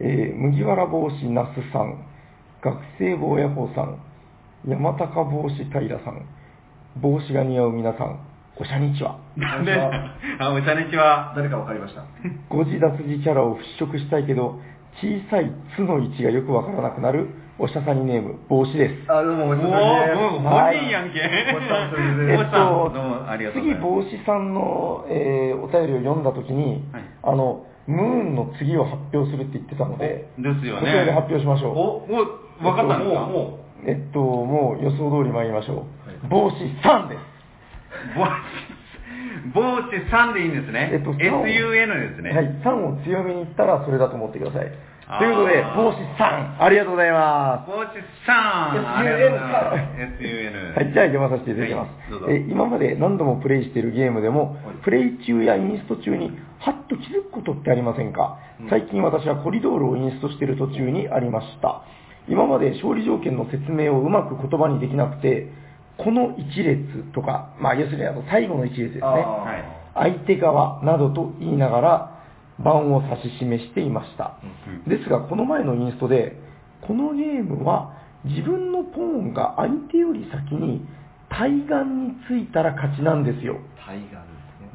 S3: えー麦わら帽子那須さん、学生坊やほうさん、山高帽子平さん、帽子が似合う皆さん、おしゃにちは。
S1: なんで、あ、お茶にちは。
S5: 誰かわかりました
S3: 誤字脱字キャラを払拭したいけど、小さい「つ」の位置がよくわからなくなる、おしゃさにネーム、帽子です。
S5: あどうも
S1: お
S5: お
S1: ー、
S5: 医
S1: も
S5: 者さ
S1: う、
S5: んね
S1: 本人やんけ。
S5: おじさんというね
S1: お
S3: え
S1: じさん、
S3: っと
S1: どうもありが、とうご
S3: 次、
S1: ざいま
S3: 帽子さんの、えーお便りを読んだときに、
S1: はい
S3: あの、ムーンの次を発表するって言ってたので、
S1: す。ですよ
S3: こちら
S1: ね。
S3: で発表しまし
S1: お、
S3: ょ
S1: お、わかったんですか
S5: も
S3: う。えっと、もう予想通り参りましょう。帽子さんです。
S1: 帽子、帽子3でいいんですね。
S3: えっ
S1: SUN
S3: と
S1: ですね。
S3: はい、3を強めに言ったらそれだと思ってください。
S1: あー
S3: ということで、帽子さん、ありがとうございま
S1: 帽子さん
S3: SUN
S1: ありがとうございます
S3: す。
S1: SUN
S3: はい、じゃあ読まさせていただきま
S1: はい
S3: す
S1: どうぞ、
S3: え。今まで何度もプレイしているゲームでも、プレイ中やインスト中にハッと気づくことってありませんか最近私はコリドールをインストしている途中にありました。今まで勝利条件の説明をうまく言葉にできなくて、この一列とか、まあ要するにあの最後の一列ですね。
S5: あ
S1: はい
S3: 相手側などと言いながら番を指し示していました、ですがこの前のインストでこのゲームは自分のポーンが相手より先に対岸についたら勝ちなんですよ
S5: 対岸で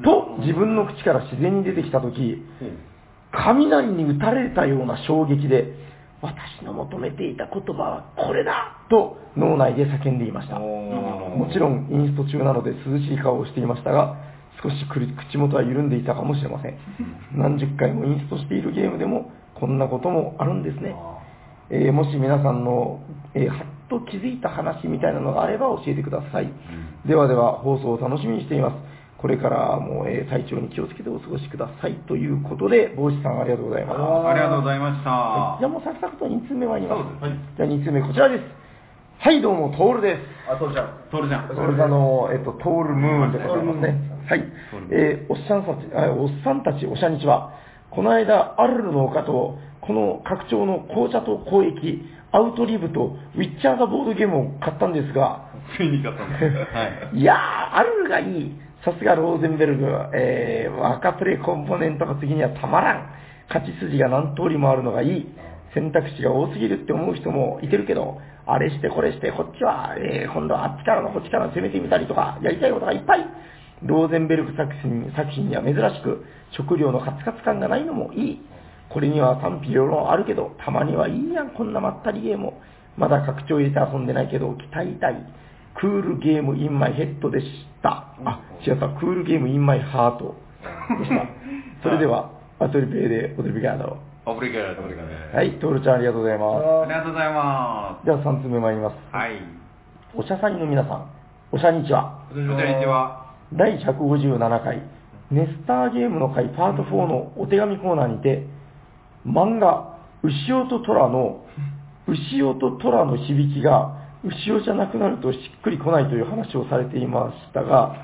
S5: すね
S3: と自分の口から自然に出てきた時雷に打たれたような衝撃で私の求めていた言葉はこれだと脳内で叫んでいましたもちろんインスト中なので涼しい顔をしていましたが、少しくる口元は緩んでいたかもしれません。何十回もインストしているゲームでも、こんなこともあるんですね。えーもし皆さんの、えーはっと気づいた話みたいなのがあれば教えてください。ではでは、放送を楽しみにしています。これからも、えー体調に気をつけてお過ごしください。ということで、帽子さんありがとうございます。
S1: ありがとうございました。
S3: はいじゃあもうサクサクと2通目参りま
S1: そうです
S3: す。じゃあ2通目こちらです。はい、どうも、トールです。
S5: あ、そうじゃん。
S1: トールちゃん。
S3: これがあの、えっと、トールムーンでございますね。はい。えーおっさんたち、あおっさんたち、おしゃにちは。この間、アルルの丘と、この拡張の紅茶と交易、アウトリブと、ウィッチャーザボードゲームを買ったんですが、
S1: ついに勝ったんだ。はい。
S3: いやー、アルルがいい。さすがローゼンベルグ、えー、若プレイコンポネントが次にはたまらん。勝ち筋が何通りもあるのがいい。選択肢が多すぎるって思う人もいてるけど、あれしてこれして、こっちは、えー、今度はあっちからのこっちから攻めてみたりとか、やりたいことがいっぱい。ローゼンベルグ作品作品には珍しく、食料のカツカツ感がないのもいい。これには賛否両論あるけど、たまにはいいやん、こんなまったりゲームを。まだ拡張入れて遊んでないけど、期待大。クールゲームインマイヘッドでした。あ、違った。クールゲームインマイハートでした。それでは、アトリペイでオトリビガード。
S1: オブリゲート。あり
S3: はい、トールちゃんありがとうございます。
S1: がとうございま
S3: では3つ目参ります。
S1: す。はい。
S3: おしゃさんの皆さん、おしゃにちは。
S1: こんにちは。
S3: 第157回、ネスターゲームの会パート4のお手紙コーナーにて、漫画、牛尾と虎の、牛尾と虎の響きが、牛尾じゃなくなるとしっくりこないという話をされていましたが、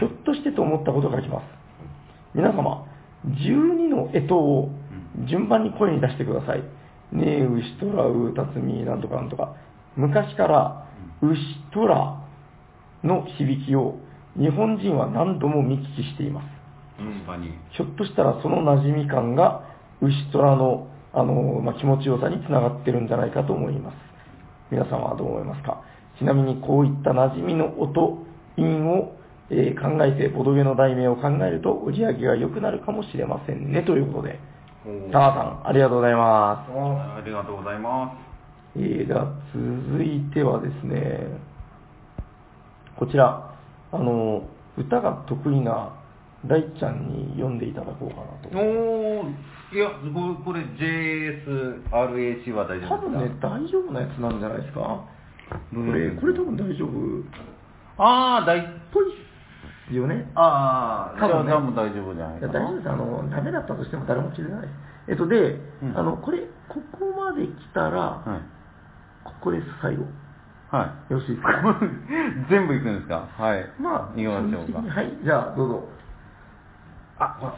S3: ひょっとしてと思ったことがあります。皆様、12の干支を順番に声に出してください。ねえ、牛虎、うたつみ、なんとかなんとか。昔から、牛虎の響きを日本人は何度も見聞きしています。
S1: 確かに。
S3: ひょっとしたらその馴染み感が牛虎のあの、まあ、気持ちよさにつながってるんじゃないかと思います。皆さんはどう思いますかちなみにこういった馴染みの音、韻を、えー考えて、ボドゲの題名を考えると売り上げが良くなるかもしれませんねということで、タワさん、ありがとうございます。
S1: ありがとうございま
S3: えー、では続いてはですね、こちら、あの、歌が得意な大ちゃんに読んでいただこうかなと
S1: す。。おー、いや、ここれ JSRAC は大丈
S3: 多
S1: 夫
S3: 分
S1: です
S3: ね、大丈夫なやつなんじゃないですか。こ
S1: うん
S3: れ、これ多分大丈夫っ
S1: かあー、大、
S3: ぽいっすよね。
S1: あー、
S3: 多
S1: 多
S3: 分
S1: 分
S3: ね
S1: 多分大丈夫じゃないい
S3: や
S1: か
S3: 大
S1: な
S3: 丈夫です。あの、ダメだったとしても誰も知れない。えっと、で、
S1: うん
S3: あの、これ、ここまで来た
S1: は
S3: ら、
S1: い。
S3: ここです、最後。よ
S1: はい。
S3: ろしいですか
S1: 全部いく *laughs* んですかはい。
S3: *laughs* まあ、
S1: 行きましょうか
S3: 順次に。はい、じゃあ、どうぞ。あ、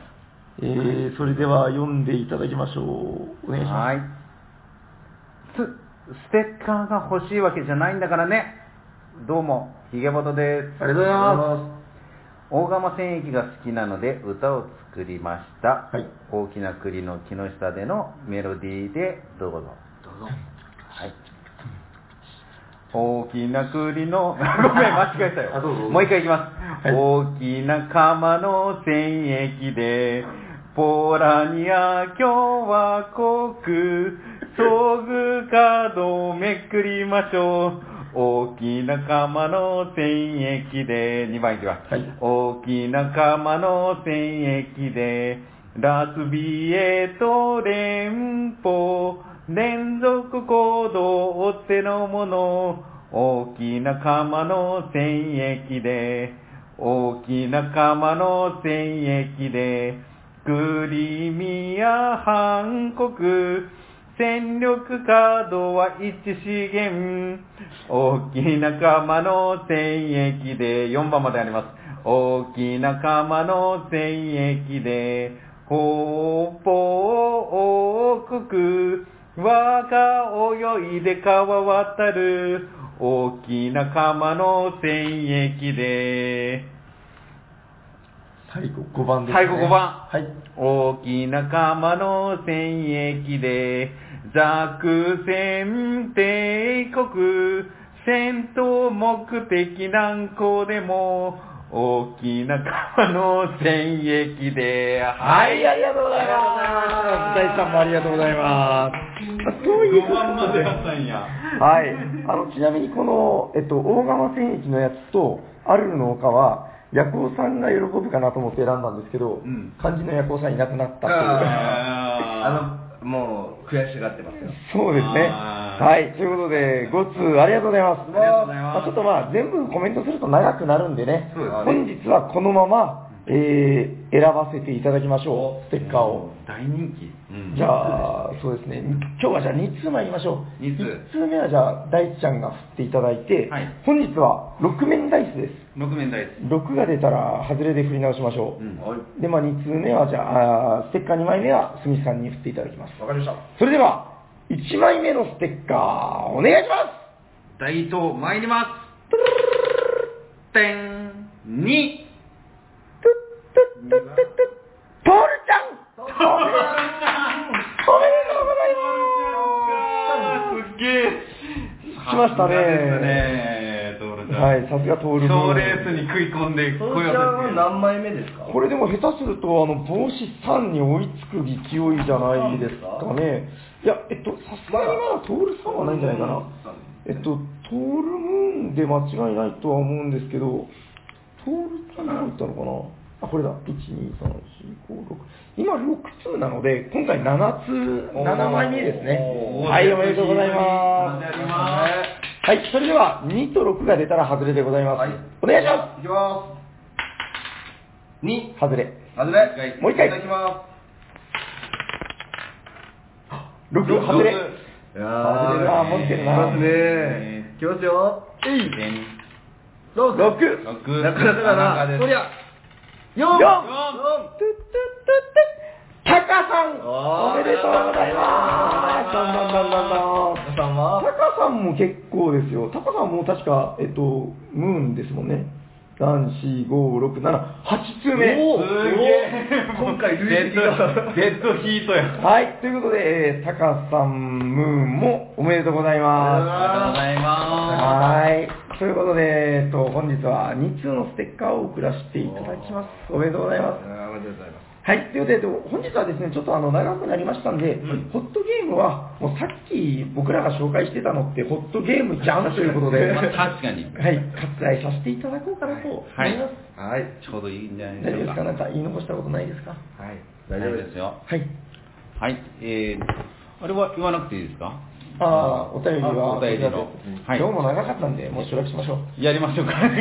S3: えー、それでは読んでいただきましょう。お願いします。
S1: はい。す、ステッカーが欲しいわけじゃないんだからね。どうも、ひげぼとです。
S3: ありがとうございま
S1: 大釜戦役が好きなので歌を作りました。
S3: はい
S1: 大きな栗の木の下でのメロディーでどうぞ。はい。大きな栗の、ご *laughs* めん、間違えたよ。
S3: あどうぞ
S1: もう一回いきます。
S3: はい
S1: 大きな釜の戦役で、ポーラニア共和国、遭遇カードをめくりましょう。大きな釜の戦役で、2番いきます。
S3: はい
S1: 大きな釜の戦役で、ラスビエと連邦、連続行動お手のもの、大きな釜の戦役で、大きな釜の戦役で、クリミア半国、戦力カードは一資源。大きな釜の戦役で、4番まであります。大きな釜の戦役で、北方王国、我が泳いで川渡る、大きな釜の戦役で、
S3: 最後5番です、ね。
S1: 最後5番。
S3: はい。
S1: 大きな釜の戦役で、ザク戦帝国、戦闘目的難航でも、大きな釜の戦役で、は
S3: はい、ありがとうございます。大地さんもありがとうございます。そういうこと
S2: 番までやったんや。
S3: *laughs* はい。あの、ちなみにこの、えっと、大釜戦役のやつと、アルルの丘は、ヤクオさんが喜ぶかなと思って選んだんですけど、
S1: ん
S3: 肝心のヤクオさんいなくなったっていう
S5: あの、もう悔しがってますよ。
S3: *laughs* そうですね。
S2: あー
S3: はい。ということで、ごっつーありがとうございます。
S1: ありがとうございます
S3: あちょっとまあ、全部コメントすると長くなるんでね、
S5: そうですね
S3: 本日はこのまま、えー、選ばせていただきましょう、ステッカーを。
S1: 大人気。
S3: じゃあ、そうですね。今日はじゃあ2通参りましょう。
S1: 二通
S3: 1通目はじゃあ、大地ちゃんが振っていただいて、
S1: はい
S3: 本日は6面ダイスです。
S1: 6面ダイス。
S3: 6が出たら、外れで振り直しましょう。
S1: うん
S3: で、まあ2通目はじゃあ、あーステッカー2枚目は、すみさんに振っていただきます。
S5: わかりました。
S3: それでは、1枚目のステッカー、お願いしま
S1: 大東参ります。てん、に、
S3: すトゥットゥットゥットゥットゥットールちゃんおめでとうござい
S1: すっげえ。
S3: しまし
S1: さすが
S3: たね
S1: ですね、トールちゃん。
S3: はいさすがトール
S1: 賞レースに食い込んでこ
S5: そ
S1: ようとし
S5: うちゃ
S1: て
S5: んは何枚目ですか
S3: ますこれでも下手すると、あの、帽子3に追いつく勢いじゃないですかね。いや、えっと、さすがにまだトール3はないんじゃないかな。えっと、トールムーンで間違いないとは思うんですけど、トールちゃんどこ行ったのかなあ、これだ。1、2、3、4、5、6。今6通なので、今回7通、7枚目ですね
S1: お。ー
S3: はい、おめでとうございます
S1: おめでとうございま。
S3: はい、それでは2と6が出たら外れでございます。お願いしま
S5: いきま
S3: す。
S5: す
S3: 2、外れ。
S5: はずれ
S3: もう一回
S5: いただきま
S3: 6、外れ。
S5: すいや
S3: 外れな、持ってるな。
S5: きますねいきますよ
S3: えい
S1: てん
S5: どうぞ
S3: 6、
S1: 六
S5: なかなかだな
S1: です
S5: そりゃ
S3: 四、
S5: 四
S3: 四、トゥットゥットゥットゥタカさん
S5: おー
S3: おめでとうございますどんどんどんどんどん
S5: 皆さんは
S3: タカさんも結構ですよ。タカさんも確か、えっと、ムーンですもんね。3、4、5、6、7、8通目
S5: おー
S1: すげえ
S5: 今回累
S1: デッ
S5: 積
S1: ド
S5: が
S1: デッドヒートや
S3: はい、ということで、えータカさん、ムーンもおめでとうございます。
S1: ありがとうございま
S3: はい。ということで、えっと、本日は2通のステッカーを送らせていただきます。おめでとうございます。
S5: ありがとうございます
S3: はい、ということで、本日はですね、ちょっとあの長くなりましたんで、ホットゲームは、もうさっき僕らが紹介してたのって、ホットゲームじゃんということ
S1: す、
S3: で、
S1: まあ
S3: はい、
S1: 確かに
S3: 割愛させていただこうかなと思います。
S1: はい
S5: はい
S1: ちょうどいいんじゃない
S3: 大
S1: でしょう
S3: 丈夫です
S1: か
S3: かなんか言い残したことないですか
S5: はい
S1: 大丈夫ですよ
S3: はい。
S1: はいえー、あれは言わなくていいですか
S3: ああ、お便りは、
S1: お便りの
S3: こち
S1: は
S3: ら
S1: い
S3: で今日も長かったんで、もう省略しましょう。
S1: やりましょうか
S3: はい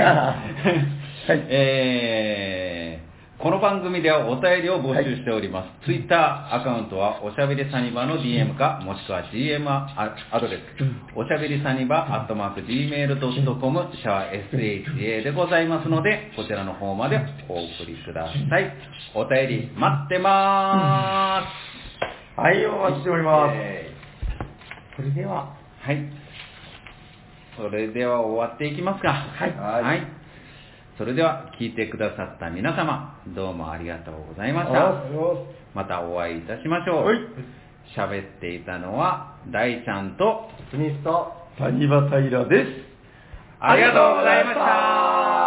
S1: *laughs* えー、この番組ではお便りを募集しております、ツイッターアカウントはおしゃべりサニバの DM かもしくは GM アアドレスおしゃべりサニバアットマーク Gmail.com シャワー SHA でございますのでこちらの方までお送りくださいお便り待ってま
S3: はい、お待ちしております。
S1: え
S3: それでは、
S1: ーすはいそれでは終わっていきますか
S3: はい
S1: はい、それでは聞いてくださった皆様どうもありがとうございまし
S3: あ
S1: たまたお会いいたしましょう喋っていたのは大ちゃんと
S5: スミスと
S3: 谷場平です。
S1: ありがとうございました